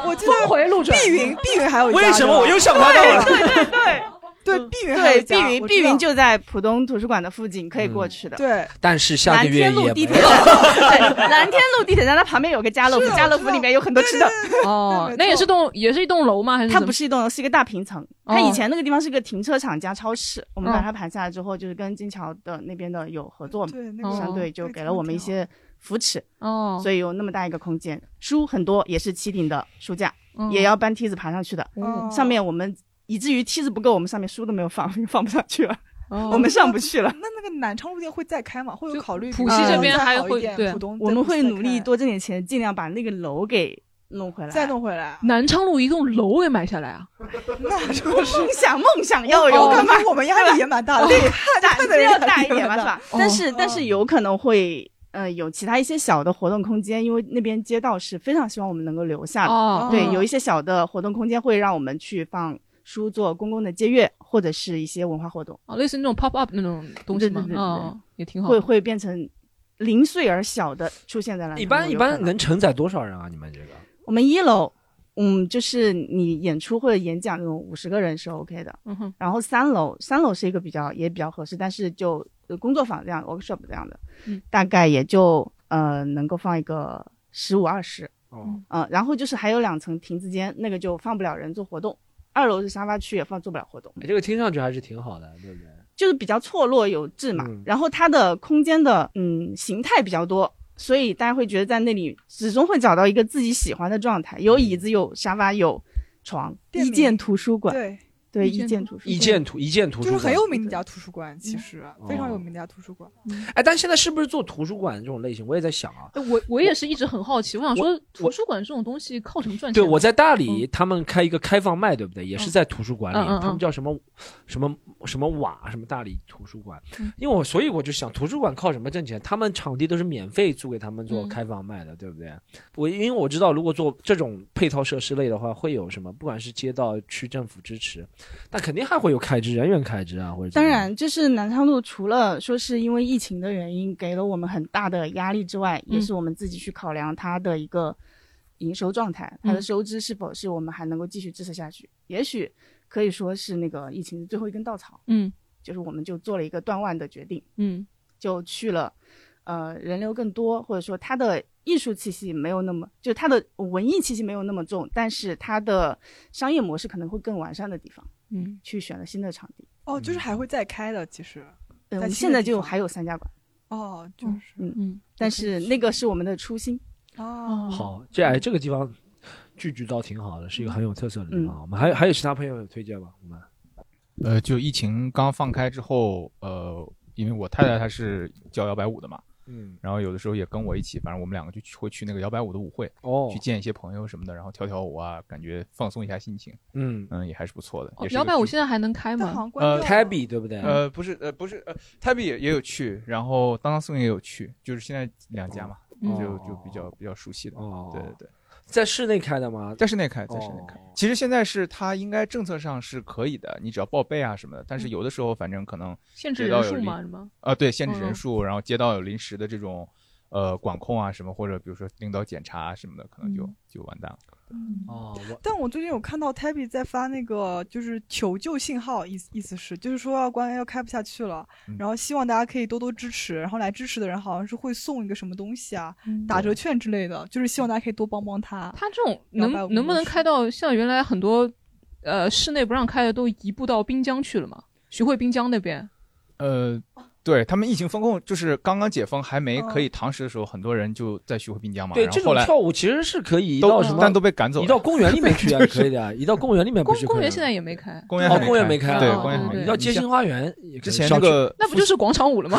Speaker 4: 对，我记得
Speaker 3: 回路转
Speaker 4: 碧云，碧云还有一家
Speaker 2: 为什么我又想
Speaker 4: 对
Speaker 2: 不到了
Speaker 4: 对对对对，碧云还有一
Speaker 6: 嗯对，碧
Speaker 4: 家
Speaker 6: 云，
Speaker 4: 我
Speaker 6: 碧
Speaker 4: 知道嗯
Speaker 6: 云就在浦东图书馆的附近，可以过去的。
Speaker 4: 对，
Speaker 2: 但是下个月
Speaker 6: 南天路
Speaker 2: 也
Speaker 6: 地
Speaker 2: 没
Speaker 6: 铁站，对，蓝天路地铁站它旁边有个家
Speaker 4: 啊
Speaker 6: 乐福，家乐福里面有很多吃的。
Speaker 3: 哦，那也是栋，也是一栋楼吗？还是
Speaker 6: 它不是一栋楼，是一个大平层。
Speaker 3: 哦
Speaker 6: 它以前那个地方是个停车场加超市，我们
Speaker 3: 嗯
Speaker 6: 把它盘下来之后，就是跟金桥的那边的有合作嘛，
Speaker 4: 对那个
Speaker 6: 相对就给了我们一些扶持。
Speaker 3: 哦
Speaker 6: 所以有那么大一个空间，书很多，也是七顶的书架，
Speaker 3: 嗯
Speaker 6: 也要搬梯子爬上去的。
Speaker 3: 哦
Speaker 6: 上面我们以至于梯子不够，我们上面书都没有放， 放不上去了，
Speaker 3: 哦
Speaker 6: 我们上不去了。
Speaker 4: 那那个南昌路店会再开吗？会有考虑
Speaker 6: 浦西这边
Speaker 3: 还
Speaker 6: 会
Speaker 4: 对
Speaker 3: 对
Speaker 4: 浦东
Speaker 6: 我们会努力多挣点钱，尽量把那个楼给弄回来，
Speaker 4: 再弄回 来。
Speaker 3: 南昌路一栋楼给买下来啊？
Speaker 4: 那就是哦
Speaker 6: 梦想，梦想要有
Speaker 3: 哦
Speaker 4: 我
Speaker 6: 的
Speaker 4: 感
Speaker 6: 嘛，
Speaker 4: 觉我们压力也蛮大的，
Speaker 6: 哦
Speaker 4: 对，汗
Speaker 6: 胆
Speaker 4: 汗
Speaker 6: 子
Speaker 4: 的
Speaker 6: 要
Speaker 4: 人
Speaker 6: 大
Speaker 4: 压
Speaker 6: 一
Speaker 4: 力也
Speaker 6: 点嘛，
Speaker 4: 蛮
Speaker 6: 是
Speaker 4: 大
Speaker 6: 吧？但
Speaker 3: 哦
Speaker 6: 是但是有可能会。呃，有其他一些小的活动空间，因为那边街道是非常希望我们能够留下的。
Speaker 3: 哦
Speaker 6: 对
Speaker 3: 哦，
Speaker 6: 有一些小的活动空间会让我们去放书做公共的借阅，或者是一些文化活动。
Speaker 3: 哦，类似那种 pop up 那种东西
Speaker 6: 对对
Speaker 3: 吗？
Speaker 6: 对对对
Speaker 3: 哦，也挺好。
Speaker 6: 会会变成零碎而小的出现在那 里。
Speaker 2: 一般一
Speaker 6: 有可
Speaker 2: 般
Speaker 6: 能
Speaker 2: 能承载多少人啊？你们这个
Speaker 6: 我们一楼，嗯，就是你演出或者演讲那种五十个人是 OK 的。
Speaker 3: 嗯哼
Speaker 6: 然后三楼，三楼是一个比较也比较合适，但是就呃工作坊这样 workshop 这样的，
Speaker 3: 嗯
Speaker 6: 大概也就呃能够放一个十五二十。
Speaker 2: 哦，
Speaker 6: 嗯，然后就是还有两层亭子间，那个就放不了人做活动。二楼是沙发区，也放做不了活动，
Speaker 2: 哎这个听上去还是挺好的，对不对？
Speaker 6: 就是比较错落有致嘛。然后它的空间的嗯形态比较多，所以大家会觉得在那里始终会找到一个自己喜欢的状态，有椅子，有沙发，有床。一建图书馆，
Speaker 4: 对
Speaker 6: 对，
Speaker 4: 一
Speaker 6: 一
Speaker 4: 建
Speaker 6: 建图书
Speaker 2: 一建图一建图书
Speaker 4: 就是
Speaker 2: 馆
Speaker 4: 很有名的一家图书馆，其实
Speaker 2: 嗯
Speaker 4: 非常有名的一家图书馆。
Speaker 6: 嗯
Speaker 2: 哎，但现在是不是做图书馆这种类型？我也在想啊。
Speaker 3: 哎我我也是一直很好奇，我想说
Speaker 2: 我
Speaker 3: 图书馆这种东西靠什么赚钱
Speaker 2: 对，
Speaker 3: 啊？
Speaker 2: 我在大理，他们开一个开放麦，对不对？也是在图书馆里，
Speaker 3: 嗯嗯嗯
Speaker 2: 他们叫什么什么什么瓦，什么大理图书馆
Speaker 3: 嗯。
Speaker 2: 因为我所以我就想，图书馆靠什么挣钱？他们场地都是免费租给他
Speaker 3: 嗯
Speaker 2: 们做开放麦的，对不对？我因为我知道，如果做这种配套设施类的话，会有什么？不管是街道、区政府支持，但肯定还会有开支，人员开支啊，或者怎
Speaker 6: 当
Speaker 2: 么样
Speaker 6: 然，就是南昌路除了说是因为疫情的原因给了我们很大的压力之外，
Speaker 2: 嗯
Speaker 6: 也是我们自己去考量它的一个营收状态，它
Speaker 4: 嗯
Speaker 6: 的收支是否是我们还能够继续支持下去。也许可以说是那个疫情的最后一根稻草，
Speaker 3: 嗯
Speaker 6: 就是我们就做了一个断腕的决定，
Speaker 3: 嗯
Speaker 6: 就去了，呃，人流更多，或者说它的艺术气息没有那么，就它的文艺气息没有那么重，但是它的商业模式可能会更完善的地方，
Speaker 3: 嗯，
Speaker 6: 去选了新的场地。
Speaker 4: 哦，
Speaker 2: 嗯
Speaker 4: 就是还会再开的，其实。
Speaker 6: 嗯，
Speaker 4: 在
Speaker 6: 我们
Speaker 4: 新
Speaker 6: 现
Speaker 4: 的
Speaker 6: 在
Speaker 4: 地
Speaker 6: 就
Speaker 4: 方
Speaker 6: 还有三家馆，
Speaker 4: 哦，就是
Speaker 6: 嗯
Speaker 3: 嗯，
Speaker 6: 但是那个是我们的初心。
Speaker 4: 哦，
Speaker 2: 好，这
Speaker 3: 嗯
Speaker 2: 哎这个地方聚聚倒挺好的，是一个很有特色的地方。
Speaker 6: 嗯
Speaker 2: 我们还有还有其他朋友有推荐吗？我们
Speaker 7: 呃，就疫情刚放开之后，呃，因为我太太她是教摇摆舞的嘛，
Speaker 2: 嗯，
Speaker 7: 然后有的时候也跟我一起，反正我们两个就去会去那个摇摆舞的舞会，
Speaker 2: 哦
Speaker 7: 去见一些朋友什么的，然后跳跳舞啊，感觉放松一下心情，
Speaker 2: 嗯
Speaker 7: 嗯，也还是不错的。也是一
Speaker 3: 摇
Speaker 7: 个
Speaker 3: 摆舞现在还能开吗？
Speaker 7: 呃
Speaker 2: ，Tabby 对不对？
Speaker 7: 呃，不是，呃，不是，呃，Tabby 也也有去，然后当当宋也有去，就是现在两家嘛，
Speaker 2: 嗯
Speaker 7: 就就比较比较熟悉的。对对对，
Speaker 2: 在室内开的吗？
Speaker 7: 哦在室内开，在室内开。其实现在是它应该政策上是可以的，你只要报备啊什么的。但是有的时候反正可能
Speaker 3: 限制
Speaker 7: 街道
Speaker 3: 人数
Speaker 7: 有临
Speaker 3: 嘛是吗
Speaker 7: 啊，对，限
Speaker 3: 嗯
Speaker 7: 制人数，然后街道有临时的这种。呃管控啊什么，或者比如说领导检查啊什么的，可能就、就完蛋了。
Speaker 6: 嗯
Speaker 11: 哦，
Speaker 4: 但我最近有看到 Tabby 在发那个就是求救信号，意思意思是就是说要关要开不下去了，
Speaker 2: 嗯
Speaker 4: 然后希望大家可以多多支持，然后来支持的人好像是会送一个什么东西啊，
Speaker 6: 嗯
Speaker 4: 打折券之类的，就是希望大家可以多帮帮他。
Speaker 3: 他这种能能不能开到像原来很多呃室内不让开的都移步到滨江去了嘛？徐汇滨江那边，
Speaker 7: 呃，对他们疫情封控，就是刚刚解封还没可以堂食的时候，很多人就在徐汇滨江嘛。
Speaker 2: 对
Speaker 7: 然
Speaker 2: 这
Speaker 7: 后
Speaker 2: 种
Speaker 7: 后来
Speaker 2: 跳舞其实是可以移
Speaker 7: 都
Speaker 2: 到什么，
Speaker 7: 但都被赶走了
Speaker 2: 移到公园里面去啊，
Speaker 7: 就是
Speaker 2: 可以的呀，移到公园里面不
Speaker 3: 公
Speaker 2: 是可以
Speaker 3: 公园现在也没开，
Speaker 7: 公园
Speaker 2: 哦
Speaker 7: 还
Speaker 2: 公园没
Speaker 7: 没
Speaker 2: 开啊
Speaker 7: 对
Speaker 2: 哦
Speaker 7: 公园还
Speaker 2: 哦
Speaker 7: 没
Speaker 2: 对要街
Speaker 7: 接
Speaker 2: 心花园也可以
Speaker 7: 之前
Speaker 2: 小
Speaker 7: 这
Speaker 2: 区
Speaker 7: 个
Speaker 3: 那不就是广场舞了吗？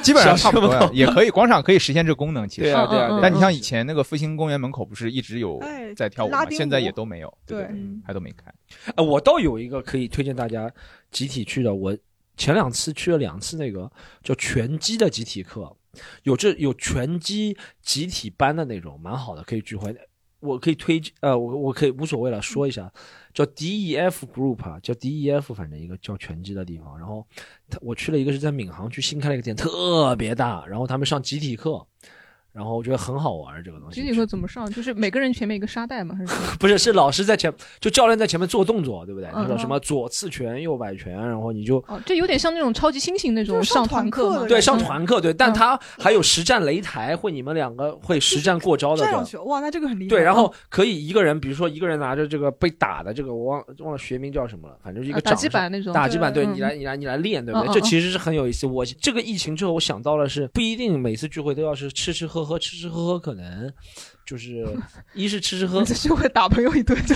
Speaker 7: 基本上差不多
Speaker 2: 小
Speaker 7: 呀
Speaker 2: 区，
Speaker 7: 也可以。广场可以实现这功能，其实。
Speaker 2: 对啊对啊对啊
Speaker 7: 但你像以前那个复兴公园门口不是一直有
Speaker 2: 哎
Speaker 7: 在跳舞
Speaker 2: 拉
Speaker 7: 吗？
Speaker 2: 丁舞
Speaker 7: 现在也都没有，对
Speaker 2: 对
Speaker 7: 对，对还都没开。
Speaker 2: 哎，嗯我倒有一个可以推荐大家集体去的，我前两次去了两次那个叫拳击的集体课，有这有拳击集体班的那种，蛮好的，可以聚会。我可以推呃，我我可以无所谓了，说一 下，叫 DEF Group 啊，叫 DEF，反正一个叫拳击的地方。然后他我去了一个是在闵行区新开了一个店，特别大，然后他们上集体课，然后我觉得很好玩儿这个东西
Speaker 3: 集。体课怎么上？就是每个人前面一个沙袋吗？还是什么
Speaker 2: 不是，是老师在前，就教练在前面做动作，对不对？
Speaker 3: 嗯
Speaker 2: 那种什么左刺拳、右摆拳，然后你就
Speaker 3: 哦，嗯这有点像那种超级猩猩那种上团课嘛。
Speaker 2: 对上团课，对，但他还有实战擂台，会你们两个会实战过招的
Speaker 4: 站
Speaker 2: 这
Speaker 4: 上
Speaker 2: 样。
Speaker 4: 去，哇，那这个很厉害。
Speaker 2: 对，然
Speaker 3: 嗯
Speaker 2: 后可以一个人，比如说一个人拿着这个被打的这个，我忘忘了学名叫什么了，反正就是一个
Speaker 3: 啊打
Speaker 2: 掌
Speaker 3: 击
Speaker 2: 上
Speaker 3: 板那种
Speaker 2: 打击板，
Speaker 3: 对
Speaker 2: 对你来你来你来练，对不
Speaker 3: 嗯
Speaker 2: 对？
Speaker 3: 嗯
Speaker 2: 这
Speaker 3: 嗯
Speaker 2: 其实是很有意思。我这个疫情之后，我想到了是不一定每次聚会都要是吃吃喝喝，吃吃喝喝可能就是一是吃 吃喝，
Speaker 3: 这就会打朋友一顿，就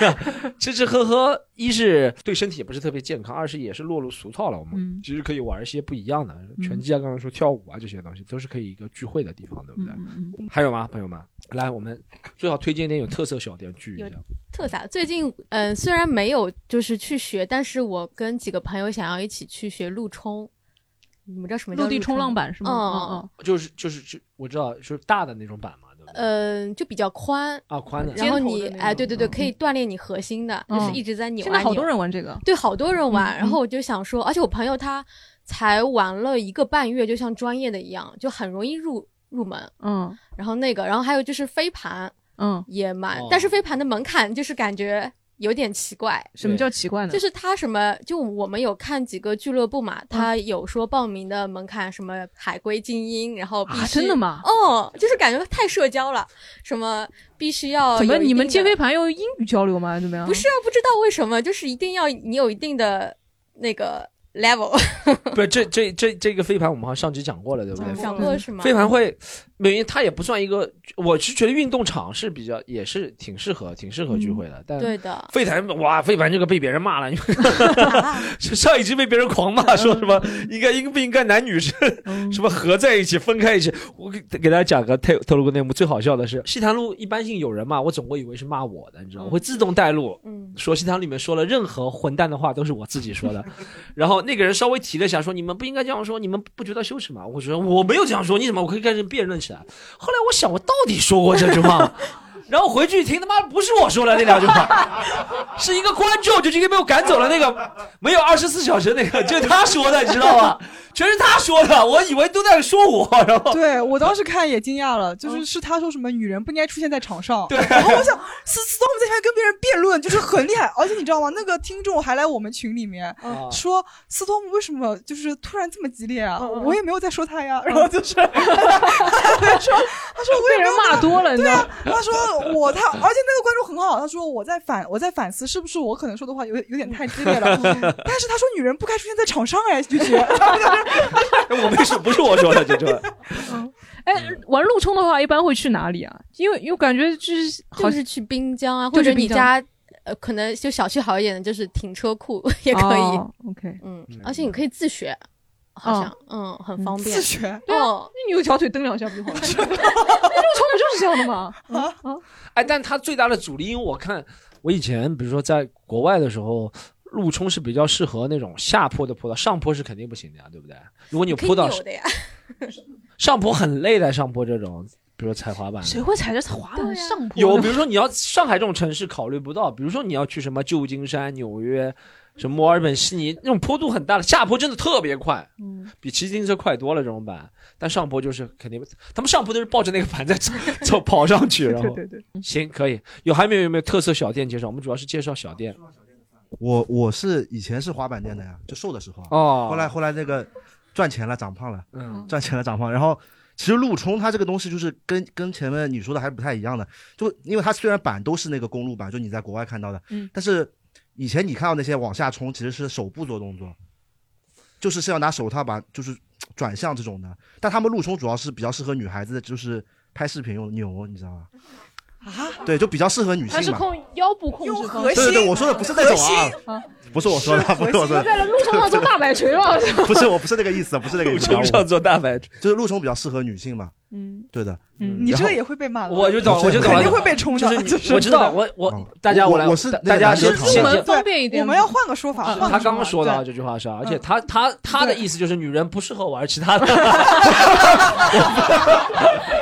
Speaker 2: 吃吃喝喝，一是对身体也不是特别健康，二是也是落入俗套了。我们、
Speaker 3: 嗯
Speaker 2: 其实可以玩一些不一样的，拳击啊，刚才说跳舞啊这些东西，都是可以一个聚会的地方，对不对？
Speaker 3: 嗯
Speaker 2: 还有吗，朋友们？来，我们最好推荐一点有特色小店聚一下。
Speaker 9: 特色。最近，嗯、虽然没有就是去学，但是我跟几个朋友想要一起去学陆冲。你们知道什么叫
Speaker 3: 陆地冲浪板是吗
Speaker 9: 嗯
Speaker 2: 就是就是就我知道，就是大的那种板嘛，对吧？
Speaker 9: 嗯、呃就比较宽。
Speaker 2: 啊，宽的。
Speaker 9: 然后
Speaker 2: 尖
Speaker 9: 你
Speaker 2: 头的那种
Speaker 9: 哎，对对对，可以锻炼你核心的，
Speaker 3: 嗯
Speaker 9: 就是一直在扭啊
Speaker 3: 现
Speaker 9: 扭。
Speaker 3: 在好多 人玩这个，
Speaker 9: 对，好多人玩。
Speaker 3: 嗯
Speaker 9: 然后我就想说，而且我朋友他才玩了一个半月，就像专业的一样，就很容易入入门。
Speaker 3: 嗯
Speaker 9: 然后那个，然后还有就是飞盘，
Speaker 3: 嗯，
Speaker 9: 也蛮，
Speaker 3: 哦
Speaker 9: 但是飞盘的门槛就是感觉有点奇怪。
Speaker 3: 什么叫奇怪呢？嗯
Speaker 9: 就是他什么，就我们有看几个俱乐部嘛，他有说报名的门槛什么海归精英，然后必须、
Speaker 3: 啊真的吗
Speaker 9: 哦，就是感觉太社交了，什么必须要
Speaker 3: 怎么
Speaker 9: 有一
Speaker 3: 你们
Speaker 9: 定
Speaker 3: 接
Speaker 9: 的
Speaker 3: 飞盘用英语交流吗？怎么样？
Speaker 9: 不是啊，不知道为什么，就是一定要你有一定的那个 level。
Speaker 2: 不是这这这这个飞盘，我们好像上集讲过了，对不对？
Speaker 9: 讲过是吗
Speaker 2: 飞盘会，没有，它也不算一个，我是觉得运动场是比较，也是挺适合，挺适合聚会的。但
Speaker 3: 嗯
Speaker 9: 对的
Speaker 2: 飞盘哇，飞盘这个被别人骂了，因为上一集被别人狂骂，说什么应该应不应该男女是什么 合在一起，分开一起。我给给大家讲个透透露个内幕，最好笑的是西坛路一般性有人骂，我总会以为是骂我的，你知道吗，我会自动带路。
Speaker 9: 嗯，
Speaker 2: 说西塘里面说了任何混蛋的话都是我自己说的，然后那个人稍微提了一下说你们不应该这样说，你们不觉得羞耻吗？我说我没有这样说，你怎么我可以跟人辩论起来？后来我想我到底说过这句话吗？然后回去一听他妈不是我说的那两句话， 是一个观众就直接被我赶走了那个没有二十四小时那个就是他说的，你知道吗？全是他说的，我以为都在说我，然后
Speaker 4: 对我当时看也惊 讶了，
Speaker 6: 嗯
Speaker 4: 就是是他说什么女人不应该出现在场上，对，然后我想斯斯通在下面跟别人辩论，就是很厉害，而且你知道吗？那个听众还来我们群里面
Speaker 2: 啊
Speaker 4: 说斯通为什么就是突然这么激烈啊？我也没有在说他呀，然后就是他 说他说我也没有
Speaker 3: 被人骂多了你知
Speaker 4: 对
Speaker 3: 道
Speaker 4: 啊，他说我他，而且那个观众很好，他说我在反我在反思是不是我可能说的话有有点太激烈 了，但是他说女人不该出现在场上哎，菊菊。
Speaker 2: 我没说不是我说的这句话。
Speaker 3: 哎，玩陆冲的话，一般会去哪里啊？因为因为感觉就是好
Speaker 9: 就
Speaker 3: 像
Speaker 9: 是去滨江啊，
Speaker 3: 就
Speaker 9: 或
Speaker 3: 是
Speaker 9: 者你
Speaker 3: 滨江
Speaker 9: 家呃，可能就小区好一点的，就是停车库 也可以。
Speaker 3: 哦 OK，
Speaker 9: 嗯，而且你可以自学，好像
Speaker 3: 哦
Speaker 9: 嗯很方便。
Speaker 3: 自学
Speaker 9: 对啊，
Speaker 3: 那你用脚腿蹬两下不就 好了？那陆冲不就是这样的吗？啊啊！
Speaker 2: 哎，但它最大的阻力，因为我看我以前比如说在国外的时候，路冲是比较适合那种下坡的坡道，上坡是肯定不行的呀，对不对？如果你有
Speaker 9: 可以
Speaker 2: 坡道，
Speaker 9: 扭的呀。
Speaker 2: 上坡很累的，上坡这种
Speaker 11: 比如踩滑板
Speaker 3: 谁会踩着滑板上坡呢？
Speaker 2: 啊有，比如说你要上海这种城市考虑不到，比如说你要去什么旧金山、纽约、什么墨尔本、悉尼那种坡度很大的下坡，真的特别快，
Speaker 3: 嗯，
Speaker 2: 比骑自行车快多了这种板。但上坡就是肯定，他们上坡都是抱着那个板 在走走跑上去，然后
Speaker 3: 对对
Speaker 2: 行可以。有还没有有没有特色小店介绍？我们主要是介绍小店。
Speaker 8: 我我是以前是滑板店的呀，就瘦的时候啊。
Speaker 2: 哦
Speaker 8: 后来后来那个赚钱了，长胖了，
Speaker 2: 嗯
Speaker 8: 赚钱了，长胖。然后其实路冲它这个东西就是跟跟前面你说的还不太一样的，就因为它虽然板都是那个公路板，就你在国外看到的，
Speaker 3: 嗯
Speaker 8: 但是以前你看到那些往下冲其实是手部做动作，就是是要拿手套把就是转向这种的。但他们路冲主要是比较适合女孩子的，就是拍视频用的扭，你知道吧？
Speaker 4: 啊，
Speaker 8: 对，就比较适合女性
Speaker 15: 它
Speaker 8: 嘛。
Speaker 15: 是控腰部控制方式，
Speaker 8: 核心对对对我说的不是那种啊
Speaker 3: 啊，
Speaker 8: 不是我说的，不是我说的，
Speaker 3: 在路冲上做大摆锤吗
Speaker 8: 不是，我不是那个意思，不是那个意思。
Speaker 2: 路冲上
Speaker 8: 做大摆，就是路冲比较适合女性嘛。
Speaker 3: 嗯，
Speaker 8: 对的。
Speaker 4: 嗯你
Speaker 8: 然
Speaker 4: 这
Speaker 8: 后
Speaker 4: 个也会被骂的，
Speaker 2: 我就懂，我就懂了，
Speaker 4: 肯定会被冲
Speaker 2: 就是
Speaker 4: 的。
Speaker 2: 你
Speaker 4: 就是
Speaker 2: 我知道，我我大家
Speaker 8: 我
Speaker 2: 来，
Speaker 8: 我是
Speaker 2: 哦大
Speaker 8: 那个
Speaker 2: 大家
Speaker 8: 男生
Speaker 2: 先
Speaker 8: 头
Speaker 2: 先
Speaker 8: 我
Speaker 2: 先
Speaker 4: 方便一点，我们要换个说法。换
Speaker 2: 他
Speaker 4: 个
Speaker 2: 刚刚说到
Speaker 4: 对
Speaker 2: 这句话是啊，而且他他他的意思就是女人不适合玩其他的，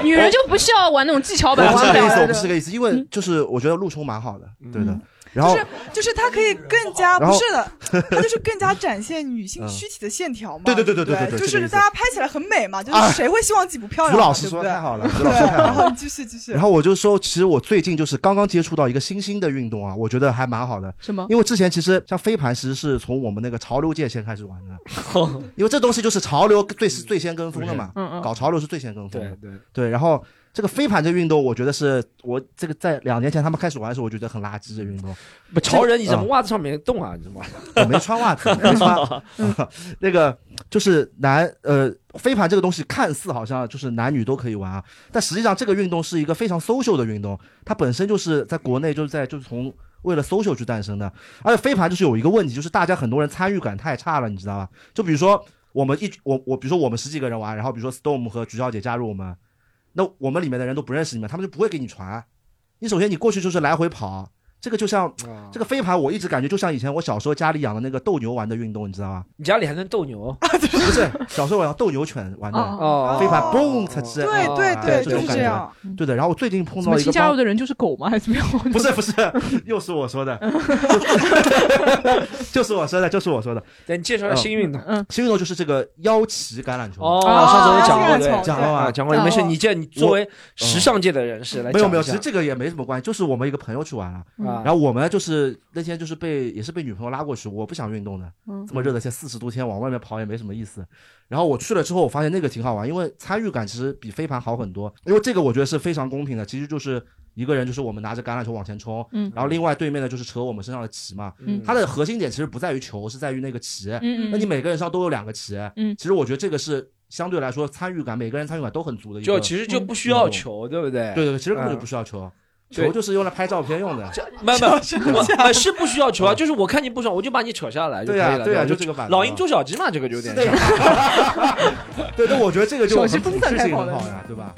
Speaker 15: 女人就不需要玩那种技巧
Speaker 8: 我
Speaker 15: 板，
Speaker 8: 不是
Speaker 15: 玩
Speaker 8: 这个意思，
Speaker 15: 了
Speaker 8: 我不是这个意思，因
Speaker 2: 嗯
Speaker 8: 为就是我觉得路冲蛮好的，对的。然后
Speaker 4: 就是就是它可以更加
Speaker 8: 然
Speaker 4: 不
Speaker 8: 后嗯
Speaker 4: 是的， 它就是更加展现女性躯体的线条嘛。
Speaker 8: 对对对对
Speaker 4: 对
Speaker 8: 对对对
Speaker 4: 就
Speaker 8: 这个
Speaker 4: 是
Speaker 8: 意思
Speaker 4: 大家拍起来很美嘛，就
Speaker 8: 哎
Speaker 4: 是谁会希望自 己不漂亮
Speaker 8: 胡
Speaker 4: 嘛？
Speaker 8: 老师
Speaker 4: 对不
Speaker 8: 说
Speaker 4: 对
Speaker 8: 太好了胡
Speaker 4: 对，
Speaker 8: 老师太好了
Speaker 4: 然后你继续继续。
Speaker 8: 然后我就说，其实我最近就是刚刚接触到一个新兴的运动啊，我觉得还蛮好的。
Speaker 3: 什么
Speaker 8: 因为之前其实像飞盘，其实是从我们那个潮流界先开始玩的，
Speaker 2: 哦
Speaker 8: 因为这东西就是潮流最是最先跟风的嘛，
Speaker 2: 嗯嗯
Speaker 8: 搞潮流是最先跟风的。
Speaker 2: 对对
Speaker 8: 对，然后这个飞盘这运动，我觉得是我这个在两年前他们开始玩的时候，我觉得很垃圾的运动。
Speaker 2: 不潮人你怎么
Speaker 8: 嗯
Speaker 2: 袜子上面动啊？你 怎么？
Speaker 8: 我没穿袜子，没穿。嗯那个就是男呃，飞盘这个东西看似好像就是男女都可以玩啊，但实际上这个运动是一个非常 social 的运动，它本身就是在国内就是在就是从为了 social 去诞生的。而且飞盘就是有一个问题，就是大家很多人参与感太差了，你知道吧？就比如说我们一我我比如说我们十几个人玩，然后比如说 Storm 和菊小姐加入我们，那我们里面的人都不认识你们，他们就不会给你传。你首先你过去就是来回跑，这个就像、这个飞盘，我一直感觉就像以前我小时候家里养的那个斗牛玩的运动，你知道吗？
Speaker 2: 你家里还能斗牛？
Speaker 8: 不是，小时候我养斗牛犬玩的，
Speaker 2: 哦
Speaker 8: 飞盘嘣才吃，
Speaker 2: 对对
Speaker 8: 啊
Speaker 2: 对
Speaker 8: 这种
Speaker 2: 就是
Speaker 8: 感觉
Speaker 2: 这样，
Speaker 8: 对的。然后我最近碰
Speaker 3: 怎
Speaker 8: 到
Speaker 3: 么
Speaker 8: 一个
Speaker 3: 新加入
Speaker 8: 帮
Speaker 3: 的人就是狗吗？还是怎么样？
Speaker 8: 不 是不是，又是我说 的，就是我说的，就是我说的。
Speaker 2: 对你介绍一下新运动，
Speaker 8: 嗯，新运动就是这个腰旗橄榄球。啊
Speaker 2: 哦上次我讲过对
Speaker 8: 讲过吧？
Speaker 2: 啊讲过没事你这你作为
Speaker 8: 我嗯
Speaker 2: 时尚界的人士来
Speaker 8: 没有
Speaker 2: 讲
Speaker 8: 没有，
Speaker 2: 一
Speaker 8: 其
Speaker 2: 下
Speaker 8: 实这个也没什么关系，就是我们一个朋友去玩了，
Speaker 2: 嗯
Speaker 8: 然后我们就是那天就是被也是被女朋友拉过去，我不想运动的
Speaker 2: 嗯，
Speaker 8: 这么热的天四十度天往外面跑也没什么意思。然后我去了之后，我发现那个挺好玩，因为参与感其实比飞盘好很多，因为这个我觉得是非常公平的，其实就是。一个人就是我们拿着橄榄球往前冲，
Speaker 5: 嗯
Speaker 8: 然后另外对面的就是扯我们身上的旗嘛，
Speaker 5: 嗯
Speaker 8: 它的核心点其实不在于球，是在于那个旗，
Speaker 5: 嗯嗯
Speaker 8: 那你每个人上都有两个旗，
Speaker 5: 嗯
Speaker 8: 其实我觉得这个是相对来说参与感，每个人参与感都很足的一个运
Speaker 2: 就
Speaker 8: 动，
Speaker 2: 其实
Speaker 1: 嗯
Speaker 2: 就不需要球，对不
Speaker 8: 对
Speaker 2: 对？
Speaker 8: 嗯对，对，其实根本就不
Speaker 2: 需
Speaker 8: 需要球，
Speaker 2: 对
Speaker 8: 球就是用来拍照片用的。
Speaker 2: 没有没有， 我呃是不需要球啊， 就是我看你不爽，我就把你扯下来就可以
Speaker 8: 对啊
Speaker 2: 了。
Speaker 8: 对啊
Speaker 2: 吧
Speaker 8: 就这个版本
Speaker 2: 老鹰捉小鸡嘛，这个就有点
Speaker 8: 对
Speaker 2: 像。
Speaker 8: 对，但我觉得这个就
Speaker 1: 手
Speaker 8: 很
Speaker 1: 机
Speaker 8: 普
Speaker 1: 不算
Speaker 8: 适
Speaker 1: 太
Speaker 8: 性
Speaker 1: 好
Speaker 8: 很
Speaker 1: 的
Speaker 8: 好呀，对吧？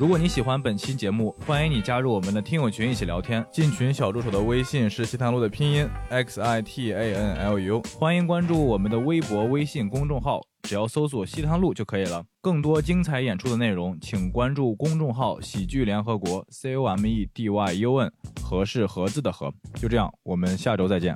Speaker 1: 如果你喜欢本期节目，欢迎你加入我们的听友群一起聊天。进群小助手的微信是西塘路的拼音 x i t a n l u，欢迎关注我们的微博、微信公众号，只要搜索西塘路就可以了。更多精彩演出的内容，请关注公众号“喜剧联合 E 国 ”（C O M E D Y U N），和是盒子的和。就这样，我们下周再见。